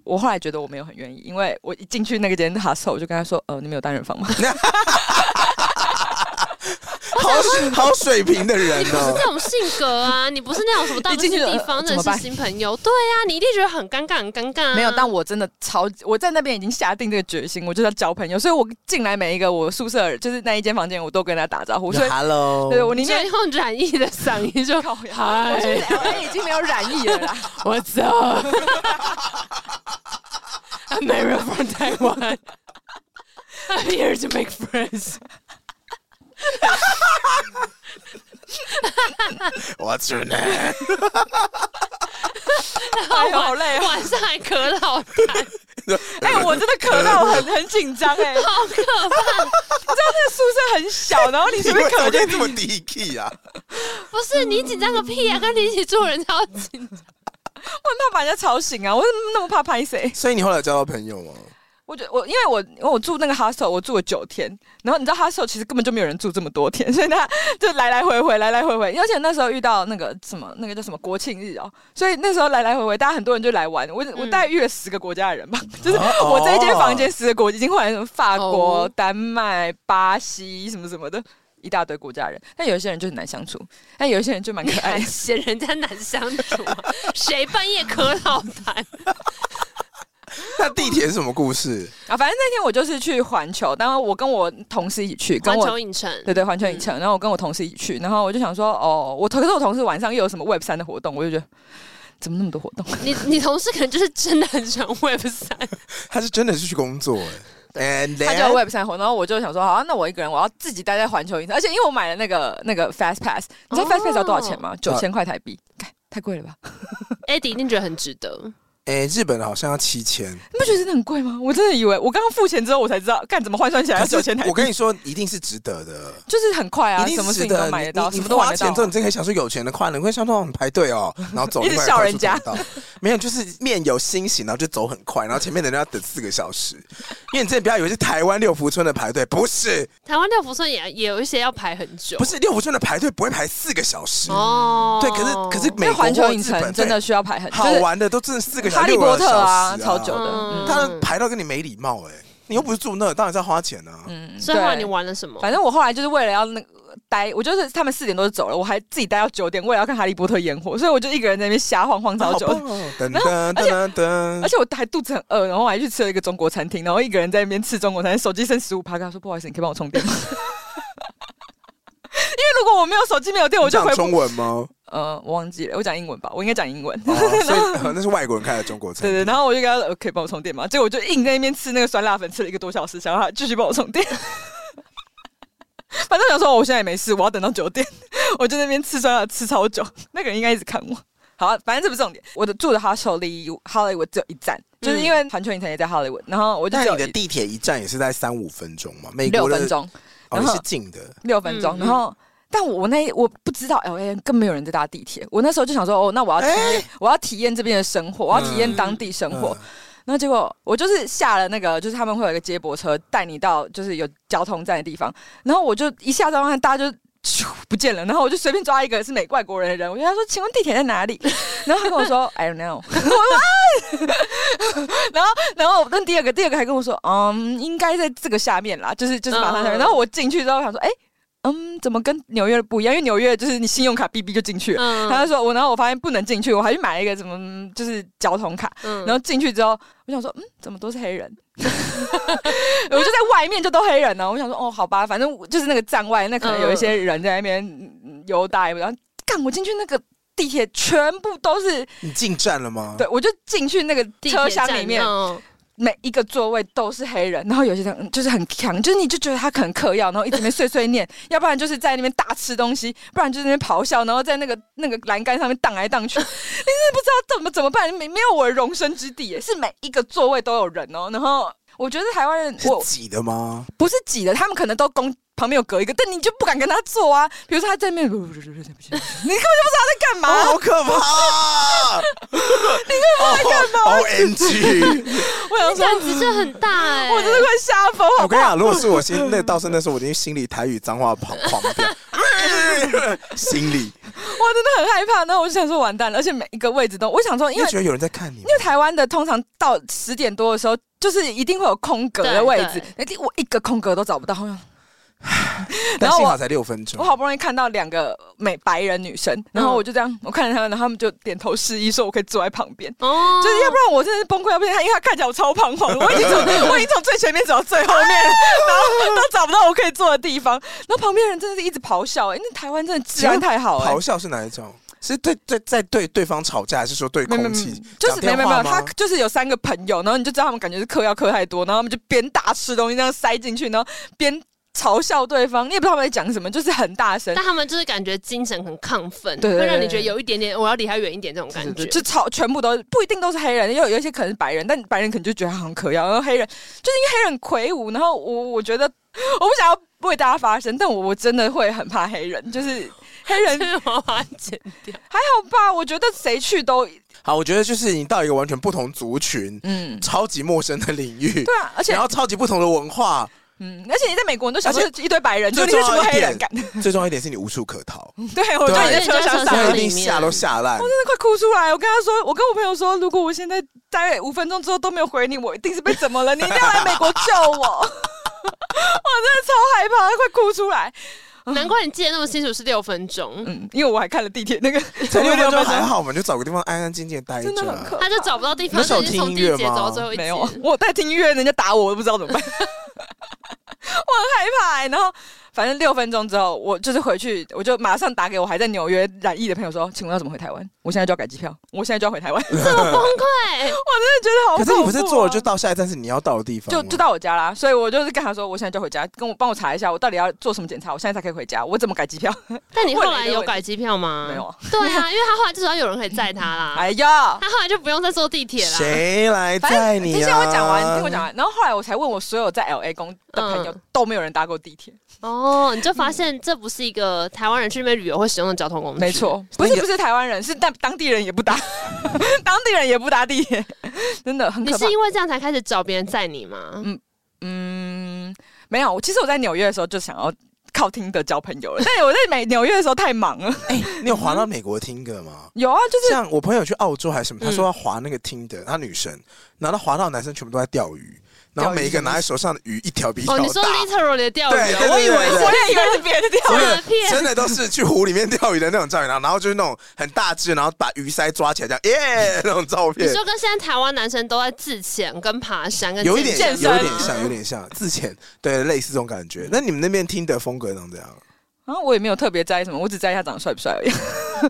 Speaker 5: 我后来觉得我没有很愿意，因为我一进去那个间 hostel，我就跟他说，呃，你们有单人 房吗？
Speaker 3: 好水好水平的人
Speaker 4: 你不是
Speaker 3: 哦
Speaker 4: 这。种性格啊， 你不是那种什么到
Speaker 5: 一进去
Speaker 4: 新
Speaker 5: 就
Speaker 4: 地
Speaker 5: 呃
Speaker 4: 方
Speaker 5: 怎
Speaker 4: 认
Speaker 5: 么
Speaker 4: 识
Speaker 5: 办
Speaker 4: 新朋友，对啊，你一定觉得很尴尬，很尴尬啊。
Speaker 5: 没有，但我真的超级，我在那边已经下定这个决心，我就要交朋友，所以我进来每一个我宿舍就是那一间房间，我都跟他打招呼，所以
Speaker 3: Hello，
Speaker 5: 对我里面
Speaker 4: 就用染疫的嗓音就
Speaker 5: 我是
Speaker 4: 嗨，
Speaker 5: L A 已经没有染疫了啦。
Speaker 4: 我 走。I'm Mary from Taiwan. I'm here to make friends.
Speaker 3: What's your name？
Speaker 5: 哎呦好累哦
Speaker 4: 晚上还咳老痰，
Speaker 5: 哎、我真的咳到我很很紧张 哎，你知道
Speaker 4: 好可怕！
Speaker 5: 那个宿舍很小，然后 你随便咳就
Speaker 3: 这么低 key 啊？
Speaker 4: 不是你紧张个屁啊！跟你一起住的人才要紧张。
Speaker 5: 我很怕把人家吵醒啊，我那么怕拍谁？
Speaker 3: 所以你后来有交到朋友吗？
Speaker 5: 我觉得我因为我因为我住那个 hostel，我住了九天，然后你知道 hostel 其实根本就没有人住这么多天，所 以他就来来回回，来来回回。而且那时候遇到那个什么那个叫什么国庆日哦，所以那时候来来回回，大家很多人就来玩。我我
Speaker 4: 嗯啊
Speaker 5: 大概遇了十个国家的人吧， 就是
Speaker 3: 哦
Speaker 5: 我这一间房间十个国已经换来什么法国、
Speaker 4: 哦
Speaker 5: 丹麦、巴西什么什么的。一大堆国家的人，但有一些人就很难相处，但有一些人就蛮可爱
Speaker 4: 还
Speaker 5: 的。
Speaker 4: 嫌人家难相 处啊、谁半夜咳老痰？
Speaker 3: 那地铁是什么故事？
Speaker 5: 啊，反正那天我就是去环球，然后我跟我同事一起去，跟
Speaker 4: 环
Speaker 5: 我
Speaker 4: 球影城，
Speaker 5: 对对，环球影
Speaker 3: 嗯
Speaker 5: 城。然后我跟我同事一起去，然后我就想说，哦，我可是我同事晚上又有什么 Web 三的活动，我就觉得怎么那么多活动？
Speaker 4: 你你同事可能就是真的很喜欢 Web 三，
Speaker 3: 他是真的是去工作哎、And
Speaker 5: 他就有
Speaker 3: then
Speaker 5: Web 三活动，然后我就想说，好、啊那我一个人我要自己待在环球影城，而且因为我买了那个那个 Fast Pass，你知道 Fast Pass 要多少钱
Speaker 3: 哦
Speaker 5: 吗？九千块台币，干太贵了吧？
Speaker 4: 艾迪一定觉得很值得。
Speaker 3: 哎、日本好像要七千，
Speaker 5: 你不觉得真的很贵吗？我真的以为我刚刚付钱之后我才知道，干怎么换算起来要
Speaker 3: 可
Speaker 5: 九
Speaker 3: 是
Speaker 5: 千台币？
Speaker 3: 我跟你说，一定是值得的。
Speaker 5: 就是很快啊，
Speaker 3: 一定
Speaker 5: 什
Speaker 3: 是
Speaker 5: 么事
Speaker 3: 值
Speaker 5: 情
Speaker 3: 得
Speaker 5: 都买得
Speaker 3: 你
Speaker 5: 到，
Speaker 3: 你
Speaker 5: 什
Speaker 3: 你
Speaker 5: 么都玩
Speaker 3: 花
Speaker 5: 得
Speaker 3: 钱之
Speaker 5: 到
Speaker 3: 后，
Speaker 5: 啊
Speaker 3: 你。真可以享受有钱的快乐，你会像那种排队哦，然 后走
Speaker 5: 一直笑人家
Speaker 3: 快速走到，没有，就是面有欣喜，然后就走很快，然后前面的人要等四个小时，因为你真的不要以为是台湾六福村的排队，不是，
Speaker 4: 台湾六福村也也有一些要排很久，
Speaker 3: 不是六福村的排队不会排四个小时，
Speaker 4: 哦。
Speaker 3: 对，可是可是
Speaker 5: 因
Speaker 3: 美
Speaker 5: 为
Speaker 3: 国
Speaker 5: 环球
Speaker 3: 或
Speaker 5: 影
Speaker 3: 日本
Speaker 5: 城真的
Speaker 3: 对
Speaker 5: 需要排很，
Speaker 3: 好
Speaker 5: 就是
Speaker 3: 玩的都真的四个小
Speaker 5: 哈
Speaker 3: 时，
Speaker 5: 利
Speaker 3: 六个
Speaker 5: 波
Speaker 3: 小
Speaker 5: 特
Speaker 3: 时
Speaker 5: 啊，超久的。
Speaker 4: 嗯
Speaker 5: 嗯
Speaker 3: 他们排到跟你没礼欸貌哎、你又不是住那，当然是要花钱啊。
Speaker 4: 所以后来
Speaker 5: 对
Speaker 4: 你玩了什么？
Speaker 5: 反正我后来就是为了要那个待，我就是他们四点多就走了，我还自己待到九点，我也要看《哈利波特》烟火，所以我就一个人在那边瞎晃晃
Speaker 3: 好
Speaker 5: 超久。
Speaker 3: 棒哦！噔噔噔噔
Speaker 5: 而
Speaker 3: 噔，
Speaker 5: 且我还肚子很饿，然后我还去吃了一个中国餐厅，然后一个人在那边吃中国餐厅，手机剩十五趴，跟他说不好意思，你可以帮我充电吗？ 因为如果我没有手机没有电，我
Speaker 3: 你
Speaker 5: 就回
Speaker 3: 讲中
Speaker 5: 不
Speaker 3: 文 吗？
Speaker 5: 呃，我忘记了，我讲英文吧，我应该讲英文。
Speaker 3: 哦所以呃那是外国人开的中国餐
Speaker 5: 对对，然后我就跟他说呃可以帮我充电吗？结果我就硬在那边吃那个酸辣粉，吃了一个多小时，想让他继续帮我充电。 反正想说哦我现在也没事，我要等到九点，我就在那边吃酸辣吃超久。那个人应该一直看我。好、啊，反正这不是重点。我的住的 hostel 离 Hollywood 只有一站，就是因为环球影城也在 Hollywood，然后我就
Speaker 3: 但
Speaker 5: 只有
Speaker 3: 嗯你的
Speaker 5: 一
Speaker 3: 地铁一站也是在三五分钟嘛？美
Speaker 5: 六
Speaker 3: 国的
Speaker 5: 分钟，嗯
Speaker 3: 哦
Speaker 5: 然后
Speaker 3: 是近的，
Speaker 5: 六分钟，
Speaker 4: 嗯
Speaker 5: 然后。但我我那我不知道 L A 更没有人在搭地铁，我那时候就想说哦，那我要体验、我要体验这边的生活，我要体验当地生活。
Speaker 3: 嗯
Speaker 5: 然后结果我就是下了那个，就是他们会有一个接驳车带你到就是有交通站的地方，然后我就一下车，大家就。咻不见了，然后我就随便抓一个是美外国人的人，我就跟他说：“请问地铁在哪里？” 然后他跟我说：“I don't know。”我 说啊 然后，然后那第二个，第二个还跟我说：“嗯，应该在这个下面啦，就是就是马上下面。
Speaker 4: 嗯
Speaker 5: 然后我进去之后想说：“哎、嗯，怎么跟纽约的不一样？因为纽约就是你信用卡 BB 就进去了。他
Speaker 4: 嗯
Speaker 5: 就说：“我，然后我发现不能进去，我还去买了一个什么嗯就是交通卡，
Speaker 4: 嗯
Speaker 5: 然后进去之后，我想说，嗯，怎么都是黑人？ 我就在外面就都黑人呢、我想说，哦，好吧，反正我就是那个站外，那可能有一些人在那边嗯游待，然后干我进去那个地铁全部都是，
Speaker 3: 你进站了吗？
Speaker 5: 对我就进去那个
Speaker 4: 地铁
Speaker 5: 车厢
Speaker 4: 站
Speaker 5: 里面，
Speaker 4: 嗯
Speaker 5: 每一个座位都是黑人，然后有些人嗯就是很强，就是你就觉得他可能嗑药，然后一直在那边碎碎 念，要不然就是在那边大吃东西，不然就是在那边咆哮，然后在那个那个栏杆上面荡来荡 去，你真的不知道怎么怎么办，没没有我的容身之地耶，是每一个座位都有人哦，然后我觉得台湾人
Speaker 3: 是
Speaker 5: 我
Speaker 3: 挤的吗？
Speaker 5: 不是挤的，他们可能都公旁边有隔一个，但你就不敢跟他坐啊，比如说他在那边，你根本就不知道他在干嘛、
Speaker 3: 哦好可 怕！你在干嘛？O 哦 M G！
Speaker 5: 我想
Speaker 4: 这样
Speaker 5: 说，嗯
Speaker 4: 子就很大哎，
Speaker 5: 我真的快吓疯
Speaker 3: 我
Speaker 5: 了，
Speaker 3: 跟你讲，如果是我心那到时候那时候我一定心里台语脏话狂狂 飙，心里
Speaker 5: 我真的很害怕，然后我就想说完蛋了，而且每一个位置都，我想说，
Speaker 3: 你
Speaker 5: 因为
Speaker 3: 会觉得有人在看你吗
Speaker 5: 因为台湾的通常到十点多的时候，就是一定会有空格的位置，那我一个空格都找不到。我想
Speaker 3: 但
Speaker 5: 然后
Speaker 3: 幸
Speaker 5: 我
Speaker 3: 好才六分钟
Speaker 5: 我。好不容易看到两个美白人女生，然后我就这样，我看着他们，然后他们就点头示意说我可以坐在旁边。
Speaker 4: 哦
Speaker 5: 就是要不然我真的是崩溃，要不然他因为他看起来我超彷徨，我已经从我已经从最前面走到最后面， 然后都找不到我可以坐的地方，然后旁边人真的是一直咆哮、欸，哎，那台湾真的治安太好、欸，
Speaker 3: 咆哮是哪一种？是对对在对对方吵架，还是说对
Speaker 5: 没有没
Speaker 3: 空
Speaker 5: 有
Speaker 3: 气？
Speaker 5: 就是没
Speaker 3: 讲
Speaker 5: 有
Speaker 3: 电
Speaker 5: 没有，
Speaker 3: 话
Speaker 5: 没有
Speaker 3: 吗
Speaker 5: 他就是有三个朋友，然后你就知道他们感觉是嗑药嗑太多，然后他们就边大吃东西这样塞进去，然后边嘲笑对方，你也不知道他们在讲什么，就是很大声
Speaker 4: 但。他们就是感觉精神很亢奋，
Speaker 5: 对对对
Speaker 4: 会让你觉得有一点点我要离他远一点这种感觉。
Speaker 5: 就吵，全部都不一定都是黑人，也有有一些可能是白人，但白人可能就觉得他很嗑药，然后黑人就是因为黑人魁梧，然后我我觉得 我不想要为大家发声，但我我真的会很怕黑人，就是黑人
Speaker 4: 是娃娃 剪掉，
Speaker 5: 还好吧，我觉得谁去都
Speaker 3: 好，我觉得就是你到一个完全不同族群、
Speaker 5: 嗯，
Speaker 3: 超级陌生的领域，
Speaker 5: 对啊，而且
Speaker 3: 然后超级不同的文化，
Speaker 5: 嗯，而且你在美国你都想
Speaker 3: 而且
Speaker 5: 说是一堆白人，就你
Speaker 3: 最
Speaker 5: 是
Speaker 3: 重
Speaker 5: 什
Speaker 3: 要
Speaker 5: 么
Speaker 3: 一
Speaker 5: 黑人
Speaker 3: 点
Speaker 5: 感？
Speaker 3: 最重要一点是你无处可逃，
Speaker 5: 对， 我就已经在车厢上
Speaker 4: 对
Speaker 5: 了，
Speaker 3: 所以
Speaker 5: 我真
Speaker 4: 里
Speaker 3: 一定
Speaker 4: 面
Speaker 3: 吓都吓烂。
Speaker 5: 的快哭出来。我跟他说，我跟我朋友说，如果我现在待了五分钟之后都没有回你，我一定是被怎么了？你一定要来美国救我！ 我真的超害怕，快哭出来。
Speaker 4: 难怪你记得那么清楚是六分钟，
Speaker 5: 嗯，因为我还看了地铁 那个，
Speaker 3: 才六分
Speaker 5: 六
Speaker 3: 钟还好嘛，你就找个地方安安静静地待着
Speaker 5: 真的很可
Speaker 3: 啊。
Speaker 4: 他
Speaker 5: 怕。
Speaker 4: 就找不到地
Speaker 3: 那
Speaker 4: 方，
Speaker 3: 时候
Speaker 4: 就
Speaker 3: 有
Speaker 4: 已经从
Speaker 3: 听
Speaker 4: 第
Speaker 3: 音乐
Speaker 4: 一节走
Speaker 3: 吗
Speaker 4: 到最后一节。
Speaker 5: 没有，我在听音乐，人家打我，我都不知道怎么办，我 很害怕、欸。然后反正六分钟之后，我就是回去，我就马上打给我还在纽约染疫的朋友说，请问要怎么回台湾？我现在就要改机票，我现在就要回 台湾。我真的
Speaker 4: 这么崩溃，
Speaker 5: 觉得好、
Speaker 3: 可
Speaker 5: 恐
Speaker 3: 是你不是
Speaker 5: 怖
Speaker 3: 坐
Speaker 5: 哦
Speaker 3: 了就到下一站是你要到的地方吗，
Speaker 5: 就就到我家啦，所以我就是跟他说，我现在就回家，跟我帮我查一下，我到底要做什么检查，我现在才可以回家，我怎么改 机票？
Speaker 4: 但你后
Speaker 5: 问了
Speaker 4: 来
Speaker 5: 一个
Speaker 4: 有
Speaker 5: 问
Speaker 4: 改机票吗？
Speaker 5: 没有。啊，
Speaker 4: 对啊，因为他后来至少有人可以载他啦，
Speaker 5: 哎呀，
Speaker 4: 他后来就不用再坐地铁啦。
Speaker 3: 谁来
Speaker 5: 啊反
Speaker 3: 载
Speaker 5: 正
Speaker 3: 你、啊？
Speaker 5: 你先我讲完，你听我讲。完，然后后来我才问我所有在 L A 工的朋友
Speaker 4: 嗯
Speaker 5: 都没有人搭过地铁，
Speaker 4: 哦，你就发现这不是一个台湾人去那边旅游会使用的交通工具。
Speaker 5: 没，错，
Speaker 3: 那
Speaker 5: 不
Speaker 3: 个
Speaker 5: 是不是台湾人，是但当地人也 不搭，当地人也不搭地铁，真的很
Speaker 4: 你
Speaker 5: 可怕
Speaker 4: 是。因为这样才开始找别人载你吗？
Speaker 5: 嗯，没有，其实我在纽约的时候就想要靠听的交朋友了，但我在美纽约的时候太忙了，
Speaker 3: 你有滑到美国听歌吗？
Speaker 5: 有啊，就是
Speaker 3: 像我朋友去澳洲还是什么，他
Speaker 4: 嗯
Speaker 3: 说要滑那个听的，他女生，然后他滑到男生全部都在钓鱼，然后每一个拿在手上的鱼一条比一条
Speaker 4: 哦，
Speaker 3: 大。
Speaker 4: 你说 literally 的钓鱼
Speaker 3: 对
Speaker 4: 啊，
Speaker 3: 对
Speaker 4: 我以
Speaker 3: 对
Speaker 4: 为
Speaker 3: 对
Speaker 5: 我
Speaker 4: 是
Speaker 5: 也以为是别的地方。
Speaker 4: 真
Speaker 3: 真
Speaker 4: 的
Speaker 3: 的
Speaker 4: 骗
Speaker 3: 真的都是去湖里面钓鱼的那种照片，然后然后就是那种很大只，然后把鱼鳃抓起来这样耶那种照
Speaker 4: 你
Speaker 3: 片，
Speaker 4: 说跟现在台湾男生都在自潜、跟爬山、跟
Speaker 3: 有一点
Speaker 4: 健
Speaker 3: 像，
Speaker 4: 身
Speaker 3: 有
Speaker 5: 身
Speaker 3: 一点像，有点像之前对类似这种感觉。那你们那边听的风格长怎样？
Speaker 5: 然后我也没有特别在意什么，我只在意他长得帅不帅而已。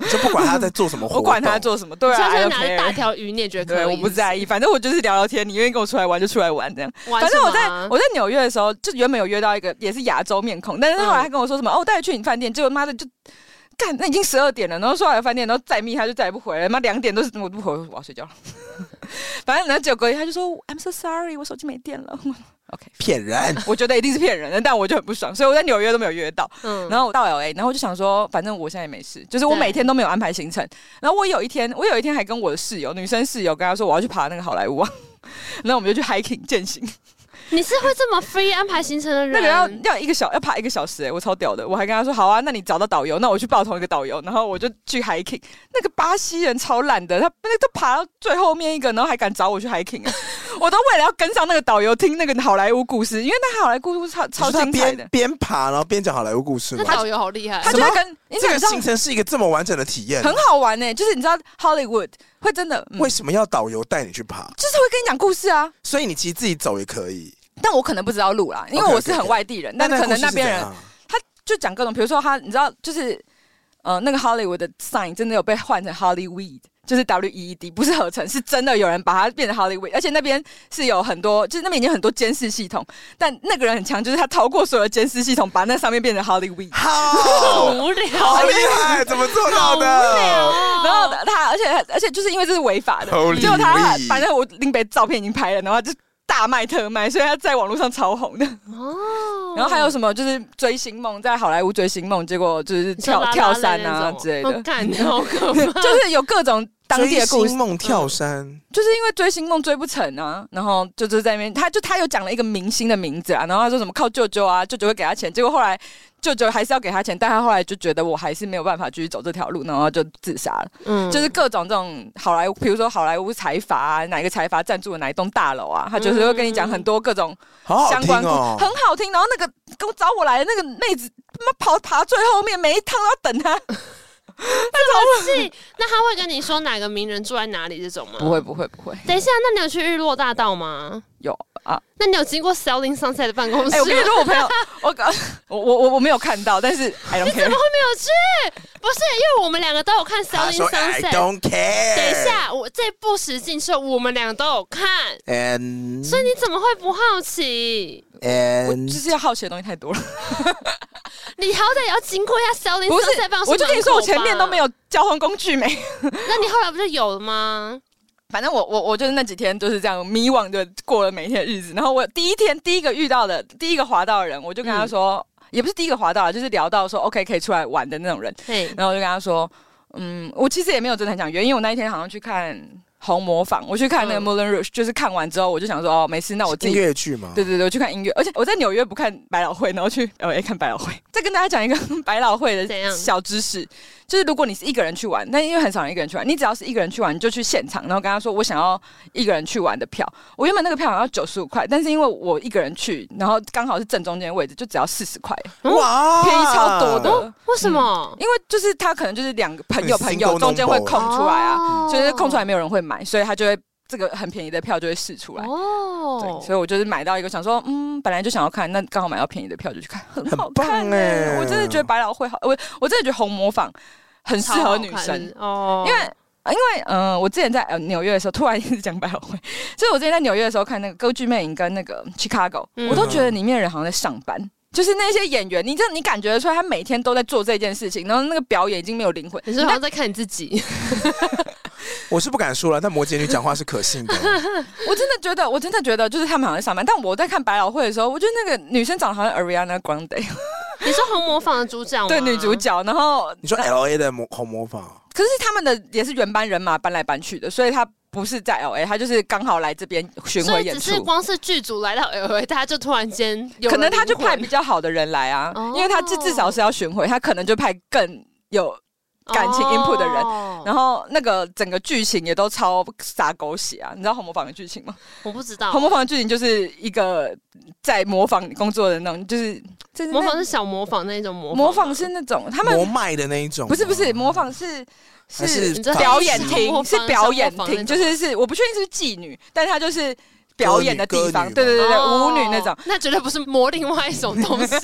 Speaker 3: 就不管他在做什 么活
Speaker 5: 我
Speaker 3: 动，
Speaker 5: 管他做什么，对
Speaker 4: 你
Speaker 5: 啊
Speaker 4: 像是
Speaker 5: ，I don't
Speaker 4: 拿着大
Speaker 5: care。
Speaker 4: 条鱼，你也觉得可以？
Speaker 5: 对，我不在意，反正我就是聊聊天，你愿意跟我出来玩就出来玩这样。
Speaker 4: 玩
Speaker 5: 反
Speaker 4: 什
Speaker 5: 正
Speaker 4: 么啊。
Speaker 5: 我在我在纽约的时候，就原本有约到一个也是亚洲面孔，但是后来他跟我说什么、
Speaker 4: 嗯
Speaker 5: 哦，我带你去你饭店，结果妈的就干，那已经十二点了，然后说好的饭店，然后再密他就再也不回来，妈两点都是我不回，我要 睡觉了。反正然后结果隔天他就说 I'm so sorry，我手机没电了。OK，
Speaker 3: 骗人，
Speaker 5: 我觉得一定是骗人的，但我就很不爽，所以我在纽约都没有约到。
Speaker 4: 嗯
Speaker 5: 然后我到 LA，然后我就想说，反正我现在也没事，就是我
Speaker 4: 对
Speaker 5: 每天都没有安排行程。然后我有一天，我有一天还跟我的室友，女生室友跟她说我要去爬那个好莱坞、啊， 然后我们就去 hiking 践行，
Speaker 4: 嗯你是会这么 free 安排行程的人？
Speaker 5: 那个要要一个小要爬一个小时、欸，我超屌的。我还跟她说好啊，那你找到导游，那我去报同一个导游，然后我就去 hiking。那个巴西人超懒的，他那他爬到最后面一个，然后还敢找我去 hiking，、啊、 我都为了要跟上那个导游听那个好莱坞故事，因为那好莱坞故事超 超
Speaker 3: 你说
Speaker 5: 精
Speaker 3: 他
Speaker 5: 彩的
Speaker 3: 边。边爬然后边讲好莱坞故事
Speaker 4: 那
Speaker 3: 吗？
Speaker 4: 导游好厉害，
Speaker 5: 他就会跟你
Speaker 3: 这
Speaker 5: 想
Speaker 3: 个
Speaker 5: 象
Speaker 3: 行程是一个这么完整的体验，
Speaker 5: 很好玩呢、就是你知道 Hollywood 会真的，嗯、
Speaker 3: 为什么要导游带你去爬？
Speaker 5: 就是会跟你讲故事啊，
Speaker 3: 所以你其实自己走也可以。
Speaker 5: 但我可能不知道路啦，因为
Speaker 3: OK，OK，OK
Speaker 5: 我是很外地人但
Speaker 3: 那
Speaker 5: 可能
Speaker 3: 故
Speaker 5: 那
Speaker 3: 事是
Speaker 5: 边
Speaker 3: 怎
Speaker 5: 人
Speaker 3: 样
Speaker 5: 他就讲各种，比如说他，你知道，就是呃，那个 Hollywood 的 sign 真的有被换成 Hollyweed。就是 W E E D，不是合成，是真的有人把它变成 Hollywood，而且那边是有很多，就是那边已经有很多监视系统，但那个人很强，就是他逃过所有的监视系统，把那上面变成 Hollywood。
Speaker 4: 好
Speaker 5: 哦
Speaker 3: 好
Speaker 4: 无聊，
Speaker 3: 好厉害，怎么做
Speaker 4: 好
Speaker 3: 到
Speaker 4: 无聊
Speaker 3: 的？
Speaker 4: 哦。
Speaker 5: 然后他，而且而且就是因为这是违法的
Speaker 3: Holy，
Speaker 5: 结果他
Speaker 3: weed
Speaker 5: 反正我林北照片已经拍了，然后他就大卖特卖，所以他在网络上超红的。
Speaker 4: 哦
Speaker 5: 然后还有什么就是追星梦，在好莱坞追星梦，结果就是跳
Speaker 4: 像
Speaker 5: 跳
Speaker 4: 拉拉
Speaker 5: 伞
Speaker 4: 类那
Speaker 5: 啊
Speaker 4: 种
Speaker 5: 之类
Speaker 4: 哦
Speaker 5: 的，
Speaker 4: 干好可怕。
Speaker 5: 就是有各种当地的故
Speaker 3: 追
Speaker 5: 事
Speaker 3: 星。梦跳山，
Speaker 5: 就是因为追星梦追不成啊，然后就是在那边，他就他又讲了一个明星的名字啊，然后他说什么靠舅舅啊，舅舅会给他钱，结果后来舅舅还是要给他钱，但他后来就觉得我还是没有办法继续走这条路，然后就自杀了。
Speaker 4: 嗯
Speaker 5: 就是各种这种好莱坞，比如说好莱坞财阀啊，哪一个财阀赞助了哪一栋大楼啊，他就是会跟你讲很多各种
Speaker 3: 好好
Speaker 5: 相
Speaker 3: 听
Speaker 5: 关故
Speaker 3: 哦，
Speaker 5: 很好听。然后那个跟我找我来的那个妹子，他妈跑爬最后面，每一趟都要等他。
Speaker 4: 是，那他会跟你说哪个名人住在哪里这种吗？
Speaker 5: 不会，不会，不会，
Speaker 4: 等一下，那你有去日落大道吗？
Speaker 5: 有啊。
Speaker 4: 那你有经过 Selling Sunset 的办公室吗？
Speaker 5: 哎、我跟你说，我朋友，我我我我我没有看到， 但是 I don't
Speaker 4: 怎么。哦会没
Speaker 5: care
Speaker 4: 有去？不是，因为我们两个都有看
Speaker 3: 他
Speaker 4: Selling
Speaker 3: 说 I
Speaker 4: Sunset。
Speaker 3: don't care。
Speaker 4: 等一下，我这不实境秀我们两个都有看，
Speaker 3: ，and
Speaker 4: 所以你怎么会不好奇？
Speaker 5: 我
Speaker 3: and
Speaker 5: 就是要好奇的东西太多了，
Speaker 4: 你好歹也要经过一下 Selling
Speaker 5: 不是
Speaker 4: Sunset 办公室，
Speaker 5: 我就跟你说，我前面都没。有交通工具没。
Speaker 4: 那你后来不是有了吗？
Speaker 5: 反正我我我就是那几天就是这样迷惘的过了每一天的日子。然后我第一天第一个遇到的第一个滑道的人，我就跟他说，也不是第一个滑道啊，就是聊到说 OK 可以出来玩的那种人。
Speaker 4: 嘿，
Speaker 5: 然后我就跟他说，嗯，我其实也没有真的很想约，因为我那一天好像去看红模仿，我去看那个
Speaker 4: 嗯
Speaker 5: Moulin Rouge，、就是看完之后我就想说，哦，没事，那我自
Speaker 3: 音
Speaker 5: 己
Speaker 3: 乐剧嘛，
Speaker 5: 对对对，我去看音乐，而且我在纽约不看百老汇，然后去 L A 看百老汇。 再跟大家讲一个百老汇
Speaker 4: 怎样
Speaker 5: 的小知识，就是如果你是一个人去玩，但因为很少人一个人去玩，你只要是一个人去玩，你就去现场，然后跟他说我想要一个人去玩的票。我原本那个票好像要九十五块，但是因为我一个人去，然后刚好是正中间的位置，就只要四十块，
Speaker 3: 啊哇
Speaker 5: 便宜超多的。
Speaker 4: 哦，为什么？
Speaker 5: 因为就是他可能就是两个朋友
Speaker 3: 很
Speaker 5: 朋
Speaker 3: single
Speaker 5: 友中间会
Speaker 3: number
Speaker 5: 空出来啊，
Speaker 4: 哦
Speaker 5: 就是空出来没有人会买，所以他就会这个很便宜的票就会试出来。对，
Speaker 4: 哦
Speaker 5: 所以我就是买到一个想说，嗯，本来就想要看，那刚好买到便宜的票就 去看，很好
Speaker 3: 很
Speaker 5: 看
Speaker 3: 棒
Speaker 5: 哎、
Speaker 3: 欸
Speaker 5: 我真的觉得百老汇好，我我真的觉得红模仿很适
Speaker 4: 超好
Speaker 5: 合
Speaker 4: 看
Speaker 5: 女生，
Speaker 4: 哦，
Speaker 5: 因为因为嗯、呃我之前在呃纽约的时候，突然一直讲百老汇， 就是我之前在纽约的时候看那个《歌剧魅影》跟那个 Chicago，、
Speaker 4: 嗯
Speaker 5: 我都觉得里面的人好像在上班。就是那些演员，你这你感觉得出来，他每天都在做这件事情，然后那个表演已经没有灵 魂。
Speaker 4: 你是不是好像在看你自己，
Speaker 3: 我是不敢说了，但摩羯女讲话是可信的。
Speaker 5: 我真的觉得，我真的觉得，就是他们好像在上班。但我在看百老汇的时候，我觉得那个女生长得好像 Ariana Grande，
Speaker 4: 你是红模仿的主角吗？
Speaker 5: 对女主角，然后
Speaker 3: 你说 L A 的模红模仿，
Speaker 5: 可是他们的也是原班人马搬来搬去的，所以他不是在 L A，他就是刚好来这边巡
Speaker 4: 所
Speaker 5: 回
Speaker 4: 以只
Speaker 5: 演
Speaker 4: 是
Speaker 5: 出。
Speaker 4: 光是剧组来到 L A，他就突然间有了
Speaker 5: 可能他就
Speaker 4: 灵魂
Speaker 5: 派比较好的人来啊
Speaker 4: 哦，
Speaker 5: 因为他至至少是要巡回，他可能就派更有感情 input 的人，
Speaker 4: 哦
Speaker 5: 然后那个整个剧情也都超撒狗血啊！你知道红模仿的剧情吗？
Speaker 4: 我不知道
Speaker 5: 红模仿的剧情就是一个在模仿工作的那种，就是就是那
Speaker 4: 模仿是小模仿那一种模
Speaker 5: 模
Speaker 4: 仿
Speaker 5: 仿
Speaker 4: 吗
Speaker 5: 是那种他
Speaker 3: 磨
Speaker 5: 们
Speaker 3: 麦的那一种吗，
Speaker 5: 不是不是模仿是
Speaker 3: 还是
Speaker 4: 你知道
Speaker 5: 表演
Speaker 4: 模
Speaker 5: 厅，
Speaker 4: 仿
Speaker 5: 是表演
Speaker 4: 像模仿那
Speaker 5: 厅，
Speaker 4: 种
Speaker 5: 就是是我不确定是不是妓女，但她就是表演的
Speaker 3: 歌女
Speaker 5: 地方，
Speaker 3: 歌女
Speaker 5: 对对对对，
Speaker 4: 哦
Speaker 5: 舞女那种。，
Speaker 4: 那绝对不是磨另外一种东 西，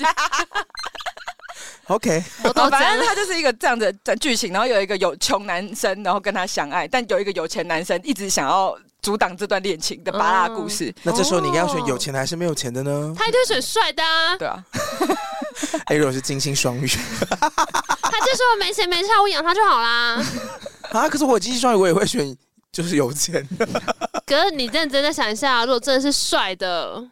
Speaker 3: OK，
Speaker 4: 磨到这
Speaker 5: 反
Speaker 4: 样
Speaker 5: 正。他就是一个这样的的剧情，然后有一个有穷男生，然后跟他相爱，但有一个有钱男生一直想要阻挡这段恋情的巴拉故事。
Speaker 3: 那这时候你应该要选
Speaker 4: 哦
Speaker 3: 有钱的还是没有钱的
Speaker 5: 哦
Speaker 3: 呢？
Speaker 4: 他一定会选帅的啊！
Speaker 5: 对啊，
Speaker 3: 哎，如果是金星双鱼
Speaker 4: 他就说没钱没差，我养他就好啦。
Speaker 3: 啊，可是我金星双鱼我也会选，就是有钱的。
Speaker 4: 可是你认真的想一下，如果真的是帅的，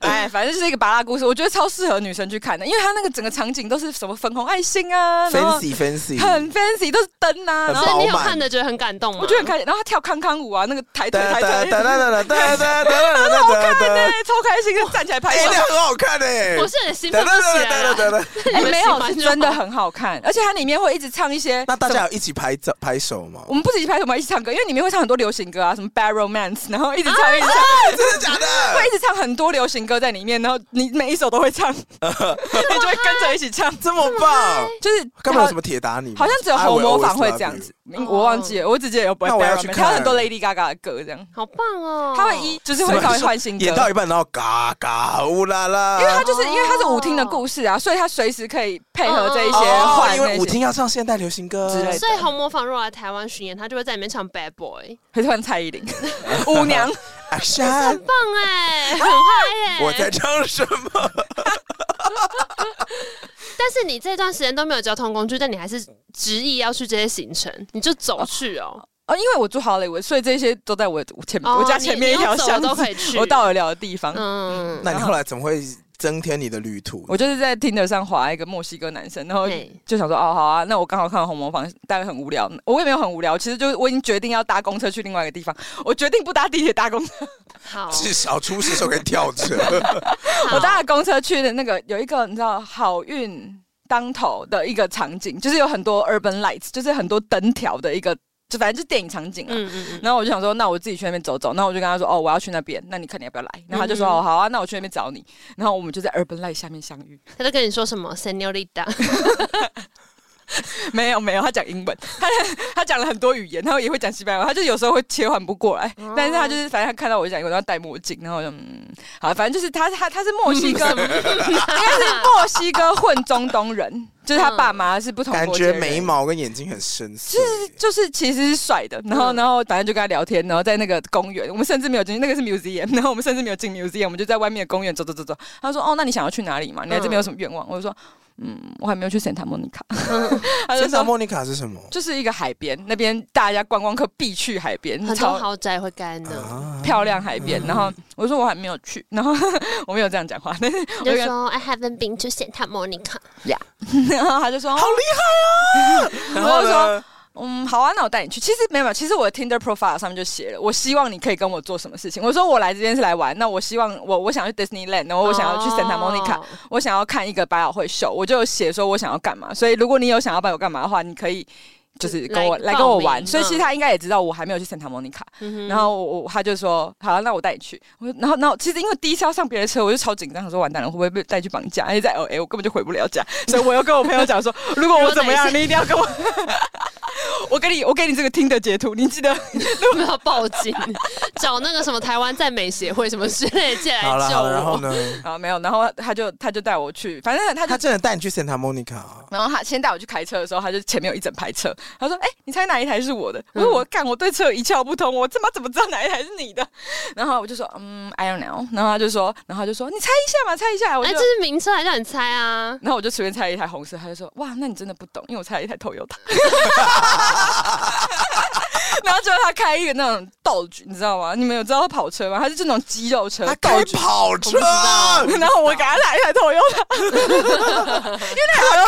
Speaker 5: 哎，反正就是一个巴拉故事，我觉得超适合女生去看的，因为他那个整个场景都是什么粉红爱心啊，然后
Speaker 3: fancy fancy，
Speaker 5: 很 fancy，都是灯啊，
Speaker 3: 很
Speaker 5: 然
Speaker 4: 所
Speaker 5: 后
Speaker 4: 以你有
Speaker 3: 饱满
Speaker 4: 看的觉得很感动吗？
Speaker 5: 我觉得很开心，然后他跳康康舞啊，那个抬腿抬腿，
Speaker 3: 哒
Speaker 5: 很
Speaker 3: 哒哒哒哒哒 哒
Speaker 5: 好看欸
Speaker 3: 哒
Speaker 5: 的
Speaker 3: 哒，，
Speaker 5: 超开心，就站起来拍
Speaker 3: 哎，
Speaker 5: 手
Speaker 3: 那。很好看哎，
Speaker 4: 我是很兴奋不起来啊。
Speaker 3: 哒哒。
Speaker 5: 哎，没有，是真的
Speaker 4: 很。
Speaker 5: 很好看，而且它里面会一直唱一些
Speaker 3: 那大
Speaker 5: 什么
Speaker 3: 家有一起拍照拍手吗
Speaker 5: 我？们不止一起拍，我们一起唱歌，因为里面会唱很多流行歌啊，什么《Bad Romance》，然后一直唱，一直唱，
Speaker 3: 啊哎真的假的
Speaker 5: 会？一直唱很多流行歌在里面，然后你每一首都 会唱，你就会跟着一起唱，
Speaker 3: 这么棒！
Speaker 5: 就是
Speaker 3: 根本有什么啊铁打你吗？
Speaker 5: 好像只有
Speaker 3: I
Speaker 5: 红
Speaker 3: will
Speaker 5: 模仿
Speaker 3: always
Speaker 5: 会
Speaker 3: love
Speaker 5: 这样子
Speaker 3: you，，
Speaker 5: 嗯我忘记了，我只记得有 Bad
Speaker 3: 哦那我要去
Speaker 5: Romance，
Speaker 3: 看
Speaker 5: 还有很多 Lady Gaga 的歌这样，
Speaker 4: 好棒哦！
Speaker 5: 他会一就是会稍微换新歌，
Speaker 3: 演到
Speaker 5: 因
Speaker 3: 一半然后嘎嘎乌啦啦，
Speaker 5: 为他就是因为他是舞厅的故事啊，所以他随时可以配合这一些
Speaker 3: 哦
Speaker 5: 换
Speaker 3: 因为
Speaker 5: 那
Speaker 3: 舞
Speaker 5: 些
Speaker 3: 厅，要唱现代流行歌
Speaker 5: 之类的
Speaker 4: 所以红模仿如果来台湾巡演，他就会在里面唱 Bad Boy，
Speaker 5: 还是换 蔡依林舞娘，
Speaker 3: Action，
Speaker 4: 棒哎、 很嗨耶、
Speaker 3: 我在唱什么？
Speaker 4: 但是你这段时间都没有交通工具，但你还是执意要去这些行程，你就走去哦。
Speaker 5: 哦，因为我住好莱坞，所以这些都在我前
Speaker 4: 哦
Speaker 5: 我家前面一
Speaker 4: 你
Speaker 5: 条巷
Speaker 4: 你
Speaker 5: 子
Speaker 4: 要走都可以去
Speaker 5: 我到得了的地方。
Speaker 4: 嗯，
Speaker 3: 那你后来怎么会增添你的旅途？
Speaker 5: 我就是在 Tinder 上划一个墨西哥男生，然后
Speaker 4: 嘿
Speaker 5: 就想说，哦，好啊，那我刚好看到红模仿，大概很无聊，我也没有很无聊，其实就是我已经决定要搭公车去另外一个地方，我决定不搭地铁搭公车，
Speaker 4: 哦好，
Speaker 3: 至少出事时候可以跳着，
Speaker 4: 好
Speaker 5: 我搭了公车去的那个有一个你知道好运当头的一个场景，就是有很多 urban lights，就是很多灯条的一个，就反正就是电影场景啊。
Speaker 4: 嗯嗯嗯，
Speaker 5: 然后我就想说，那我自己去那边走走。那我就跟他说，哦，我要去那边，那你看你要不要来？然后他就说，
Speaker 4: 嗯
Speaker 5: 哦，好啊，那我去那边找你。然后我们就在 Urban Light 下面相遇。
Speaker 4: 他就跟你说什么 Senorita，
Speaker 5: 没有没有，他讲英文， 他他讲了很多语言，然后也会讲西班牙文，他就有时候会切换不过来。但是他就是反正他看到我讲英文，然后戴墨镜，然后我就嗯，好，反正就是他他他是墨西哥，
Speaker 4: 嗯
Speaker 5: 应该是墨西哥混中东人，就是他爸妈是不同
Speaker 3: 感
Speaker 5: 国
Speaker 3: 觉
Speaker 5: 籍的人
Speaker 3: 眉。毛跟眼睛很深邃。
Speaker 5: 就是其实是帅的，然后
Speaker 4: 嗯
Speaker 5: 然后反正就跟他聊天，然后在那个公园，我们甚至没有进，那个是 museum，然后我们甚至没有进 museum，我们就在外面的公园走走走走。他说：“哦，那你想要去哪里嘛？你来这边有什么愿望？”我就说：“嗯，我还没有去 Santa Monica。他 就
Speaker 3: 圣塔
Speaker 5: 说
Speaker 3: 莫妮卡是什么？
Speaker 5: 就是一个海边，那边大家观光客必去海边，
Speaker 4: 很多
Speaker 5: 超
Speaker 4: 豪宅会干的。
Speaker 3: 啊，
Speaker 5: 漂亮海边。然后我说我还没有去，然后 我没有这样讲话，但是
Speaker 4: 你
Speaker 5: 我
Speaker 4: 就
Speaker 5: 跟
Speaker 4: 说 I haven't been to Santa Monica，
Speaker 5: 然后他就说
Speaker 3: 好厉害啊！然后
Speaker 5: 我就
Speaker 3: 呢
Speaker 5: 说？嗯，好啊，那我带你去。其实没有，没有，其实我的 Tinder profile 上面就写了，我希望你可以跟我做什么事情。我说我来这边是来玩，那我希望我我想要去 Disneyland，然后我想要去 Santa Monica，、
Speaker 4: 哦
Speaker 5: 我想要看一个百老汇秀，我就有写说我想要干嘛。所以如果你有想要帮我干嘛的话，你可以就是跟我
Speaker 4: 来
Speaker 5: 来跟我
Speaker 4: 报名
Speaker 5: 玩。所以其
Speaker 4: 嗯
Speaker 5: 实他应该也知道我还没有去 Santa Monica，、
Speaker 4: 嗯
Speaker 5: 然后我我他就说好、那我带你去。我说然后然后其实因为第一次要上别人的车，我就超紧张，想说完蛋了会不会被带去绑架？而且在 L A 我根本就回不了家，所以我又跟我朋友讲说，如果我怎么 样，你一定要跟我。 我给你，我给你这个听的截图，你记 得？
Speaker 4: 没有报警，找那个什么台湾赞美协会什么之类的借来
Speaker 3: 好了
Speaker 4: 救
Speaker 3: 好了，然后
Speaker 4: 我。
Speaker 3: 呢？
Speaker 5: 啊，没有，然后他就他就带我去，反正他就
Speaker 3: 他真的带你去圣塔莫妮卡，
Speaker 5: 然后他先带我去开车的时候，他就前面有一整排车，他说：“哎、你猜哪一台是我的？”我说：“我干，我对车一窍不通，我他妈怎么知道哪一台是你的？” 然后我就说：“嗯，I don't know。”然后他就说：“然后他就说你猜一下嘛，猜一下。”我
Speaker 4: 哎，
Speaker 5: 就
Speaker 4: 这。是名车，还让你猜啊？
Speaker 5: 然后我就随便猜了一台红色，他就说：“哇，那你真的不懂，因为我猜了一台 Toyota。” 然后最后他开一个那种道具，你知道吗？你们有知道他跑车吗？他是这种肌肉车
Speaker 3: 他
Speaker 5: 道
Speaker 3: 开
Speaker 5: 具。
Speaker 3: 跑车，
Speaker 5: 然后我给他拿一台 t o y
Speaker 3: 他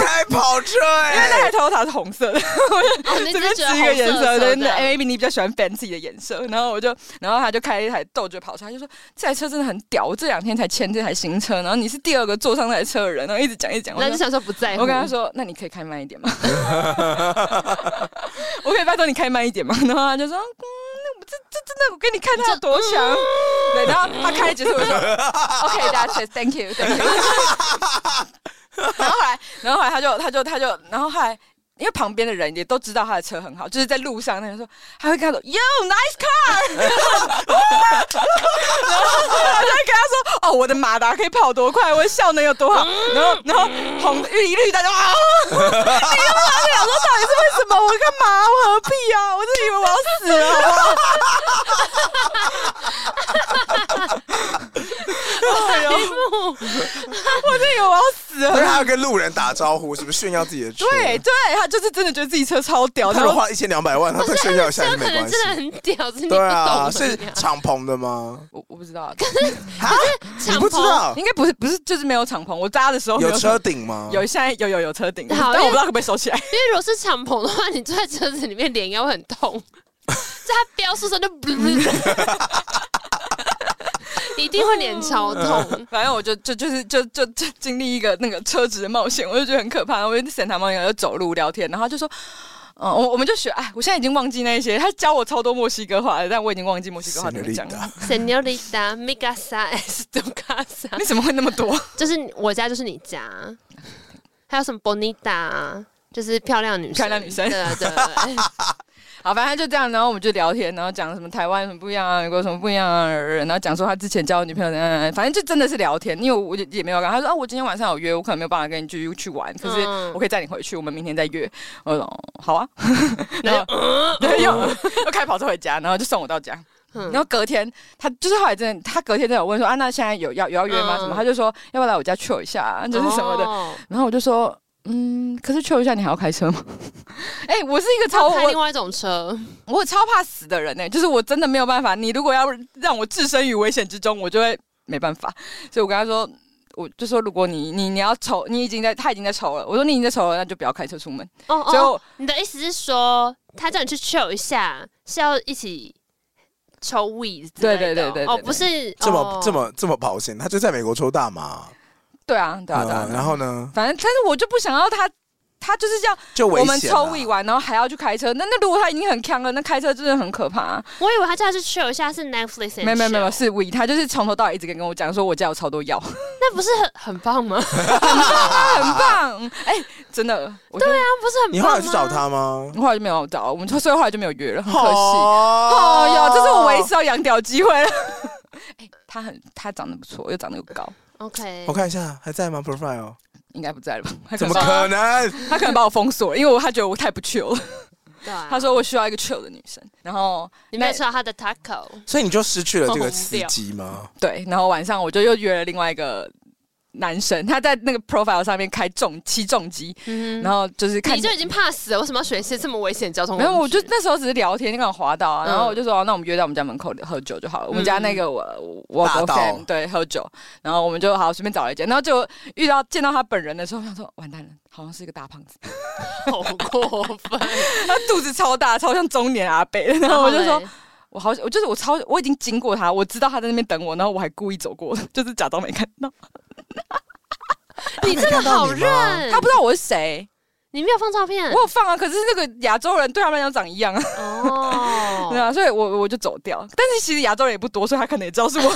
Speaker 3: 开跑车
Speaker 5: 因为
Speaker 3: 哎、
Speaker 5: 那台 Toyota 是红色的，
Speaker 4: 哦，你 只
Speaker 5: 这边
Speaker 4: 是
Speaker 5: 只
Speaker 4: 觉得
Speaker 5: 一个颜
Speaker 4: 红色
Speaker 5: 色，
Speaker 4: 色
Speaker 5: 对，
Speaker 4: 的
Speaker 5: 那哎 maybe 你比较喜欢 fancy 的颜色。然后我就，然后他就开了一台斗志跑车，他就说这台车真的很屌，我这两天才签这台新车，然后你是第二个坐上那台车的人，然后一直讲一直讲。我
Speaker 4: 那就
Speaker 5: 说
Speaker 4: 想说不在乎。
Speaker 5: 我跟他说，那你可以开慢一点吗？ 我可以拜托你开慢一点吗？然后他就说，嗯，我这这真的，我给你看他有多强。对，然后他开结束，我就 说 OK，that's it，thank you，thank you。然后后来，然后后来他就他就他就，然后后来。因为旁边的人也都知道他的车很好，就是在路上那个时候，他会跟他说 “You nice car”，然后我就会跟他说：“哦，我的马达可以跑多快，我的效能有多好。”
Speaker 3: 嗯
Speaker 5: 然后，然后红的绿绿，大家啊， 你又想说到底是为什么？我干嘛？我何必啊？我真的以为我要死了，好不好？哎呦，我真的以为我要死
Speaker 3: 因为
Speaker 5: 了。
Speaker 3: 他要跟路人打招呼，是不是炫耀自己的车？
Speaker 5: 对，对，他就是真的觉得自己车超屌，
Speaker 3: 他
Speaker 5: 然
Speaker 3: 如果
Speaker 5: 后
Speaker 3: 花了一千两百万，他再炫耀一下也
Speaker 4: 可
Speaker 3: 没
Speaker 4: 能
Speaker 3: 关系
Speaker 4: 真。的很屌，是你不
Speaker 3: 对
Speaker 4: 懂
Speaker 3: 啊，
Speaker 4: 而
Speaker 3: 是
Speaker 4: 已啊
Speaker 3: 敞篷的吗？
Speaker 5: 我我不知道，哦
Speaker 3: 哈，你不知道
Speaker 5: 应该不是不是就是没有敞篷，我扎的时候没
Speaker 3: 哦有车
Speaker 5: 敞
Speaker 3: 顶吗？
Speaker 5: 有现在有有有车顶，但
Speaker 4: 好
Speaker 5: 我
Speaker 4: 因为
Speaker 5: 不知道可不可以收起来。
Speaker 4: 因为如果是敞篷的话，你坐在车子里面脸应该会很痛， 在它飙速的时候就 你一定会脸 超痛。
Speaker 5: 反正我就就就是就就就经历一个那个车子的冒险，我就觉得很可怕。我就沈他们两个就走路聊天，然后他就说。嗯，我我们就学，哎，我现在已经忘记那一些，他教我超多墨西哥话的，但我已经忘记墨西哥话怎么讲了。
Speaker 4: Señorita, mi casa es tu casa，
Speaker 5: 你怎么会那么多？
Speaker 4: 就是我家就是你家。还有什么 bonita，就是啊漂亮女生，
Speaker 5: 漂亮女生
Speaker 4: 对啊对啊对 啊。
Speaker 5: 好，反正就这样，然后我们就聊天，然后讲什么台湾有什么不一样啊，美国有什么不一样啊，然后讲说他之前交的女朋友怎样怎样，反正就真的是聊天，因为我也也没有跟他说啊，我今天晚上有约，我可能没有办法跟你继续去玩，可是
Speaker 4: 嗯
Speaker 5: 我可以载你回去，我们明天再约。我说哦好啊，然后对又 又开跑车回家，然后就送我到家。
Speaker 4: 嗯
Speaker 5: 然后隔天，他就是后来真的，他隔天真的有问说啊，那现在有要有要约吗？
Speaker 4: 嗯
Speaker 5: 什么？他就说要不要来我家 chill 一下啊，就是什么的。
Speaker 4: 哦
Speaker 5: 然后我就说，嗯，可是 chill 一下你还要开车吗？ 哎、我是一个超
Speaker 4: 开
Speaker 5: 我
Speaker 4: 另外一种车，
Speaker 5: 我超怕死的人呢、欸就是我真的没有办法。你如果要让我置身于危险之中，我就会没办法。所以我跟他说，我就说，如果你你你要愁，你已经在他已经在愁了，我说你已经在愁了，那就不要开车出门。
Speaker 4: 哦
Speaker 5: 所以
Speaker 4: 哦
Speaker 5: 我，
Speaker 4: 你的意思是说，他叫你去 chill 一下，是要一起抽 weed 之类的
Speaker 5: 对对对对对
Speaker 4: 哦，
Speaker 5: 对
Speaker 4: 不是
Speaker 3: 这么
Speaker 4: 哦
Speaker 3: 这么这么保险？他就在美国抽大麻，
Speaker 5: 对啊，对啊，对啊。
Speaker 3: 嗯然后呢，
Speaker 5: 反正，但是我就不想要他，他就是要
Speaker 3: 就危
Speaker 5: 我们
Speaker 3: 险
Speaker 5: 抽
Speaker 3: 啊。
Speaker 5: 尾完，然后还要去开车。那那如果他已经很强了，那开车真的很可怕、啊。
Speaker 4: 我以为他叫他去 chill 一下是 Netflix，and
Speaker 5: 没有没有没有，
Speaker 4: chill
Speaker 5: 是哦尾，他就是从头到尾一直跟我讲说，我家有超多药，
Speaker 4: 那不是很很 棒吗？那
Speaker 5: 很棒。哎、真的，我对啊，
Speaker 4: 不
Speaker 3: 你
Speaker 4: 是很棒吗
Speaker 3: 后来有去找，他吗？
Speaker 5: 后来就没有找，我们就所以后来就没有约了，很可惜。
Speaker 3: 哦
Speaker 5: 哦哟，这是我唯一一次要养屌机会了。 哎他很，他长得不错，又长得又高，
Speaker 4: OK，
Speaker 3: 我看一下还在吗？Profile
Speaker 5: 应该不在了 吧？他
Speaker 3: 怎么
Speaker 5: 能把
Speaker 3: 可能？
Speaker 5: 他可能把我封锁了，因为我他觉得我太不 chill 了。
Speaker 4: 对啊，
Speaker 5: 他说我需要一个 chill 的女生，然后
Speaker 4: 你没有吃到他的 taco，
Speaker 3: 所以你就失去了这
Speaker 5: 哦
Speaker 3: 个司机吗？
Speaker 5: 对，然后晚上我就又约了另外一个男生，他在那个 profile 上面开重七重机，
Speaker 4: 嗯
Speaker 5: 然后就是看
Speaker 4: 你就已经怕死了，为什么要选一些这么危险的交通工
Speaker 5: 没
Speaker 4: 具？
Speaker 5: 有，我就那时候只是聊天，刚好滑到啊，
Speaker 4: 嗯
Speaker 5: 然后我就说、哦那我们约在我们家门口喝酒就好了。我们家那个我呃我
Speaker 3: 大
Speaker 5: 我
Speaker 3: 道
Speaker 5: fan 对喝酒，然后我们就好随便找了一间，然后就遇到见到他本人的时候，我想说完蛋了，好像是一个大胖子，
Speaker 4: 好过分。
Speaker 5: 他肚子超大，超像中年阿伯的。 然后我就说
Speaker 4: 嘞，
Speaker 5: 我好，我就是我超我已经经过他，我知道他在那边等我，然后我还故意走过，就是假装没看到，
Speaker 4: 你真的好
Speaker 3: 没看到
Speaker 4: 认，
Speaker 5: 他不知道我是谁。
Speaker 4: 你没有放照片
Speaker 5: 我有放啊，可是那个亚洲人对他们来讲长一样啊，
Speaker 4: 哦
Speaker 5: 对，啊，所以我我就走掉。但是其实亚洲人也不多，所以他可能也知道是我。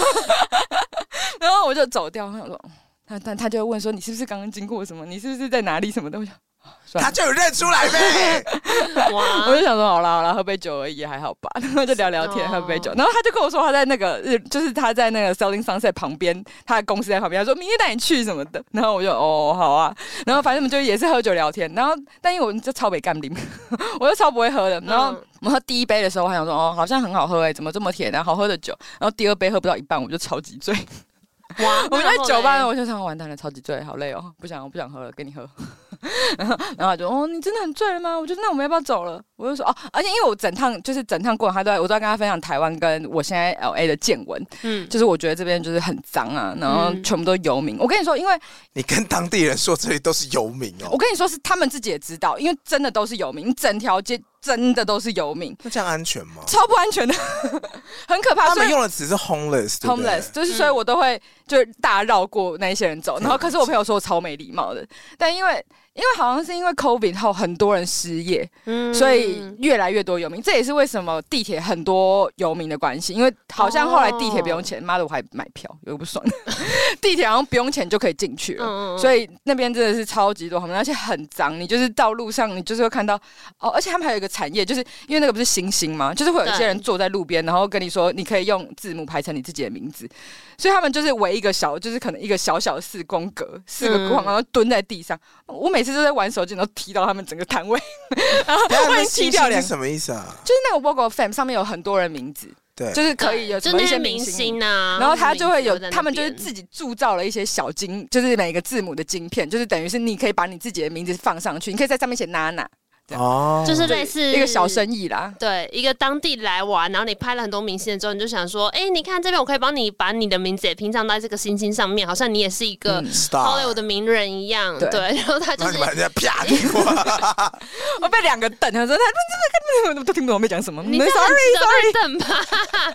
Speaker 5: 然后我就走掉，我想说，哦他他他就会问说你是不是刚刚经过什么？你是不是在哪里什么的？我想，啊算
Speaker 3: 他
Speaker 5: 了。
Speaker 3: 就有认出来呗。
Speaker 4: 哇
Speaker 5: 我就想说，好啦好啦，喝杯酒而已，还好吧。 然后就聊聊天，
Speaker 4: 哦
Speaker 5: 喝杯酒。然后他就跟我说，他在那个日，就是他在那个 Selling Sunset 旁边，他的公司在旁边。他说明天带你去什么的。 然后我就哦，好啊。然后反正我们就也是喝酒聊天。然后，但因为我就超北干零， 我就超不会喝的。然后
Speaker 4: 嗯
Speaker 5: 我喝第一杯的时候，我还想说哦，好像很好喝哎、怎么这么甜啊，好喝的酒。然后第二杯喝不到一半，我就超级醉。
Speaker 4: 哇，
Speaker 5: 我
Speaker 4: 那
Speaker 5: 们在
Speaker 4: 然后
Speaker 5: 酒吧，
Speaker 4: 嘞
Speaker 5: 我就想完蛋了，超级醉，好累哦，不想我不想喝了，给你喝。 然后然后他就哦，你真的很醉了吗？我就那我们要不要走了？我就说哦，而且因为我整趟就是整趟过程，他都在我都在跟他分享台湾跟我现在 L A 的见闻，
Speaker 4: 嗯，
Speaker 5: 就是我觉得这边就是很脏啊，然后
Speaker 4: 嗯
Speaker 5: 全部都游民。我跟你说，因为
Speaker 3: 你跟当地人说这里都是游民
Speaker 5: 我
Speaker 3: 哦，
Speaker 5: 跟你说是他们自己也知道，因为真的都是游民，整条街真的都是游民，
Speaker 3: 那这样安全吗？
Speaker 5: 超不安全的， 很可怕。
Speaker 3: 他
Speaker 5: 所以
Speaker 3: 们用的词是 homeless，对不对
Speaker 5: homeless，就是所以我都会就是大绕过那一些人走，
Speaker 3: 嗯
Speaker 5: 然后可是我朋友说我超没礼貌的，但因为因为好像是因为 COVID 后很多人失业，
Speaker 4: 嗯
Speaker 5: 所以越来越多游民，这也是为什么地铁很多游民的关系，因为好像后来地铁不用钱，妈的我还买票，有个不爽， 地铁好像不用钱就可以进去了。
Speaker 4: 嗯
Speaker 5: 所
Speaker 4: 以
Speaker 5: 以那边真的是超级多他们，而且很脏。你就是道路上，你就是会看到哦，而且他们还有一个产业，就是因为那个不是星星吗？就是会有一些
Speaker 4: 对
Speaker 5: 人坐在路边，然后跟你说你可以用字母排成你自己的名字，所以他们就是围一个小，就是可能一个小小的四宫格，四个框，
Speaker 4: 嗯
Speaker 5: 然后蹲在地上。我每次都在玩手机，然后踢到他们整个摊位， 然后
Speaker 3: 等一下
Speaker 5: 我已
Speaker 3: 那
Speaker 5: 经踢
Speaker 3: 星
Speaker 5: 掉
Speaker 3: 星
Speaker 5: 两
Speaker 3: 是。什么意思啊？
Speaker 5: 就是那个 Vogue Fam 上面有很多人名字，
Speaker 3: 对，
Speaker 5: 就是可以有什
Speaker 4: 就
Speaker 5: 么
Speaker 4: 那
Speaker 5: 一
Speaker 4: 些
Speaker 5: 些
Speaker 4: 明
Speaker 5: 星
Speaker 4: 星啊，
Speaker 5: 然后他就会有
Speaker 4: 明星，在那边嗯
Speaker 5: 他们就是自己铸造了一些小金，就是每个字母的晶片，就是等于是你可以把你自己的名字放上去，你可以在上面写娜娜，
Speaker 3: 哦，
Speaker 4: 就是类似
Speaker 5: 一个小生意啦。
Speaker 4: 对，一个当地来玩，然后你拍了很多明星了之后，你就想说，哎、你看这边我可以帮你把你的名字也拼上到这个星星上面，好像你也是一个
Speaker 5: 嗯
Speaker 3: star，
Speaker 4: Hollywood 的名人一样。
Speaker 5: 对
Speaker 4: 对，然后他就
Speaker 3: 然后
Speaker 4: 是
Speaker 3: 你把人家啪踢过来，
Speaker 5: 我被两个瞪，他说他们这个根本都听不懂我们在讲什么。
Speaker 4: 嗯你
Speaker 5: 嗯
Speaker 4: 这样
Speaker 5: sorry
Speaker 4: 很值得被瞪吧？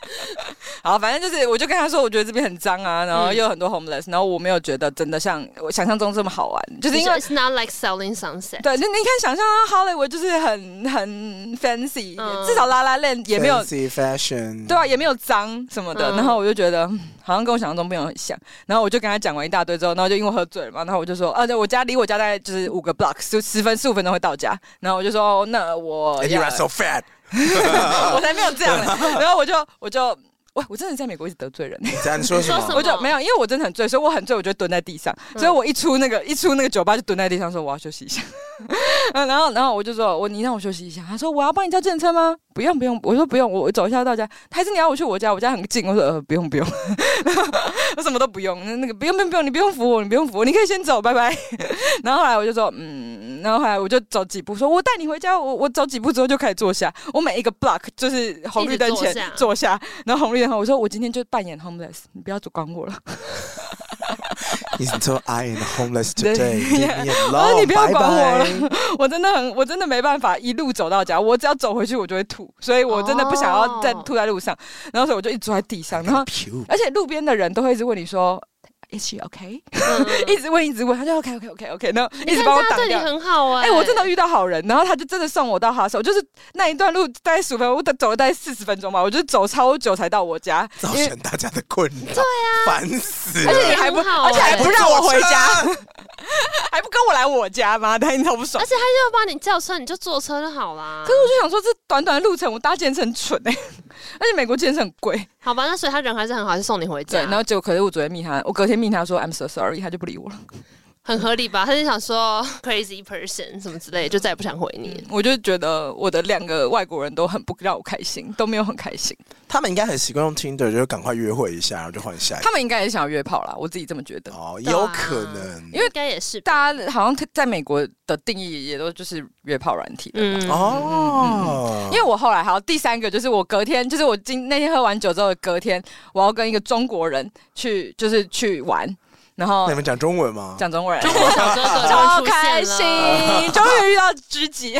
Speaker 5: 好，反正就是，我就跟他说，我觉得这边很脏啊，然后
Speaker 4: 嗯
Speaker 5: 又有很多 homeless，然后我没有觉得真的像我想象中这么好玩，就是
Speaker 4: 你
Speaker 5: 因
Speaker 4: 说
Speaker 5: 为
Speaker 4: It's not like selling sunset。
Speaker 5: 对，就你看想象到 Hollywood 就是很很 fancy，、
Speaker 4: 嗯
Speaker 5: 至少拉拉链 也没有
Speaker 3: Fancy fashion，
Speaker 5: 对啊，也没有脏什么的。
Speaker 4: 嗯
Speaker 5: 然后我就觉得嗯好像跟我想象中没有很像。然后我就跟他讲完一大堆之后，然后就因为我喝醉了嘛，然后我就说，啊，对，我家离我家大概就是五个 block，就十分十五分钟会到家。然后我就说，那我
Speaker 3: And you are so fat，
Speaker 5: 我才没有这样呢。然后我就我就我我真的在美国一直得罪人。欸
Speaker 3: 你这样说什
Speaker 4: 说
Speaker 3: 么
Speaker 4: 什么？嗯
Speaker 5: 我就没有，因为我真的很醉，所以我很醉，我就蹲在地上。所以我一出那个一出那个酒吧就蹲在地上说我要休息一下。 嗯然后然后我就说我你让我休息一下。他说我要帮你叫健身吗？不用不用，我说不用，我我走一下到家。还是你要我去我家？我家很近。我说呃不用不 用，我什么都不用。那那个不用不用不用，你不用扶我，你不用扶我，你可以先走，拜 拜。然后后来我就说嗯，然后后来我就走几步，说我带你回家。我我走几步之后就开始坐下，我每一个 block 就是红绿灯前
Speaker 4: 一直坐下
Speaker 5: 坐下，然后红绿灯后我说我今天就扮演 homeless，你不要管我了。
Speaker 3: 你说 I am homeless
Speaker 5: 对
Speaker 3: today，leave me
Speaker 5: 啊
Speaker 3: alone，
Speaker 5: 你不要
Speaker 3: 拜
Speaker 5: 管我了
Speaker 3: 拜。
Speaker 5: 我真的很，我真的没办法一路走到家，我只要走回去我就会吐，所以我真的不想要再
Speaker 4: 哦
Speaker 5: 吐在路上。然后所以我就一直坐在地上，然后
Speaker 3: Pew
Speaker 5: 而且路边的人都会一直问你说。Is she OK？一 直问，一直问，他就 OK OK OK OK，然后一
Speaker 4: 嗯你
Speaker 5: 直
Speaker 4: 看
Speaker 5: 帮我
Speaker 4: 这样
Speaker 5: 挡
Speaker 4: 对你
Speaker 5: 掉。
Speaker 4: 很好哎、
Speaker 5: 哎、我真的遇到好人，然后他就真的送我到哈手，就是那一段路大概数分，我走了大概四十分钟吧，我就走超久才到我家，
Speaker 3: 造
Speaker 5: 因为
Speaker 3: 成大家的困扰，对啊，烦死了。
Speaker 5: 而且你还不，
Speaker 4: 很好
Speaker 5: 而且还
Speaker 4: 哎
Speaker 5: 不让我回家，
Speaker 3: 不坐车，
Speaker 5: 还不跟我来我家吗？ 他你超不爽
Speaker 4: 而。且他就要帮你叫车，你就坐车就好啦。
Speaker 5: 可是我就想说，这短短的路程我搭健身很蠢哎、 而且美国健身很贵。
Speaker 4: 好吧，那所以他人还是很好，还是送你回
Speaker 5: 对，
Speaker 4: 家，
Speaker 5: 然后结果可是我昨天密他，我隔天密他说 I'm so sorry，他就不理我了。
Speaker 4: 很合理吧？他就想说 crazy person 什么之类的，就再也不想回你。
Speaker 5: 我就觉得我的两个外国人都很不让我开心，都没有很开心。
Speaker 3: 他们应该很习惯用 Tinder，就是赶快约会一下，然后就换下一个
Speaker 5: 他。们应该也想要约炮啦，我自己这么觉得。
Speaker 3: 哎哦，
Speaker 4: 对啊
Speaker 3: 有可能，
Speaker 4: 因为应该也是吧，
Speaker 5: 大家好像在美国的定义也都就是约炮软体的。
Speaker 4: 嗯，
Speaker 3: 哦，
Speaker 5: 啊因为我后来还有第三个，就是我隔天，就是我今那天喝完酒之后，隔天我要跟一个中国人去，就是去玩，然后
Speaker 3: 那你们讲中文吗？
Speaker 5: 讲中国人，
Speaker 4: 我小时候
Speaker 5: 超
Speaker 4: 就出
Speaker 5: 开
Speaker 4: 现
Speaker 5: 心
Speaker 4: 了。，
Speaker 5: 终于遇到知己，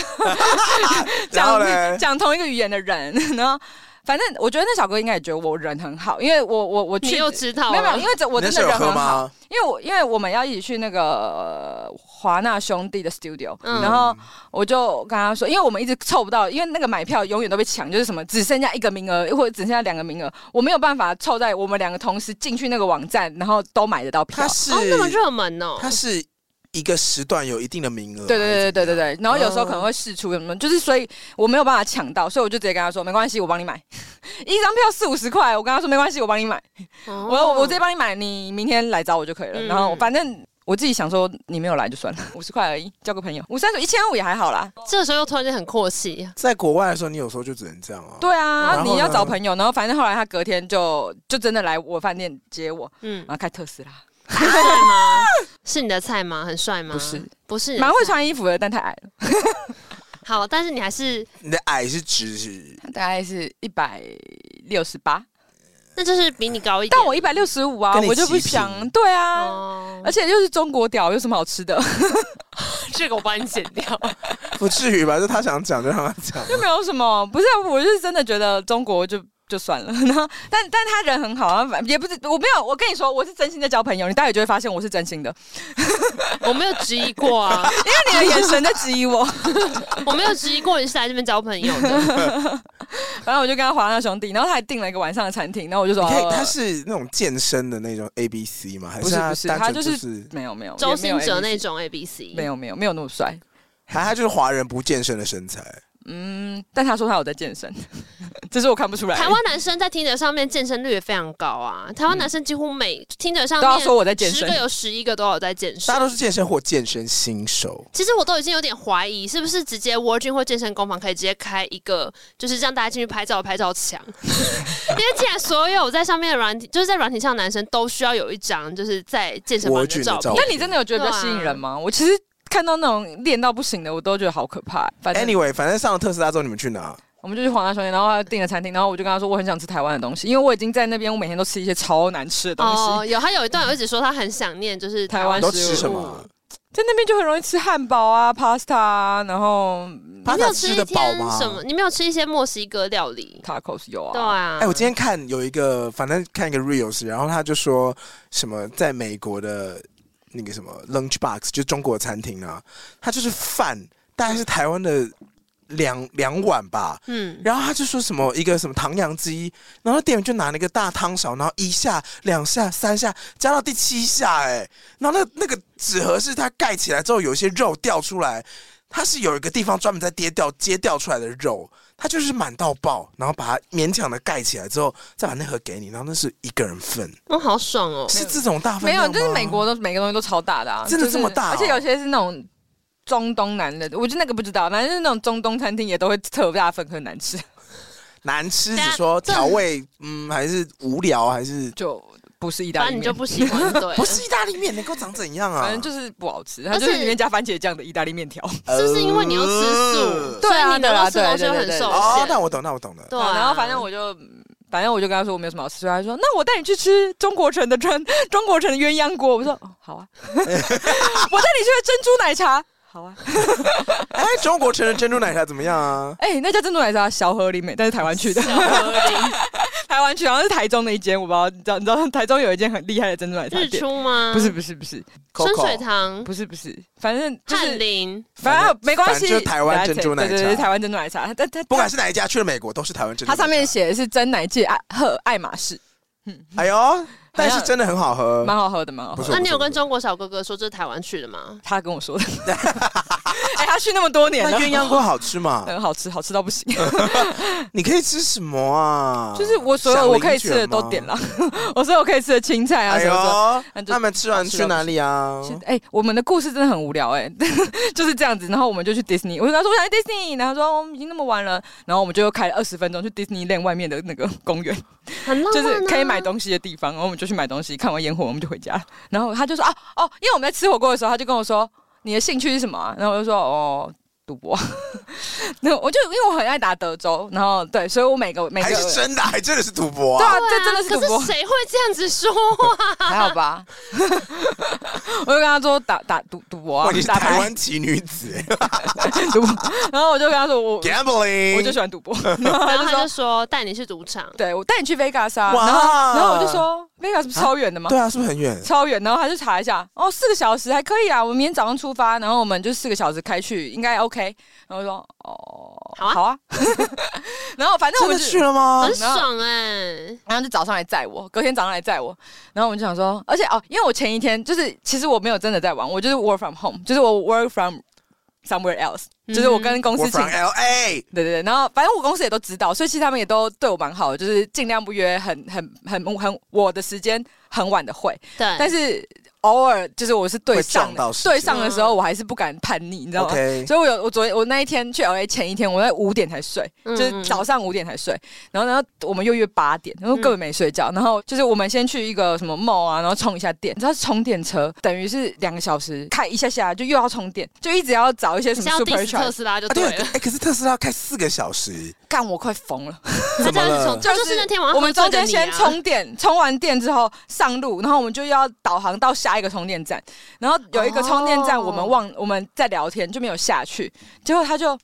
Speaker 3: 然后嘞
Speaker 5: 讲讲同一个语言的人， 然后。反正我觉得那小哥应该也觉得我人很好，因为我我我
Speaker 4: 你
Speaker 5: 去
Speaker 4: 又知道啊
Speaker 5: 没有没有，
Speaker 4: 了
Speaker 5: 因为这我
Speaker 3: 你那
Speaker 5: 真
Speaker 3: 时
Speaker 5: 的
Speaker 3: 候
Speaker 5: 人
Speaker 3: 有喝
Speaker 5: 很好，
Speaker 3: 吗？
Speaker 5: 因为我因为我们要一起去那个华纳兄弟的 studio，、
Speaker 4: 嗯
Speaker 5: 然后我就跟他说，因为我们一直凑不到，因为那个买票永远都被抢，就是什么只剩下一个名额或者只剩下两个名额，我没有办法凑在我们两个同时进去那个网站，然后都买得到票
Speaker 3: 他。是
Speaker 4: 哦，那么热门哦，
Speaker 3: 它是一个时段有一定的名额，
Speaker 5: 对对对对对
Speaker 3: 对，
Speaker 5: 对，然后有时候可能会试出什么，就是所以我没有办法抢到，所以我就直接跟他说没关系，我帮你买一张票四五十块，我跟他说没关系，我帮你买，
Speaker 4: 哦
Speaker 5: 我我直接帮你买，你明天来找我就可以了。
Speaker 4: 嗯
Speaker 5: 然后反正我自己想说你没有来就算了，五十块而已，交个朋友，五三九一千五也还好啦。
Speaker 4: 这个时候又突然间很阔气，
Speaker 3: 在国外的时候，你有时候就只能这样啊。
Speaker 5: 对啊，
Speaker 3: 然后呢
Speaker 5: 你要找朋友，然后反正后来他隔天就就真的来我饭店接我，
Speaker 4: 嗯
Speaker 5: 然，后开特斯拉。
Speaker 4: 对吗？是你的菜吗？很帅吗？
Speaker 5: 不是，
Speaker 4: 不是你的
Speaker 5: 蛮会
Speaker 4: 菜。
Speaker 5: 穿衣服的，但太矮了，
Speaker 4: 好，但是你还是，
Speaker 3: 你的矮是指是
Speaker 5: 大概是一百六十八，
Speaker 4: 那就是比你高一点。
Speaker 5: 但我一百六十五啊，
Speaker 3: 跟你
Speaker 5: 我就不
Speaker 3: 齐平
Speaker 5: 想，对啊，
Speaker 4: 哦，
Speaker 5: 而且又是中国屌，有什么好 吃的？
Speaker 4: 这个我帮你剪掉。
Speaker 3: 不至于吧？就他想讲就让他讲。
Speaker 5: 就没有什么，不是，啊我就是真的觉得中国就就算了。 然后，但但他人很好啊，反也不是，我没有，我跟你说，我是真心在交朋友，你待会就会发现我是真心的，
Speaker 4: 我没有质疑过啊，
Speaker 5: 因为你的眼神在质疑我。
Speaker 4: 我没有质疑过你是来这边交朋友的。
Speaker 5: 反正我就跟他划那兄弟，然后他还订了一个晚上的餐厅，然后我就说，
Speaker 3: 你可以，
Speaker 5: 哦
Speaker 3: 他是那种健身的那种 A B C 吗？还
Speaker 5: 不是
Speaker 3: 他
Speaker 5: 不是，
Speaker 3: 单
Speaker 5: 他
Speaker 3: 纯
Speaker 5: 就
Speaker 3: 就是
Speaker 5: 是没有没有
Speaker 4: 周星哲那
Speaker 5: 也
Speaker 4: 种 A B C，
Speaker 5: 没有 ABC 没有没有没有那么帅。
Speaker 3: 还他就是华人不健身的身材，
Speaker 5: 嗯，但他说他有在健身， 只是我看不出来。
Speaker 4: 台湾男生在听者上面健身率也非常高啊，台湾男生几乎每听者上
Speaker 5: 都要说
Speaker 4: 面
Speaker 5: 我在健
Speaker 4: 十
Speaker 5: 身
Speaker 4: 个，有十一个都有在健
Speaker 3: 大
Speaker 4: 身
Speaker 3: 家。都是健身或健身新手。
Speaker 4: 其实我都已经有点怀疑，是不是直接 Virgin 或健身工坊可以直接开一个，就是让大家进去拍照的拍照墙？ 因为既然所有在上面的软体，就是在软体上的男生都需要有一张就是在健身房的
Speaker 3: Virgin 的
Speaker 4: 照
Speaker 3: 照片，
Speaker 4: 片
Speaker 5: 但你真的有觉得比较吸引
Speaker 4: 啊
Speaker 5: 人吗？我其实看到那种练到不行的，我都觉得好可怕。反正
Speaker 3: Anyway，反正上了特斯拉之后，你们去哪？
Speaker 5: 我们就去黄大兄弟，然后他订了餐厅，然后我就跟他说我很想吃台湾的东西，因为我已经在那边，我每天都吃一些超难吃的东西，
Speaker 4: 哦，有他有一段有一直说他很想念，就是
Speaker 5: 台湾
Speaker 3: 你
Speaker 5: 但
Speaker 3: 都
Speaker 5: 是
Speaker 3: 吃什么？啊
Speaker 5: 在那边就很容易吃汉堡啊、pasta 啊，然后
Speaker 4: 你
Speaker 3: 他
Speaker 4: 没有吃
Speaker 3: 吃
Speaker 4: 一
Speaker 3: 得饱
Speaker 4: 天
Speaker 3: 吗？
Speaker 4: 什么？你没有吃一些墨西哥料理？
Speaker 5: tacos 有
Speaker 4: 对
Speaker 5: 啊，
Speaker 4: 啊，
Speaker 3: 哎、我今天看有一个，反正看一个 reels，然后他就说什么在美国的那个什么 lunch box，就中国餐厅啊，它就是饭，大概是台湾的两两碗吧。
Speaker 4: 嗯，
Speaker 3: 然后他就说什么一个什么唐扬鸡，然后店员就拿了一个大汤勺，然后一下、两下、三下，加到第七下、哎，然后那那个纸盒是它盖起来之后，有一些肉掉出来，它是有一个地方专门在跌掉、接掉出来的肉，它就是满到爆，然后把它勉强的盖起来之后，再把那盒给你，然后那是一个人份，
Speaker 4: 我好爽哦。
Speaker 3: 是这种大份
Speaker 5: 没有，
Speaker 3: 量
Speaker 5: 就是
Speaker 3: 吗
Speaker 5: 美国，的每个东西都超大的啊，
Speaker 3: 真的
Speaker 5: 就是
Speaker 3: 这么大哦
Speaker 5: 而且有些是那种。中东南的，我就那个不知道，反正就是那种中东餐厅也都会特大份，很难吃，
Speaker 3: 难吃，
Speaker 4: 对啊
Speaker 3: 只说
Speaker 4: 这
Speaker 3: 调味，嗯，还是无聊，还是
Speaker 5: 就不是意大
Speaker 4: 反
Speaker 5: 利
Speaker 4: 正
Speaker 5: 面，
Speaker 4: 你就不喜欢， 对了，
Speaker 3: 不是意大利面能够长怎样啊？
Speaker 5: 反正就是不好吃，它
Speaker 4: 而且
Speaker 5: 就是里面加番茄酱的意大利面条。
Speaker 4: 是不是因为你又吃素，
Speaker 3: 呃
Speaker 4: 所以你
Speaker 5: 对
Speaker 4: 能够
Speaker 5: 啊
Speaker 4: 吃
Speaker 5: 对
Speaker 4: 东
Speaker 5: 啊
Speaker 4: 西
Speaker 5: 对
Speaker 4: 就
Speaker 5: 啊
Speaker 4: 很
Speaker 5: 对啊
Speaker 4: 受
Speaker 5: 对
Speaker 3: 哦，
Speaker 4: 限？
Speaker 3: 那我懂，那我懂了。
Speaker 4: 对
Speaker 5: 啊
Speaker 4: 啊，
Speaker 5: 然后反正我就，反正我就跟他说我没有什么好吃，所以他说那我带你去吃中国城的川，中国城的鸳鸯锅。我说哦好啊， 我带你去喝珍珠奶茶。好啊，
Speaker 3: 哎，中国成人珍珠奶茶怎么样啊？
Speaker 5: 哎、那家珍珠奶茶小河里美，但是台湾去的， 台湾去好像是台中的一间，我不知道，你知道你知道台中有一间很厉害的珍珠奶茶
Speaker 4: 日
Speaker 5: 店，
Speaker 4: 出吗？
Speaker 5: 不是不是不是
Speaker 4: 春
Speaker 3: Coco
Speaker 4: 水堂、
Speaker 5: 不是不是，反正就
Speaker 4: 翰
Speaker 5: 是
Speaker 4: 林，
Speaker 5: 反正没关
Speaker 3: 反正
Speaker 5: 系，
Speaker 3: 就是台湾珍珠奶茶
Speaker 5: 对对对，台湾珍珠奶茶，但它
Speaker 3: 不管是哪一家去了美国，都是台湾珍珠
Speaker 5: 它
Speaker 3: 奶茶。
Speaker 5: 上面，写的是真奶界爱喝爱马仕，
Speaker 3: 哎呦，但是真的很好喝，
Speaker 5: 蛮好喝的，蛮好喝
Speaker 3: 不
Speaker 5: 的
Speaker 3: 是。
Speaker 4: 那啊你有
Speaker 3: 不是
Speaker 4: 跟中国小哥哥说这是台湾去的吗？
Speaker 5: 他跟我说的。 哎、他去那么多年
Speaker 3: 那
Speaker 5: 了，
Speaker 3: 鸳鸯锅好嗯吃吗？
Speaker 5: 很好吃，好吃到不行。
Speaker 3: 你可以吃什么啊？
Speaker 5: 就是我所有我可以吃的都点了， 我所有可以吃的青菜啊
Speaker 3: 哎
Speaker 5: 什么的。
Speaker 3: 呦，
Speaker 5: 那就
Speaker 3: 他们吃完去哪里啊？
Speaker 5: 是哎、我们的故事真的很无聊哎、 就是这样子。然后我们就去迪士尼，我就跟他说我想去迪士尼，然后他说、哦、已经那么晚了，然后我们就又开了二十分钟去迪士尼 land 外面的那个公园，
Speaker 4: 很浪
Speaker 5: 就
Speaker 4: 漫啊
Speaker 5: 是可以买东西的地方，然后我们就去买东西，看完烟火我们就回家。然后他就说啊哦，因为我们在吃火锅的时候，他就跟我说你的兴趣是什么、啊？然后我就说哦。赌博， 那我就因为我很爱打德州，然后对，所以我每个每个
Speaker 3: 还是真的，还真的是赌博
Speaker 5: 对
Speaker 3: 啊！
Speaker 5: 啊，
Speaker 4: 对啊
Speaker 5: 这真的是赌
Speaker 4: 可
Speaker 5: 博
Speaker 4: 是，谁会这样子说啊 话？
Speaker 5: 还好吧？我就跟他说打打赌赌博啊
Speaker 3: 哇，你，是
Speaker 5: 打
Speaker 3: 台
Speaker 5: 牌
Speaker 3: 湾奇女子欸
Speaker 5: 赌博，然后我就跟他 说我我就喜
Speaker 3: ，gambling。
Speaker 5: 欢赌博，然后
Speaker 4: 然
Speaker 5: 他
Speaker 4: 后
Speaker 5: 就
Speaker 4: 他就
Speaker 5: 说
Speaker 4: 说带你去赌场，
Speaker 5: 对我带你去 Vegas 啊，
Speaker 3: 哇
Speaker 5: 然后然后我就说 Vegas 不是超远的吗？
Speaker 3: 对啊，是不是很远？
Speaker 5: 超远，然后他就查一下，哦，四个小时还可以啊，我们明天早上出发，然后我们就四个小时开去，应该 OK。然后我说，哦，
Speaker 4: 好啊
Speaker 5: 好 啊。然后反正我
Speaker 3: 真
Speaker 5: 们
Speaker 3: 的
Speaker 5: 就
Speaker 3: 去了吗
Speaker 4: 很？爽哎。
Speaker 5: 然后就早上来载我，隔天早上来载我，然后我们就想说，而且哦，因为我前一天就是其实我没有真的在玩，我就是 work from home，就是我 work from somewhere else，、就是我跟公
Speaker 3: 我
Speaker 5: 司请
Speaker 3: from L A，
Speaker 5: 对对对，然后反正我公司也都知道，所以其实他们也都对我蛮好的，就是尽量不约很很很很我的时间很晚的会。
Speaker 4: 对，
Speaker 5: 但是偶尔就是我是对上
Speaker 3: 会撞到
Speaker 5: 的
Speaker 3: 事，情
Speaker 5: 对上的时候我还是不敢叛逆，你知道吗
Speaker 3: OK
Speaker 5: 所以我有我昨天我那一天去 LA 前一天，我在五点才睡，
Speaker 4: 嗯
Speaker 5: 就是早上五点才睡，然后然后我们又约八点，然后根本没睡觉，然后就是我们先去一个什么 mall 啊，然后充一下电，你知道充电车等于是两个小时开一下下就又要充电，就一直要找一些什么
Speaker 4: 像
Speaker 5: super
Speaker 4: 第斯特
Speaker 5: charge，
Speaker 4: 斯拉就
Speaker 3: 啊，对，
Speaker 4: 对
Speaker 3: 哎、
Speaker 4: 了，
Speaker 3: 可是特斯拉开四个小时，
Speaker 5: 干我快疯了。
Speaker 4: 他这样
Speaker 3: 怎
Speaker 4: 子从
Speaker 3: 么了
Speaker 4: 他就是那天晚上
Speaker 5: 我们中
Speaker 4: 喝
Speaker 5: 间
Speaker 4: 醉的
Speaker 5: 先
Speaker 4: 你啊
Speaker 5: 充电，充完电之后上路，然后我们就要导航到下一个充电站，然后有一个充电站
Speaker 4: 哦
Speaker 5: 我们忘我们在聊天就没有下去，结果他就。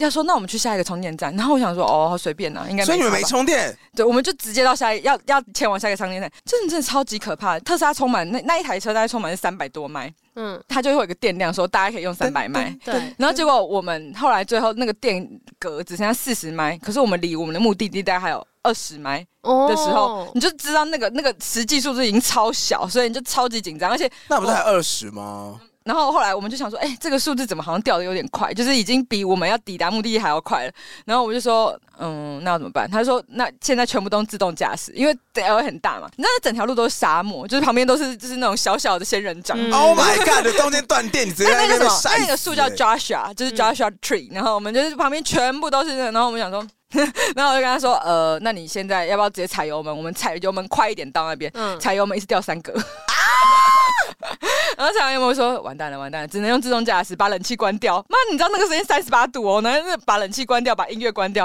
Speaker 5: 要说那我们去下一个充电站，然后我想说哦随便啊，应该
Speaker 3: 所以你们
Speaker 5: 差吧
Speaker 3: 没充电，
Speaker 5: 对，我们就直接到下一要要前往下一个充电站，真的真的超级可怕。特斯拉充满那那一台车大概充满是三百多迈，
Speaker 4: 嗯，
Speaker 5: 它就会有一个电量说大家可以用三百迈，
Speaker 4: 对，
Speaker 5: 然后结果我们后来最后那个电格只剩下四十迈，可是我们离我们的目的地大概还有二十迈，
Speaker 4: 哦
Speaker 5: 的时候，你就知道那个那个实际数字已经超小，所以你就超级紧张，而且
Speaker 3: 那不是还
Speaker 5: 哦
Speaker 3: 二十吗？
Speaker 5: 然后后来我们就想说，哎、这个数字怎么好像掉的有点快，就是已经比我们要抵达目的地还要快了。然后我就说，嗯，那要怎么办？他说，那现在全部都是自动驾驶，因为 L 很大嘛，那整条路都是沙漠，就是旁边都是就是那种小小的仙人掌。
Speaker 4: 嗯
Speaker 3: Oh my god！中间断电，你直接
Speaker 5: 那
Speaker 3: 在
Speaker 5: 那
Speaker 3: 边
Speaker 5: 个什
Speaker 3: 被
Speaker 5: 么，
Speaker 3: 晒
Speaker 5: 那个树叫
Speaker 3: 死欸
Speaker 5: Joshua，就是
Speaker 4: 嗯
Speaker 5: Joshua Tree、然后我们就是旁边全部都是那个，然后我们想说， 然后我就跟他说，呃，那你现在要不要直接踩油门？我们踩油门快一点到那边。
Speaker 4: 嗯
Speaker 5: 踩油门一次掉三
Speaker 3: 啊
Speaker 5: 格。 然后踩完油门我说完蛋了，完蛋了，只能用自动驾驶把冷气关掉。妈，你知道那个时间三十八度哦，然后就是把冷气关掉，把音乐关掉。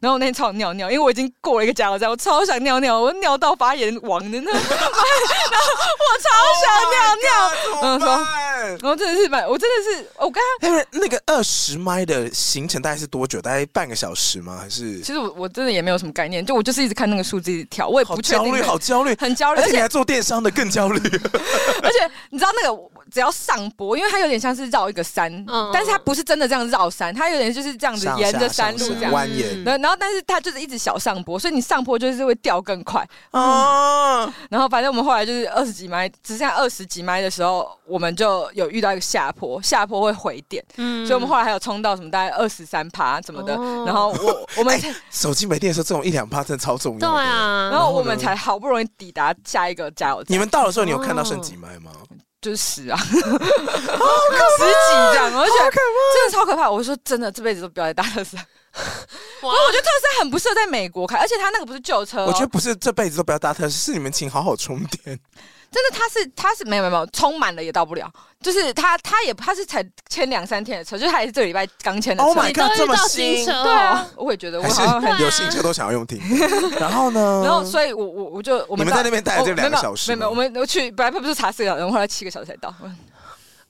Speaker 5: 然后我那天超想尿尿，因为我已经过了一个加油站，我超想尿尿，我尿到发炎王的 那，然后
Speaker 3: Oh
Speaker 5: 我超想尿尿。
Speaker 3: 哎
Speaker 5: 嗯
Speaker 3: 怎么办？
Speaker 5: 然后真的是 蛮，我真的是，我跟他，
Speaker 3: 因为那个二十迈的行程大概是多久？大概半个小时吗？还是
Speaker 5: 其实我我真的也没有什么概念，就我就是一直看那个数字一直跳，我也
Speaker 3: 好
Speaker 5: 不确
Speaker 3: 焦
Speaker 5: 定
Speaker 3: 虑，，好焦虑，
Speaker 5: 很焦虑，
Speaker 3: 而
Speaker 5: 而
Speaker 3: 且你
Speaker 5: 且
Speaker 3: 还做电商的，更焦虑。
Speaker 5: 而且你知道那个只要上坡，因为它有点像是绕一个山，
Speaker 4: 嗯
Speaker 5: 但是它不是真的这样绕山，它有点就是这样子
Speaker 3: 上
Speaker 5: 沿
Speaker 3: 下
Speaker 5: 着山路
Speaker 3: 上下
Speaker 5: 这样。
Speaker 3: 蜿蜒
Speaker 4: 嗯
Speaker 5: 然后，然后，但是它就是一直小上坡，所以你上坡就是会掉更快。
Speaker 3: 啊！
Speaker 5: 然后，反正我们后来就是二十几迈，只剩下二十几迈的时候，我们就有遇到一个下坡，下坡会回电，
Speaker 4: 嗯
Speaker 5: 所以我们后来还有冲到什么大概二十三趴什么的。
Speaker 4: 哦
Speaker 5: 然后我我们才，
Speaker 3: 手机没电的时候，这种一两趴真的超重
Speaker 4: 对
Speaker 3: 要。，
Speaker 4: 啊，
Speaker 5: 然后我
Speaker 3: 然后呢
Speaker 5: 们才好不容易抵达下一个加油站
Speaker 3: 你，们到的时候，你有看到剩几迈吗？
Speaker 5: 就是十啊，十几这样，而且真的超可怕。我说真的，这辈子都不要再搭特斯拉。
Speaker 4: 哇
Speaker 5: 不过我觉得特斯拉很不适合在美国开，而且它那个不是旧车、哦，
Speaker 3: 哦我觉得不是这辈子都不要搭特，是你们请好好充电。
Speaker 5: 真的它是它是没有没有没有充满了也到不了，就是它它也它是才签两三天的车，就是它也是这个礼拜刚签的车。
Speaker 3: Oh my
Speaker 4: 你都
Speaker 3: god，这
Speaker 4: 遇
Speaker 3: 么
Speaker 4: 到
Speaker 3: 新
Speaker 4: 新车，
Speaker 5: 对，啊，我也觉 得我
Speaker 3: 还
Speaker 5: 好像很。
Speaker 3: 是有啊兴趣都想要用听。然后呢？
Speaker 5: 然后，所以我我我就我
Speaker 3: 你们
Speaker 5: 到
Speaker 3: 在那边待了
Speaker 5: 我
Speaker 3: 这两个
Speaker 5: 没有
Speaker 3: 小时
Speaker 5: 没有没有，我
Speaker 3: 吗
Speaker 5: 们我去本来不是查四个小时，我们后来七个小时才到，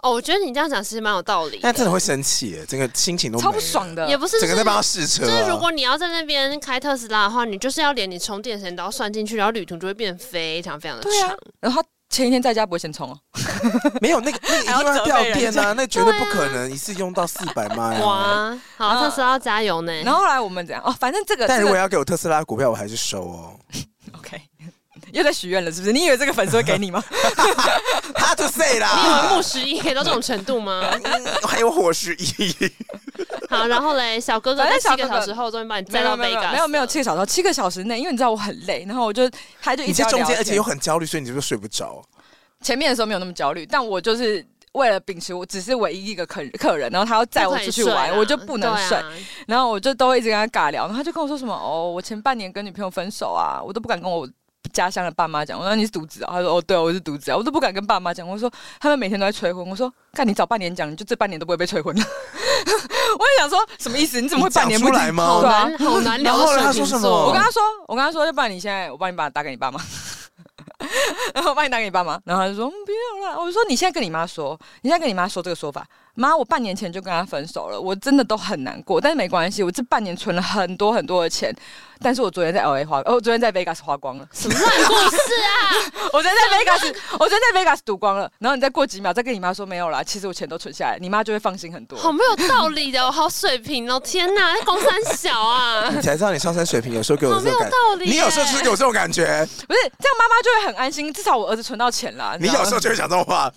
Speaker 4: 哦，我觉得你这样讲其实蛮有道理
Speaker 3: 那，真的会生气耶，整个心情都没
Speaker 5: 超
Speaker 3: 了
Speaker 5: 不爽，的。
Speaker 4: 也不是
Speaker 3: 整个在
Speaker 4: 就是
Speaker 3: 帮他试车
Speaker 4: 就
Speaker 3: 啊。
Speaker 4: 是如果你要在那边开特斯拉的话，你就是要连你充电时间都要算进去，然后旅途就会变得非常非常的
Speaker 5: 对啊
Speaker 4: 长。，
Speaker 5: 然后他前一天在家不会先充哦，
Speaker 3: 没 有那个那个一定
Speaker 5: 还要
Speaker 3: 要
Speaker 5: 责备
Speaker 3: 掉
Speaker 5: 人
Speaker 3: 电
Speaker 5: 家
Speaker 3: 啊，那绝对不可能一次用到四百迈啊。
Speaker 4: 哇，好，特斯拉要加油呢。
Speaker 5: 然后后来我们怎样哦，反正这个
Speaker 3: 但
Speaker 5: 这
Speaker 3: 如
Speaker 5: 个
Speaker 3: 果要给我特斯拉股票，我还是收哦。
Speaker 5: OK，又在许愿了，是不是？你以为这个粉丝会给 你吗？
Speaker 3: 他就 say
Speaker 4: 你以为
Speaker 3: 啦，
Speaker 4: 牧师也到这种程度吗？
Speaker 3: 嗯还有火石一，
Speaker 4: 好，然后嘞，小哥哥
Speaker 5: 反
Speaker 4: 在
Speaker 5: 正
Speaker 4: 七个
Speaker 5: 小哥哥
Speaker 4: 小时后终于把你
Speaker 5: 没
Speaker 4: 载到
Speaker 5: 有没
Speaker 4: Vegas
Speaker 5: 有
Speaker 4: 了。
Speaker 5: 没有没有七个小时，哦七个小时内，因为你知道我很累，然后我就他就一
Speaker 3: 你
Speaker 5: 直
Speaker 3: 这
Speaker 5: 要
Speaker 3: 中
Speaker 5: 聊
Speaker 3: 间
Speaker 5: 天
Speaker 3: 而且又很焦虑，所以你是不是睡不着？
Speaker 5: 前面的时候没有那么焦虑，但我就是。为了秉持我只是唯一一个客客人，然后他要载我出去玩，我就不能
Speaker 4: 啊
Speaker 5: 睡，啊然后我就都会一直跟他尬聊，然后他就跟我说什么哦，我前半年跟女朋友分手啊，我都不敢跟我家乡的爸妈讲，我说你是独子啊，他说哦对，我是独子啊，我都不敢跟爸妈讲，我说他们每天都在催婚，我说看你早半年讲，你就这半年都不会被催婚了， 我也想说什么意思？你怎么会半年不
Speaker 3: 你讲出来吗
Speaker 4: 好
Speaker 5: 对啊
Speaker 4: 难，好难聊
Speaker 3: 哦然后嘞他
Speaker 4: 的
Speaker 3: 说
Speaker 4: 水
Speaker 3: 什
Speaker 4: 瓶
Speaker 3: 么
Speaker 4: 座。
Speaker 5: 我跟他说，我跟他说，要不然你现在我帮你把打给你爸妈， 然后我帮你打给你爸妈，然后他就说、嗯、不用了。我就说你现在跟你妈说，你现在跟你妈说这个说法，妈，我半年前就跟他分手了，我真的都很难过，但是没关系，我这半年存了很多很多的钱，但是我昨天在 L A 花，哦，我昨天在 Vegas 花光了，
Speaker 4: 什么烂故事啊？
Speaker 5: 我昨天在 Vegas，我昨天在 Vegas 赌光了，然后你再过几秒再跟你妈说没有啦，其实我钱都存下来，你妈就会放心很多。
Speaker 4: 好没有道理的，我好水平哦！天哪，那公三小 啊，
Speaker 3: 你才知道你上升水平有时候给我
Speaker 4: 好
Speaker 3: 这
Speaker 4: 没
Speaker 3: 种
Speaker 4: 有
Speaker 3: 感
Speaker 4: 道理耶。
Speaker 3: 你有时候就是给我这种感 觉，
Speaker 5: 不是这样，妈妈就会很安心，至少我儿子存到钱啦。
Speaker 3: 你
Speaker 5: 知道吗
Speaker 3: 有时候就会讲这种话。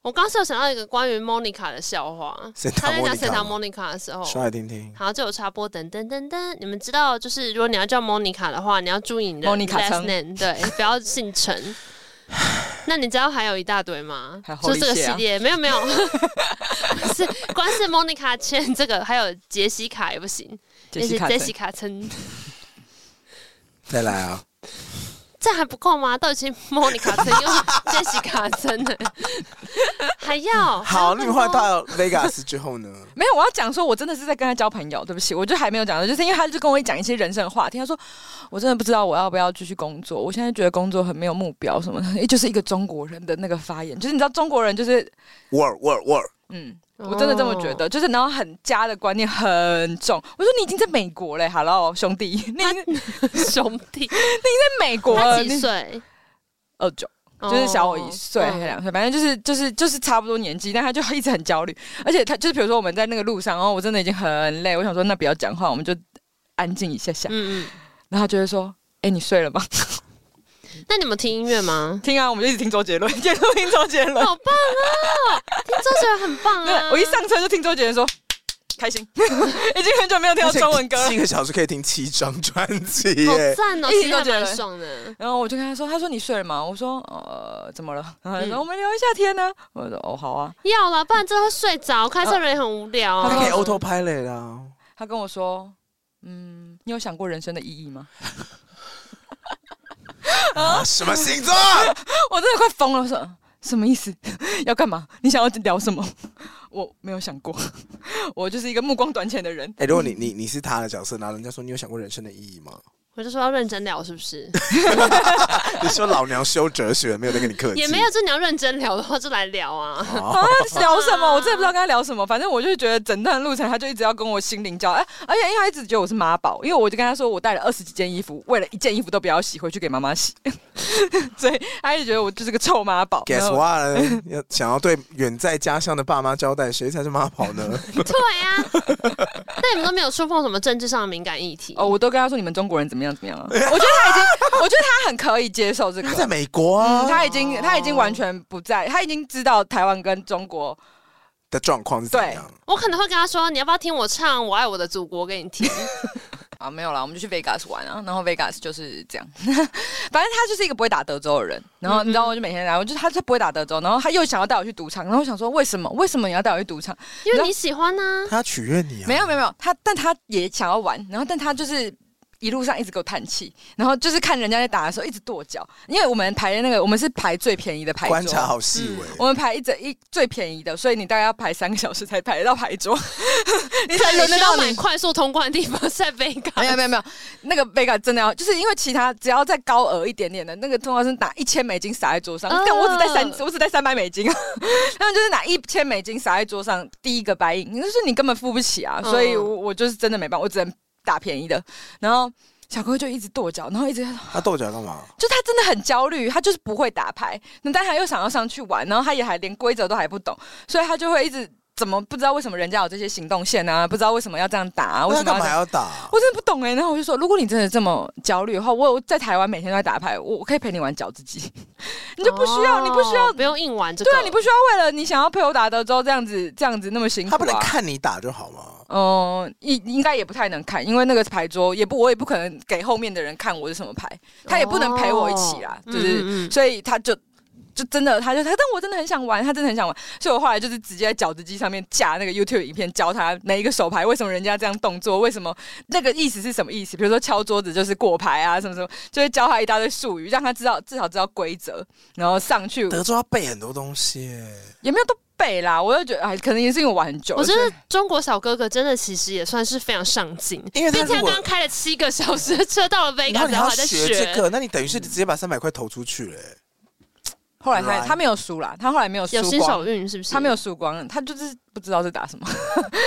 Speaker 4: 我刚刚是有想到一个关于 Monica 的笑话，
Speaker 3: Santa
Speaker 4: 他在讲
Speaker 3: Monica
Speaker 4: Santa
Speaker 3: 吗啊
Speaker 4: Monica 的时
Speaker 5: 哦
Speaker 4: 候，
Speaker 3: 说来听听。
Speaker 4: 好，就有插播，等等等等。你们知道，就是如果你要叫 Monica 的话，你要注意你的
Speaker 5: Monica
Speaker 4: last
Speaker 5: 称
Speaker 4: name，对，不要姓陈。那你知道还有一大堆吗
Speaker 5: 还有？
Speaker 4: 就
Speaker 5: Holy
Speaker 4: 这个
Speaker 5: shit
Speaker 4: 系
Speaker 5: 啊
Speaker 4: 列，没有没有， 不是光是 Monica 签这个，还有杰西卡也不行，
Speaker 5: 杰西卡
Speaker 4: 杰
Speaker 5: 森
Speaker 4: 西卡称，
Speaker 3: 再来啊！
Speaker 4: 这还不够吗？都已经 Monica 称又杰西卡称了，还要
Speaker 3: 好，那
Speaker 4: 还
Speaker 3: 你
Speaker 4: 有更多
Speaker 3: 们换到 Vegas 之后 呢？
Speaker 5: 没有，我要讲说，我真的是在跟他交朋友。对不起，我就还没有讲到，就是因为他就跟我讲一些人生的话题。他说，我真的不知道我要不要继续工作，我现在觉得工作很没有目标什么的， 就是一个中国人的那个发言，就是你知道中国人就是，
Speaker 3: Word Word Word，
Speaker 5: 嗯，我真的这么觉得，就是然后很家的观念很重。我说你已经在美国嘞，Hello 兄弟，你已经在
Speaker 4: 兄弟，
Speaker 5: 美国
Speaker 4: 他
Speaker 5: 了，
Speaker 4: 几
Speaker 5: 哦你
Speaker 4: 岁？
Speaker 5: 二九。就是小我一岁
Speaker 4: 哦
Speaker 5: 还是 两岁，反正就是就是就是差不多年纪，但他就一直很焦虑，而且他就是比如说我们在那个路上，然后我真的已经很累，我想说那不要讲话，我们就安静一下下，
Speaker 4: 嗯
Speaker 5: 然后他就会说。哎、你睡了吗？？
Speaker 4: 嗯，那你们听音乐吗
Speaker 5: 听啊，我们就一直听周杰伦， 接着听周杰伦。
Speaker 4: 好棒啊！听周杰伦很棒
Speaker 5: 对
Speaker 4: 啊！，
Speaker 5: 我一上车就听周杰伦说开 心，已经很久没有听到中文歌了
Speaker 3: 一。个小时可以听七张专辑
Speaker 4: 好
Speaker 3: 耶。
Speaker 4: 赞哦，其
Speaker 5: 一听
Speaker 4: 实
Speaker 5: 都
Speaker 4: 还
Speaker 5: 觉得
Speaker 4: 蛮爽的。
Speaker 5: 然后我就跟他说，他说你睡了吗？我说呃怎么了？然后他说、
Speaker 4: 嗯
Speaker 5: 我们聊一下天呢、我说哦好啊。
Speaker 4: 要啦，不然真的会睡着，开车人也很无聊
Speaker 3: 他
Speaker 4: 啊。
Speaker 3: 可以啊 auto pilot 啦。
Speaker 5: 他跟我说：“嗯，你有想过人生的意义吗
Speaker 3: 啊，什么星 座？？”
Speaker 5: 我真的快疯了，我说嗯什么意思？ 要干嘛？你想要聊什么？ 我没有想过， 我就是一个目光短浅的人。
Speaker 3: 哎，如果你你你是他的角色，然后人家说你有想过人生的意义吗？
Speaker 4: 我就说要认真聊，是不是？
Speaker 3: 你说老娘修哲学，没有在跟你客气，
Speaker 4: 也没有，就你要认真聊的话，就来聊啊。
Speaker 3: 哦
Speaker 5: 啊，聊什么？我真的不知 道跟他聊什么。反正我就觉得整段路程，他就一直要跟我心灵交流，哎而且因为他一直觉得我是妈宝，因为我就跟他说我带了二十几件衣服，为了一件衣服都不要洗，回去给妈妈洗， 所以他一直觉得我就是个臭妈宝。然
Speaker 3: Guess
Speaker 5: 后
Speaker 3: what？要 想要对远在家乡的爸妈交代，谁才是妈宝 呢？
Speaker 4: 对啊，那你们都没有触碰什么政治上的敏感议题
Speaker 5: 哦，我都跟他说你们中国人怎么样怎么样啊？我 觉得他已经，我觉得他很可以接受这个
Speaker 3: 他。在美国啊
Speaker 5: 嗯，他已经他已经完全不在，他已经知道台湾跟中国
Speaker 3: 的状况是怎样？
Speaker 4: 我可能会跟他说，你要不要听我唱《我爱我的祖国》给 你听？
Speaker 5: 啊没有啦，我们就去 Vegas 玩啊，然后 Vegas 就是这样， 反正他就是一个不会打德州的人，然后你知
Speaker 3: 嗯
Speaker 5: 道我就每天来，我就他就不会打德州，然后他又想要带我去赌场，然后我想说为什么为什么你要带我去赌场？
Speaker 4: 因为你喜欢呢、
Speaker 3: 他取悦你啊？
Speaker 5: 没有没有没有，他但他也想要玩，然后但他就是。一路上一直给我叹气，然后就是看人家在打的时候一直跺脚，因为我们排的那个我们是排最便宜的牌桌，
Speaker 3: 观察好细微。
Speaker 5: 我们排一整一最便宜的，所以你大概要排三个小时才排得到牌桌， 你才
Speaker 4: 但
Speaker 5: 轮得
Speaker 4: 需要
Speaker 5: 到
Speaker 4: 买
Speaker 5: 你。
Speaker 4: 快速通关的地方在北港
Speaker 5: 没。哎 有没有没有，那个 Vega 真的要，就是因为其他只要再高额一点点的，那个通常是拿一千美金撒在桌上，
Speaker 4: 嗯
Speaker 5: 但我只带三，我只带三百美金， 他们就是拿一千美金撒在桌上，第一个白银，就是你根本付不起啊，
Speaker 4: 嗯
Speaker 5: 所以我我就是真的没办法，我只能打便宜的，然后。小哥就一直跺脚，然后一直
Speaker 3: 他跺脚干嘛？
Speaker 5: 就他真的很焦虑，他就是不会打牌，那但他又想要上去玩，然后他也还连规则都还不懂，所以他就会一直怎么不知道为什么人家有这些行动线啊，不知道为什么要这样打啊，为
Speaker 3: 那
Speaker 5: 什
Speaker 3: 他干
Speaker 5: 么要
Speaker 3: 嘛
Speaker 5: 这
Speaker 3: 还
Speaker 5: 样？
Speaker 3: 要打？
Speaker 5: 我真的不懂哎、然后我就说，如果你真的这么焦虑的话，我我在台湾每天都在打牌，我我可以陪你玩饺子机， 你就不需
Speaker 4: 哦
Speaker 5: 要，你不需要，
Speaker 4: 不用硬玩这个。
Speaker 5: 对啊，你不需要为了你想要陪我打德州这样子这样子那么辛苦、啊，
Speaker 3: 他不能看你打就好吗？
Speaker 5: 嗯，应应该也不太能看，因为那个牌桌也不，我也不可能给后面的人看我是什么牌，他也不能陪我一起啦，
Speaker 4: 哦
Speaker 5: 就是，
Speaker 4: 嗯嗯嗯
Speaker 5: 所以他就就真的，他就他，但我真的很想玩，他真的很想玩，所以我后来就是直接在饺子机上面架那个 YouTube 影片，教他每一个手牌为什么人家这样动作，为什么那个意思是什么意思，比如说敲桌子就是过牌啊，什么什么，就会教他一大堆术语，让他知道至少知道规则，然后上去
Speaker 3: 德州要背很多东西耶，
Speaker 5: 也没有都背啦，我就觉得哎，可能也是因为我玩很久了，
Speaker 4: 我觉
Speaker 5: 所以
Speaker 4: 得中国小哥哥真的其实也算是非常上进，
Speaker 3: 因为他
Speaker 4: 并且
Speaker 3: 如
Speaker 4: 他
Speaker 3: 果
Speaker 4: 刚刚开了七个小时的车到了
Speaker 5: 哎
Speaker 4: 北
Speaker 3: 然后
Speaker 4: 港，
Speaker 3: 你
Speaker 4: 然后
Speaker 3: 要
Speaker 4: 还在
Speaker 3: 学这个，那你等于是直接把三百块投出去了耶。
Speaker 5: 后来他
Speaker 3: Right
Speaker 5: 他没有输啦，他后来没有输
Speaker 4: 有新
Speaker 5: 光
Speaker 4: 手运是不是？
Speaker 5: 他没有输光，他就是不知道在打什么。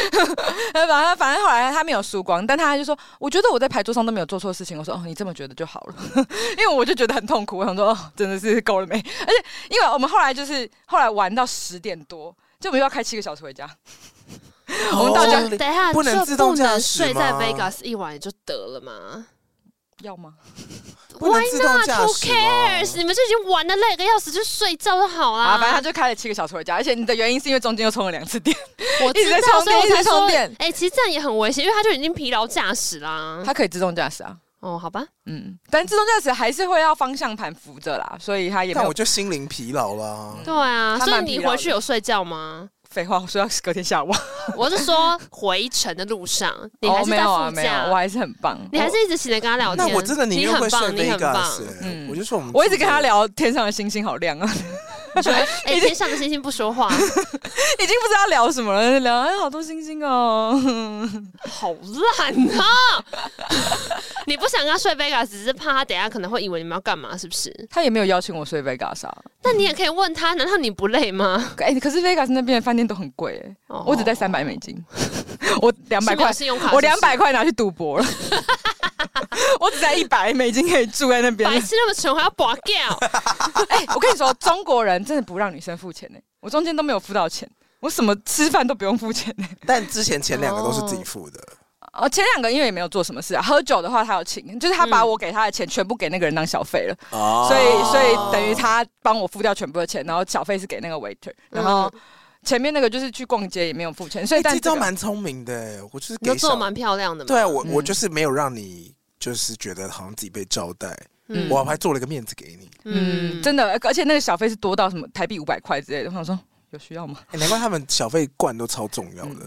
Speaker 5: 反正反正后来他没有输光，但他就说：“我觉得我在牌桌上都没有做错事情。”我说：“哦，你这么觉得就好了。” 因为我就觉得很痛苦，我想说：“哦，真的是够了没？”而且因为我们后来就是后来玩到十点多，就我们又要开七个小 时回家。我们到
Speaker 4: 这
Speaker 5: 家
Speaker 4: 样。哦
Speaker 3: 哦
Speaker 4: 等一下，
Speaker 3: 不能
Speaker 4: 这
Speaker 3: 自动
Speaker 4: 不
Speaker 3: 驾
Speaker 4: 能
Speaker 3: 驶
Speaker 4: 睡在
Speaker 3: 吗
Speaker 4: Vegas 一晚就得了吗
Speaker 5: 要吗？
Speaker 3: 不能
Speaker 4: Why
Speaker 3: 自动
Speaker 4: not?
Speaker 3: 驾
Speaker 4: Who
Speaker 3: 驶啊吗
Speaker 4: cares？你们就已经玩的累个要死，就睡觉就好啦。
Speaker 5: 啊，反正他就开了七个小时回家，而且你的原因是因为中间又充了两次电，
Speaker 4: 我
Speaker 5: 一直
Speaker 4: 知
Speaker 5: 在
Speaker 4: 道，
Speaker 5: 充
Speaker 4: 所以我
Speaker 5: 电一直
Speaker 4: 才
Speaker 5: 在充
Speaker 4: 说
Speaker 5: 电，
Speaker 4: 哎，其实这样也很危险，因为他就已经疲劳驾驶啦。
Speaker 5: 他可以自动驾驶啊。
Speaker 4: 哦，好吧，
Speaker 5: 嗯，但自动驾驶还是会要方向盘扶着啦，所以它也没
Speaker 3: 但我
Speaker 5: 有
Speaker 3: 就心灵疲劳啦。
Speaker 4: 对啊，
Speaker 5: 他
Speaker 4: 所以
Speaker 5: 蛮疲
Speaker 4: 你
Speaker 5: 劳
Speaker 4: 回
Speaker 5: 的
Speaker 4: 去有睡觉吗？
Speaker 5: 废话，我说要隔天下午啊，
Speaker 4: 我是说回程的路上，你还
Speaker 5: 哦
Speaker 4: 是
Speaker 5: 没
Speaker 4: 在
Speaker 5: 有啊，
Speaker 4: 副
Speaker 5: 没有，
Speaker 4: 驾，
Speaker 5: 我还是很棒，
Speaker 4: 你还是一直醒着跟他聊
Speaker 3: 那
Speaker 4: 天。
Speaker 3: 我真的宁
Speaker 4: 你
Speaker 3: 愿
Speaker 4: 很
Speaker 3: 会睡
Speaker 4: 棒，你很
Speaker 3: Vegas，
Speaker 4: 棒。
Speaker 3: 欸
Speaker 5: 嗯
Speaker 3: 我就说我们，
Speaker 5: 我一直跟他，聊天上的星星好亮啊，
Speaker 4: 你觉得哎，天上的星星不说话，
Speaker 5: 已经不知道聊什么了，聊哎好多星星哦，
Speaker 4: 好烂啊！ 你不想跟他睡 Vegas，只是怕他等一下可能会以为你们要干嘛，是不是？
Speaker 5: 他也没有邀请我睡 Vegas 啊，
Speaker 4: 那你也可以问他，难道你不累吗？
Speaker 5: 哎、可是 Vegas 那边的饭店都很贵、哎
Speaker 4: 哦
Speaker 5: 我只带三百美金， 我两百
Speaker 4: 是没
Speaker 5: 块
Speaker 4: 有，信用卡
Speaker 5: 我
Speaker 4: 是不
Speaker 5: 两
Speaker 4: 是
Speaker 5: 百块拿去赌博了， 我只带一百美金可以住在那边。
Speaker 4: 白痴那么穷还要拔 掉，
Speaker 5: 哎、我跟你说，中国人真的不让女生付钱呢、我中间都没有付到钱，我什么吃饭都不用付钱呢、哎
Speaker 3: 但之前前两个都是自己付的，
Speaker 5: 哦，前两个因为也没有做什么事啊，喝酒的话他有请，就是他把我给他的钱全部给那个人当小费了，
Speaker 3: 嗯哦
Speaker 5: 所以所以等于他帮我付掉全部的钱，然后小费是给那个 waiter，然后前面那个就是去逛街也没有付钱，所以
Speaker 3: 哎嗯
Speaker 5: 但
Speaker 3: 这
Speaker 5: 这
Speaker 3: 招
Speaker 5: 个
Speaker 3: 蛮聪明的欸，我就是
Speaker 4: 你都
Speaker 3: 给
Speaker 4: 做得
Speaker 3: 小
Speaker 4: 蛮漂亮的嘛。
Speaker 3: 对啊，我我
Speaker 5: 嗯
Speaker 3: 就是没有让你就是觉得好像自己被招待，
Speaker 5: 嗯
Speaker 3: 我还做了一个面子给你，
Speaker 5: 嗯，真的，而且那个小费是多到什么台币五百块之类的，我想说有需要吗？
Speaker 3: 哎难怪他们小费罐都超重要的。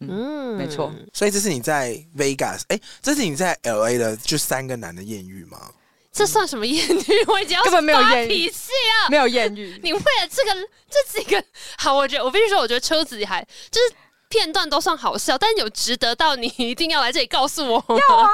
Speaker 4: 嗯
Speaker 5: 没错
Speaker 3: 所以这是你在 Vegas，哎，这是你在 LA 的就三个男的艳遇吗？
Speaker 4: 这算什么艳遇？我已经要
Speaker 5: 根本没有
Speaker 4: 发
Speaker 5: 艳遇
Speaker 4: 脾气啊！
Speaker 5: 没有艳 遇，
Speaker 4: 你为了这个这几个，好，我觉得我必须说，我觉得车子还就是片段都算好笑，但有值得到你一定要来这里告诉我要啊？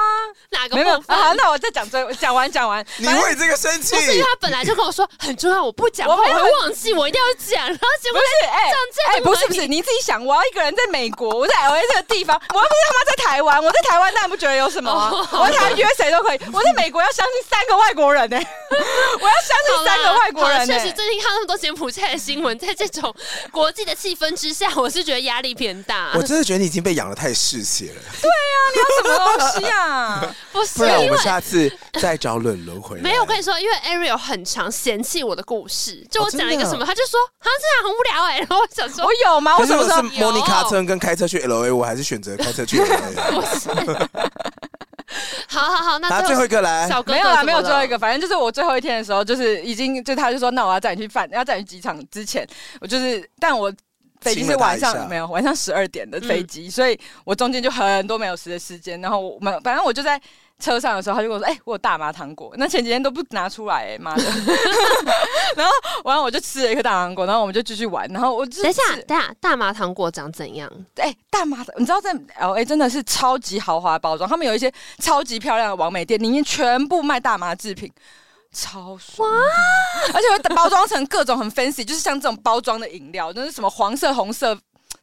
Speaker 4: 哪个
Speaker 5: 没有没有
Speaker 4: 部分？
Speaker 5: 啊？好那我再讲最讲完讲完，
Speaker 3: 你为这个生气
Speaker 4: 不？是啊因为他本来就跟我说很重要，我不讲话
Speaker 5: 我
Speaker 4: 我
Speaker 5: 没有
Speaker 4: 会忘记，我一定要讲，然后结
Speaker 5: 不
Speaker 4: 果
Speaker 5: 是
Speaker 4: 这样
Speaker 5: 哎哎
Speaker 4: 这样怎么
Speaker 5: 不是不是，你自己想，我要一个人在美国，我在 LA 这个地方，我又不是他妈在台湾，我在台湾当然不觉得有什么啊，
Speaker 4: 哦
Speaker 5: 我在台湾约谁都可以，我在美国要相信三个外国人 呢，我要相
Speaker 4: 好
Speaker 5: 信
Speaker 4: 啦
Speaker 5: 三个外国
Speaker 4: 好啦
Speaker 5: 人哎欸
Speaker 4: 确实，
Speaker 5: 呢。
Speaker 4: 最近看到那么多柬埔寨的新闻，在这种国际的气氛之下，我是觉得压力偏大
Speaker 3: 我。真的觉得你已经被养的太嗜血了，
Speaker 5: 你要什么东西 啊？
Speaker 4: 不是
Speaker 3: 不然我
Speaker 4: 因为
Speaker 3: 们下次再找冷楼回来。
Speaker 4: 没有，我跟你说，因为 Ariel 很常嫌弃我的故事，就我
Speaker 3: 哦真
Speaker 4: 讲了一个
Speaker 3: 的啊
Speaker 4: 什么，他就说啊，这样很无聊哎、然后我想说
Speaker 5: 我，有吗？我
Speaker 3: 可是
Speaker 5: 什么
Speaker 3: 我
Speaker 5: 时
Speaker 3: 是
Speaker 5: 候？
Speaker 4: 有
Speaker 3: 莫妮卡车跟开车去 L A，我还是选择开车去 L A。
Speaker 4: 好好好，那
Speaker 3: 好，最后一个来，
Speaker 4: 小哥哥
Speaker 5: 没有
Speaker 4: 怎么
Speaker 5: 啦，没有最后一
Speaker 4: 了，
Speaker 5: 个，反正就是我最后一天的时候，就是已经就他就说，那我要载你去饭，要载你去机场之前，我就是，但我飞机
Speaker 3: 亲了
Speaker 5: 是
Speaker 3: 他
Speaker 5: 晚
Speaker 3: 一下
Speaker 5: 上没有晚上十二点的飞机，所以我中间就很多没有时的时间，然后我们反正我就在。车上的时候，他就跟我说：“哎、我有大麻糖果，那前几天都不拿出来、哎妈的！” 然后完了我就吃了一颗大麻糖果，然后我们就继续玩，然后我就
Speaker 4: 等一下
Speaker 5: 吃，
Speaker 4: 等一下，大麻糖果长怎样？
Speaker 5: 哎、大麻的，你知道在 L A 真的是超级豪华包装，他们有一些超级漂亮的网美店，里面全部卖大麻制品，超爽的。 而且会包装成各种很 fancy，就是像这种包装的饮料，就是什么黄色、红色，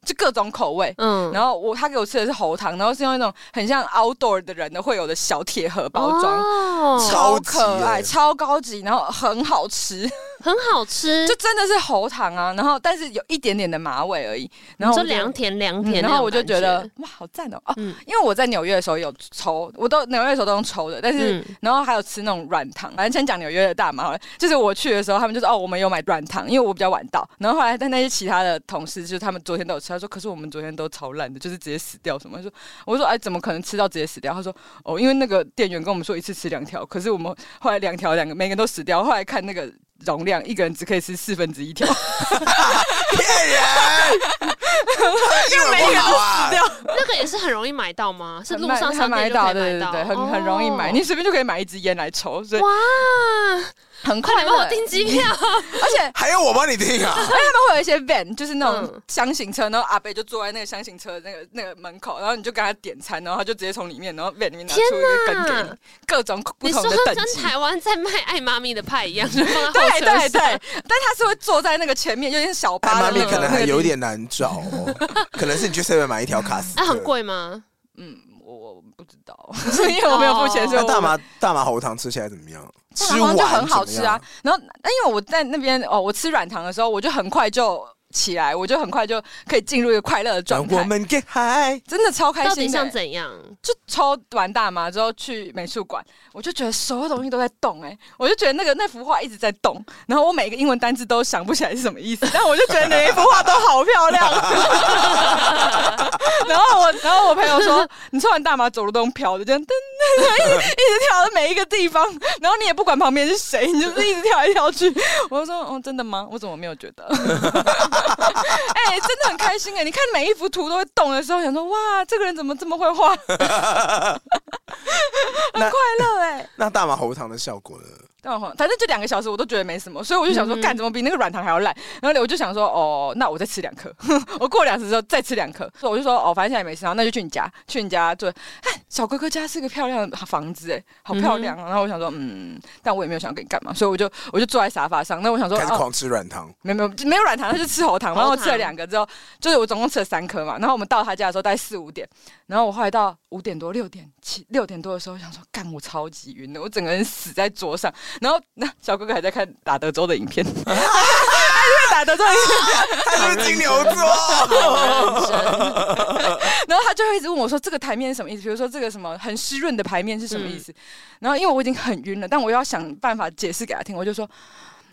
Speaker 5: 就各种口味。
Speaker 4: 嗯，
Speaker 5: 然后我他给我吃的是喉糖，然后是用一种很像 outdoor 的人的会有的小铁盒包装。
Speaker 4: 哦，
Speaker 5: 超可
Speaker 3: 超级耶
Speaker 5: 爱，超高级，然后很好吃，
Speaker 4: 很好吃，
Speaker 5: 就真的是喉糖啊，然后但是有一点点的麻味而已，
Speaker 4: 你
Speaker 5: 然后
Speaker 4: 说
Speaker 5: 我就
Speaker 4: 凉甜凉
Speaker 5: 嗯
Speaker 4: 甜那种感，
Speaker 5: 然后我就觉得哇，好赞哦、哦、
Speaker 4: 嗯
Speaker 5: 因为我在纽约的时候有抽，我都纽约的时候都用抽的，但是、
Speaker 4: 嗯
Speaker 5: 然后还有吃那种软糖。反正先讲纽约的大麻好了，就是我去的时候，他们就说哦，我们有买软糖，因为我比较晚到。然后后来但那些其他的同事，就是他们昨天都有吃，他说可是我们昨天都超烂的，就是直接死掉什么。他说我说哎，怎么可能吃到直接死掉？他说哦，因为那个店员跟我们说一次吃两条，可是我们后来两条两个每个人都死掉，后来看那个容量，一个人只可以吃四分之一条。
Speaker 3: 骗人，英文不好啊，
Speaker 4: 那个也是很容易买到吗？是路上
Speaker 5: 才
Speaker 4: 商
Speaker 5: 买
Speaker 4: 店就可以
Speaker 5: 对对
Speaker 4: 到，
Speaker 5: 对，很很容易买，
Speaker 4: 哦
Speaker 5: 你随便就可以买一支烟来抽，所以
Speaker 4: 哇，
Speaker 5: 很
Speaker 4: 快
Speaker 5: 快
Speaker 4: 点帮
Speaker 5: 乐
Speaker 4: 我。订机票，
Speaker 5: 而且
Speaker 3: 还要我帮你听 啊？
Speaker 5: 而且他们会有一些 van，就是那
Speaker 4: 嗯
Speaker 5: 种箱型车，然后阿北就坐在那个箱型车的那个那个门口，然后你就跟他点餐，然后他就直接从里面，然后 van 里面拿出一个
Speaker 4: 天
Speaker 5: 根
Speaker 4: 哪
Speaker 5: 给你，各种不
Speaker 4: 你
Speaker 5: 同
Speaker 4: 说
Speaker 5: 的
Speaker 4: 跟
Speaker 5: 等级。
Speaker 4: 台湾在卖爱妈咪的派 一样，就放在后车
Speaker 5: 对对对，
Speaker 4: 厢
Speaker 5: 但他是会坐在那个前面，有点小
Speaker 3: 哎，
Speaker 5: 巴
Speaker 3: 妈
Speaker 5: 的
Speaker 3: 咪
Speaker 5: 那个
Speaker 3: 可能还
Speaker 5: 那个
Speaker 3: 有
Speaker 5: 地
Speaker 3: 点难找哦，可能是你去 seven 买一条卡斯，
Speaker 4: 啊，很。贵吗？
Speaker 5: 我我不知道， 因为我没有付钱，所以
Speaker 3: 那
Speaker 5: 我
Speaker 3: 大麻大麻喉糖吃起来怎么样？吃
Speaker 5: 然
Speaker 3: 完
Speaker 5: 后就很好吃
Speaker 3: 怎么
Speaker 5: 啊
Speaker 3: 样。。
Speaker 5: 然后，那因为我在那边哦，我吃软糖的时候，我就很快就起来，我就很快就可以进入一个快乐的状
Speaker 3: 让我
Speaker 5: 态，
Speaker 3: 们 get high，
Speaker 5: 真的超开
Speaker 4: 到底
Speaker 5: 心
Speaker 4: 像
Speaker 5: 的。
Speaker 4: 怎样？
Speaker 5: 就抽完大麻之后去美术馆，我就觉得所有东西都在动、哎，我就觉得那个那幅画一直在动，然后我每个英文单字都想不起来 是什么意思，但我就觉得每一幅画都好漂亮。然后我然后我朋友说，你抽完大麻走路都用飘的，这样噔噔噔，一直一直跳到每一个地方，然后你也不管旁边是谁，你就是一直跳来跳去。我就说，哦，真的吗？我怎么没有觉得？ 哎、真的很开心哎、你看每一幅图都会动的时候，想说，哇，这个人怎么这么会画？很
Speaker 3: 那
Speaker 5: 快乐哎、
Speaker 3: 那大麻喉糖的效果呢？
Speaker 5: 蛋黄，哦反正就两个小时，我都觉得没什么，所以我就想说，
Speaker 4: 嗯
Speaker 5: 干、怎么比那个软糖还要烂？然后我就想说，哦，那我再吃两颗， 我过两时之后再吃两颗，所以我就说，哦，反正现在也没事，然后那就去你家，去你家住。哎，小哥哥家是个漂亮的房子，哎，好漂亮、啊。然后我想说，嗯，但我也没有想要跟你干嘛，所以我就我就坐在沙发上。那我想说，
Speaker 3: 开始
Speaker 5: 哦，
Speaker 3: 狂吃软糖，
Speaker 5: 没有没有没有软糖，那就吃喉糖。
Speaker 4: 喉糖
Speaker 5: 然后我吃了两个之后，就是我总共吃了三颗嘛。然后我们到他家的时候大概四五点，然后我后来到五点多六点七六点多的时候，想说干我超级晕的，我整个人死在桌上。然后那小哥哥还在看打德州的影 片， 他在看打德州的影片，
Speaker 3: 他是金牛座，
Speaker 5: 然后他就会一直问我说这个台面是什么意思？比如说这个什么很湿润的牌面是什么意思？然后因为我已经很晕了，但我又要想办法解释给他听，我就说。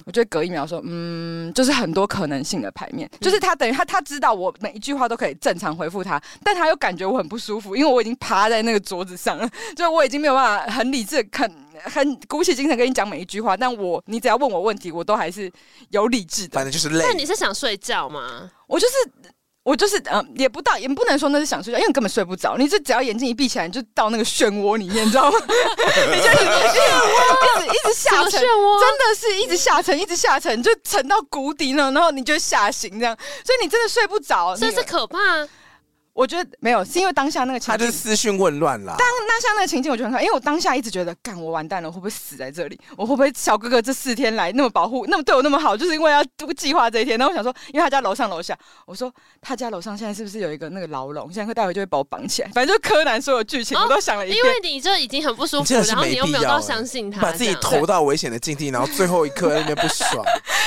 Speaker 5: 我就会隔一秒说，嗯，就是很多可能性的牌面，就是他等于他他知道我每一句话都可以正常回复他，但他又感觉我很不舒服，因为我已经趴在那个桌子上了， 就我已经没有办法很理智地看。很鼓起精神跟你讲每一句话，但我你只要问我问题，我都还是有理智的
Speaker 3: 反。正就是累
Speaker 4: 那。你是想睡觉吗？
Speaker 5: 我就是我就是嗯，也不到，也不能说那是想睡觉，因为你根本睡不着。你就只要眼睛一闭起来，你就到那个漩涡里面，你知道吗？ 你就一直一直一直下沉，
Speaker 4: 什么漩涡
Speaker 5: 真的是一直下沉，一直下沉，就沉到谷底呢，然后你就吓醒这样，所以你真的睡不着。
Speaker 4: 所以
Speaker 5: 你
Speaker 4: 是可怕。
Speaker 5: 我觉得没有，是因为当下那个情
Speaker 3: 他就
Speaker 5: 境
Speaker 3: 是。私讯混乱啦。
Speaker 5: 当当下那个情境，我觉得很可怕，因为我当下一直觉得，干我完蛋了，我会不会死在这里？我会不会小哥哥这四天来那么保护，那么对我那么好，就是因为要计划这一天？然后我想说，因为他家楼上楼下，我说他家楼上现在是不是有一个那个牢笼？现在待会就会把我绑起来。反正就柯南所有剧情
Speaker 4: 哦
Speaker 5: 我都想了一遍
Speaker 4: 因。为你就已经很不舒
Speaker 3: 你
Speaker 4: 服，
Speaker 3: 真的是
Speaker 4: 然后
Speaker 3: 没
Speaker 4: 你又
Speaker 3: 必
Speaker 4: 没有
Speaker 3: 要
Speaker 4: 到
Speaker 3: 欸
Speaker 4: 相信他，
Speaker 3: 把自己
Speaker 4: 这样
Speaker 3: 投到危险的境地，然后最后一刻在那边不 爽，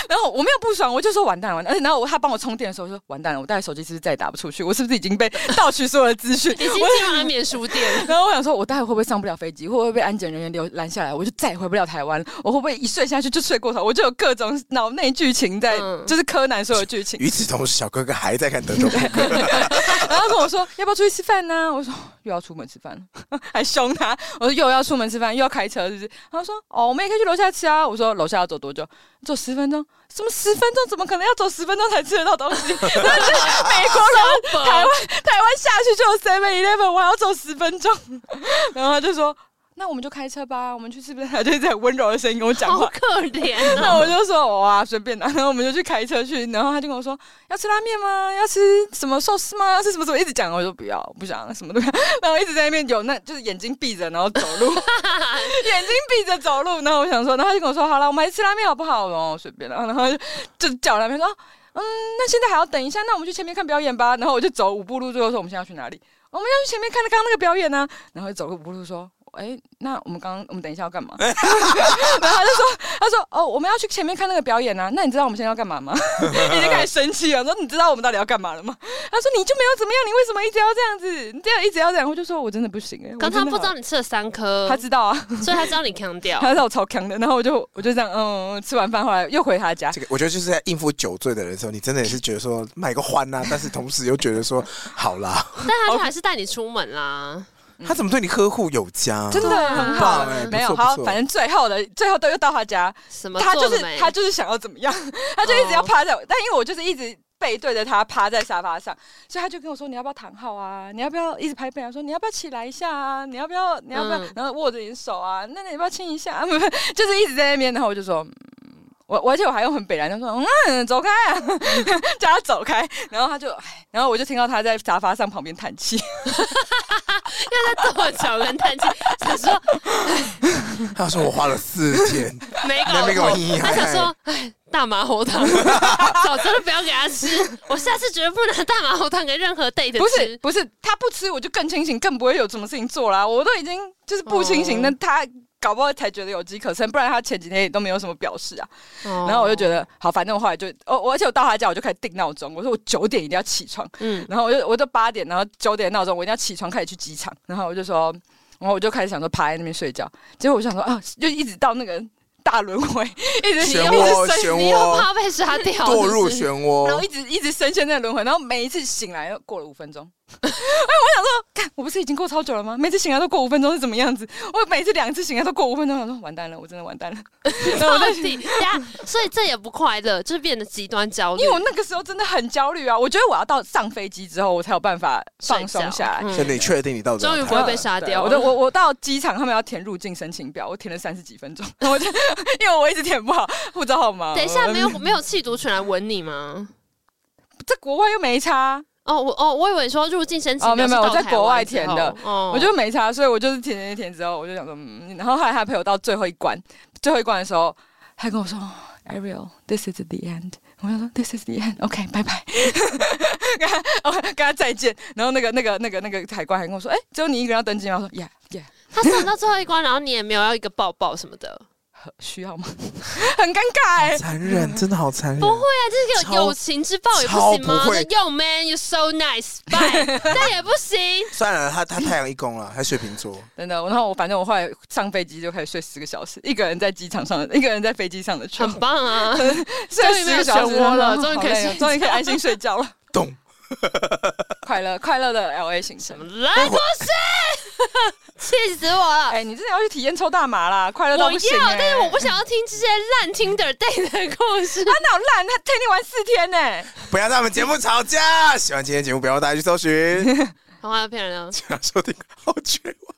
Speaker 5: 然后我没有不爽，我就说完蛋了完蛋了。而且然后我他帮我充电的时候，我说完蛋了，我带手机是不是再也打不出去？我是不是已经被盗取所有的 资讯？
Speaker 4: 已经
Speaker 5: 我
Speaker 4: 进入安眠书店。
Speaker 5: 然后我想说，我待会会不会上不了飞机，会不会被安检人员留拦下来，我就再也回不了台湾了？我会不会一睡下去就睡过头？我就有各种脑内剧情在，
Speaker 4: 嗯
Speaker 5: 就是柯南所有剧情。
Speaker 3: 与此同时，小哥哥还在看德州扑克。
Speaker 5: 然后跟我说要不要出去吃饭呢、我说又要出门吃饭了，还凶他。我说又要出门吃饭，又要开车，是不是？他说哦，我们也可以去楼下吃啊。我说楼下要走多久？走十分钟？什么十分钟？怎么可能要走十分钟才吃得到东西？ 然后就是美 国人，台湾台湾下去就有 Seven Eleven，我还要走十分钟。 然后他就说那我们就开车吧，我们去吃不是？他就一直很温柔的声音跟我讲
Speaker 4: 好
Speaker 5: 话。
Speaker 4: 可怜哦！
Speaker 5: 那我就说哇，随便啦、然后我们就去开车去，然后他就跟我说要吃拉面吗？要吃什么寿司吗？要吃什么什么？一直讲，我就说不要，不想，什么都不要。 然后一直在那边有那就是眼睛闭着，然后走 路，眼睛闭着走路。然后我想说，然后他就跟我说好了，我们还是吃拉面好不好？然后随便啦、然后就就叫拉面说。嗯，那现在还要等一下，那我们去前面看表演吧。然后我就走五步路，最后说我们现在要去哪里？我们要去前面看刚刚那个表演呢、然后就走了五步路说，哎、那我们刚刚我们等一下要干嘛？然后他就说，他说：“哦，我们要去前面看那个表演啊。那你知道我们现在要干嘛吗？”已经开始生气了，说：“你知道我们到底要干嘛了吗？”他说：“你就没有怎么样，你为什么一直要这样子？你这样一直要这样？”我就说：“ 我真的不行哎、欸。”
Speaker 4: 刚
Speaker 5: 他
Speaker 4: 他不知道，你吃了三颗，
Speaker 5: 他知道啊，
Speaker 4: 所以他知道你扛掉。
Speaker 5: 他知道我超强的。然后我就我就这样，嗯，吃完饭后来又回他家。
Speaker 3: 这个我觉得就是在应付酒醉的人的时候，你真的也是觉得说卖个欢呐、但是同时又觉得说好啦，
Speaker 4: 但他就还是带你出门啦。
Speaker 3: 他怎么对你呵护有加？
Speaker 5: 嗯真的很好
Speaker 3: 很棒欸，
Speaker 5: 没有
Speaker 3: 不错
Speaker 5: 好
Speaker 3: 不，错
Speaker 5: 反正最后的最后都又到他家，
Speaker 4: 什么
Speaker 5: 他就
Speaker 4: 做
Speaker 5: 是
Speaker 4: 的没？哦
Speaker 5: 他就是想要怎么样， 他就一直要趴在我，但因为我就是一直背对着他趴在沙发上，所以他就跟我说你要不要躺好啊，你要不要一直拍背啊，说你要不要起来一下啊，你要不要你要不要，
Speaker 4: 嗯
Speaker 5: 然后握着你的手啊，那你要不要亲一下、啊？ 不不，就是一直在那边，然后我就说。嗯我我而且我还用很北然的说，嗯，走开、啊， 叫他走开。然后他就，唉然后我就听到他在沙发上旁边叹气，
Speaker 4: 因为 他跺脚跟叹气，想说
Speaker 3: 他说我花了四 天，
Speaker 4: 没搞
Speaker 3: 那边给我
Speaker 4: 头
Speaker 3: 嘻嘻。
Speaker 4: 他
Speaker 3: 哈
Speaker 4: 想
Speaker 3: 哈
Speaker 4: 说，哎，大麻喉 糖，早知道不要给他吃。我下次绝对不拿大麻喉糖给任何 date
Speaker 5: 不是
Speaker 4: 吃。
Speaker 5: 不是，他不吃我就更清醒，更不会有什么事情做啦。我都已经就是不清
Speaker 4: 哦
Speaker 5: 醒，那、他搞不好才觉得有机可乘，不然他前几天也都没有什么表示啊。
Speaker 4: 哦
Speaker 5: 然后我就觉，得好，反正我后来就，哦，我而且我到他家我就开始定闹钟，我说我九点一定要起床，
Speaker 4: 嗯，
Speaker 5: 然后我就我就八点，然后九点闹钟，我一定要起床开始去机场，然后我就说，然后我就开始想说趴在那边睡觉，结果我想说啊，就一直到那个大轮回，一直
Speaker 3: 漩
Speaker 5: 一直
Speaker 3: 涡
Speaker 5: 深
Speaker 3: 漩
Speaker 4: 你又
Speaker 3: 涡
Speaker 4: 怕被杀掉，
Speaker 3: 哦 堕入
Speaker 4: 是不
Speaker 3: 漩
Speaker 4: 是
Speaker 5: 然
Speaker 3: 涡
Speaker 4: 哦
Speaker 5: 后一，直一直深陷在轮回，然后每一次醒来又过了五分钟， 哎看，我不是已经过超久了吗？每次醒来都过五分钟是怎么样子？我每次两次醒来都过五分钟，我说完蛋了，我真的完 蛋了。然后我
Speaker 4: 到
Speaker 5: 就
Speaker 4: 底呀，所以这也不快乐，就是变得极端焦虑。
Speaker 5: 因为我那个时候真的很焦虑啊，我觉得我要到上飞机之后，我才有办法放松下来。
Speaker 4: 睡觉嗯
Speaker 3: 现在你确定你到底要
Speaker 4: 终于
Speaker 3: 谈
Speaker 4: 不会被杀
Speaker 5: 对
Speaker 4: 掉。
Speaker 5: 我的我我到机场，他们要填入境申请表，我填了三十几分钟， 然后我就因为我一直填不好护照号码。
Speaker 4: 等一下没有没有弃毒犬来吻你吗？
Speaker 5: 在国外又没差，
Speaker 4: 哦，我哦，我以为说入境申请
Speaker 5: 哦没有
Speaker 4: 表
Speaker 5: 没
Speaker 4: 是
Speaker 5: 有我
Speaker 4: 到
Speaker 5: 在
Speaker 4: 台
Speaker 5: 国
Speaker 4: 湾
Speaker 5: 外
Speaker 4: 之
Speaker 5: 填
Speaker 4: 后
Speaker 5: 的，
Speaker 4: 哦
Speaker 5: 我就没差，所以我就是填填填之后，我就想说，嗯，然后后来他陪我到最后一关，最后一关的时候，他跟我说，Ariel，this is the end。我就说，this is the end，OK，、拜拜，跟他哦跟他再见。然后那个那个那个那个海关还跟我说，哎、只有你一个人要登机吗？我说，Yeah，Yeah，
Speaker 4: 他上到最后一关，然后你也没有要一个抱抱什么的，
Speaker 5: 呃需要吗？ 很尴尬哎、
Speaker 3: 残忍，真的好残忍。
Speaker 4: 不会啊，这个
Speaker 3: 超
Speaker 4: 友情之抱也不行吗
Speaker 3: 超不会
Speaker 4: ？Yo man, you so nice, bye，这也不行。
Speaker 3: 算了，他他太阳一公了，还水瓶座，
Speaker 5: 真的。然后我反正我后来上飞机就开始睡十个小时，一个人在机场上，一个人在飞机上的 床，
Speaker 4: 很 棒啊！
Speaker 5: 睡十个小时
Speaker 4: 终于没有漩涡了
Speaker 5: 然后
Speaker 4: 终于可以
Speaker 5: 好累哦
Speaker 4: 睡觉
Speaker 5: 终于可以安心睡觉了。
Speaker 3: 咚！
Speaker 5: 快乐快乐的 L A 行
Speaker 4: 怎
Speaker 5: 程
Speaker 4: 么。来不是？ 气死我了！
Speaker 5: 哎、你真的要去体验抽大麻啦，快乐到
Speaker 4: 我
Speaker 5: 不行、
Speaker 4: 要，
Speaker 5: 欸！
Speaker 4: 但是我不想要听这些烂听的 day 的故事。
Speaker 5: 他哪有烂？他陪你玩四天呢、
Speaker 3: 不要在我们节目吵架。喜欢今天节目，不要忘了大家去搜寻。
Speaker 4: 童话骗人啊！
Speaker 3: 其他收听好绝望。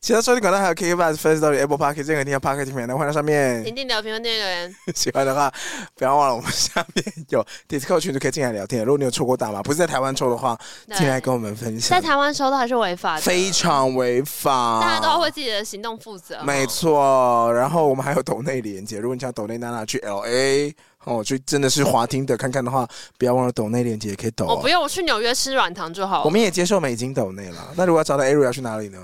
Speaker 3: 其他收听管道还有 KKBox、First Story、Apple Park 任何地方 Park 平台都欢迎到上
Speaker 4: 点
Speaker 3: 面。
Speaker 4: 定聊评论、订阅留言，
Speaker 3: 喜欢的话，不要忘了我们下面有 Discord 群组可以进来聊天。如果你有抽过大麻，不是在台湾抽的话，
Speaker 4: 对
Speaker 3: 进来跟我们分享
Speaker 4: 在。台湾收到还是违法的，
Speaker 3: 非常违法，
Speaker 4: 大家都要为自己的行动负责。
Speaker 3: 没错。然后我们还有抖内连接，如果你想抖内娜娜去 LA 哦，去真的是滑听的看看的话，不要忘了抖内连接也可以抖、
Speaker 4: 我
Speaker 3: 哦
Speaker 4: 不。用，我去纽约吃软糖就好。
Speaker 3: 我们也接受美金抖内了。那如果要找到 Ariel 要去哪里呢？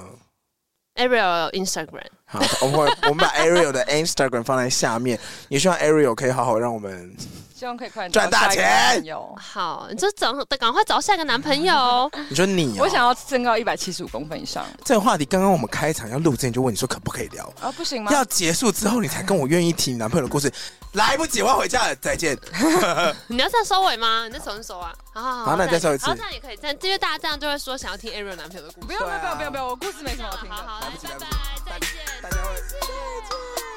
Speaker 4: Ariel 有 Instagram，
Speaker 3: 好，我们会我们把 Ariel 的 Instagram 放在下面，也希望 Ariel 可以好好让我们
Speaker 5: 希望可以快点
Speaker 3: 赚大
Speaker 5: 找下一个
Speaker 3: 钱哎
Speaker 5: 朋友
Speaker 4: 好，你就找赶快找下一个男朋友哦。
Speaker 3: 你说你、哦，
Speaker 5: 我想要身高一百七十五公分以上
Speaker 3: 这个话题，刚刚我们开场要录之前就问你说可不可以聊，
Speaker 5: 啊，不行吗？
Speaker 3: 要结束之后你才跟我愿意提你男朋友的故事，来不及，我要回家了，再见。
Speaker 4: 你要这样收尾吗？你在重新收啊？好好好，
Speaker 3: 好那你再
Speaker 4: 这样
Speaker 3: 收一次
Speaker 4: 好，这样也可以，这样因为大家这样就会说想要听 Ariel 男朋友的故事。
Speaker 5: 不要不要不要不要不要，我故事没什么好听的。
Speaker 4: 好好，来，
Speaker 3: 来不及
Speaker 4: 拜
Speaker 3: 来不及大
Speaker 4: 拜，再见。
Speaker 3: 家会再见。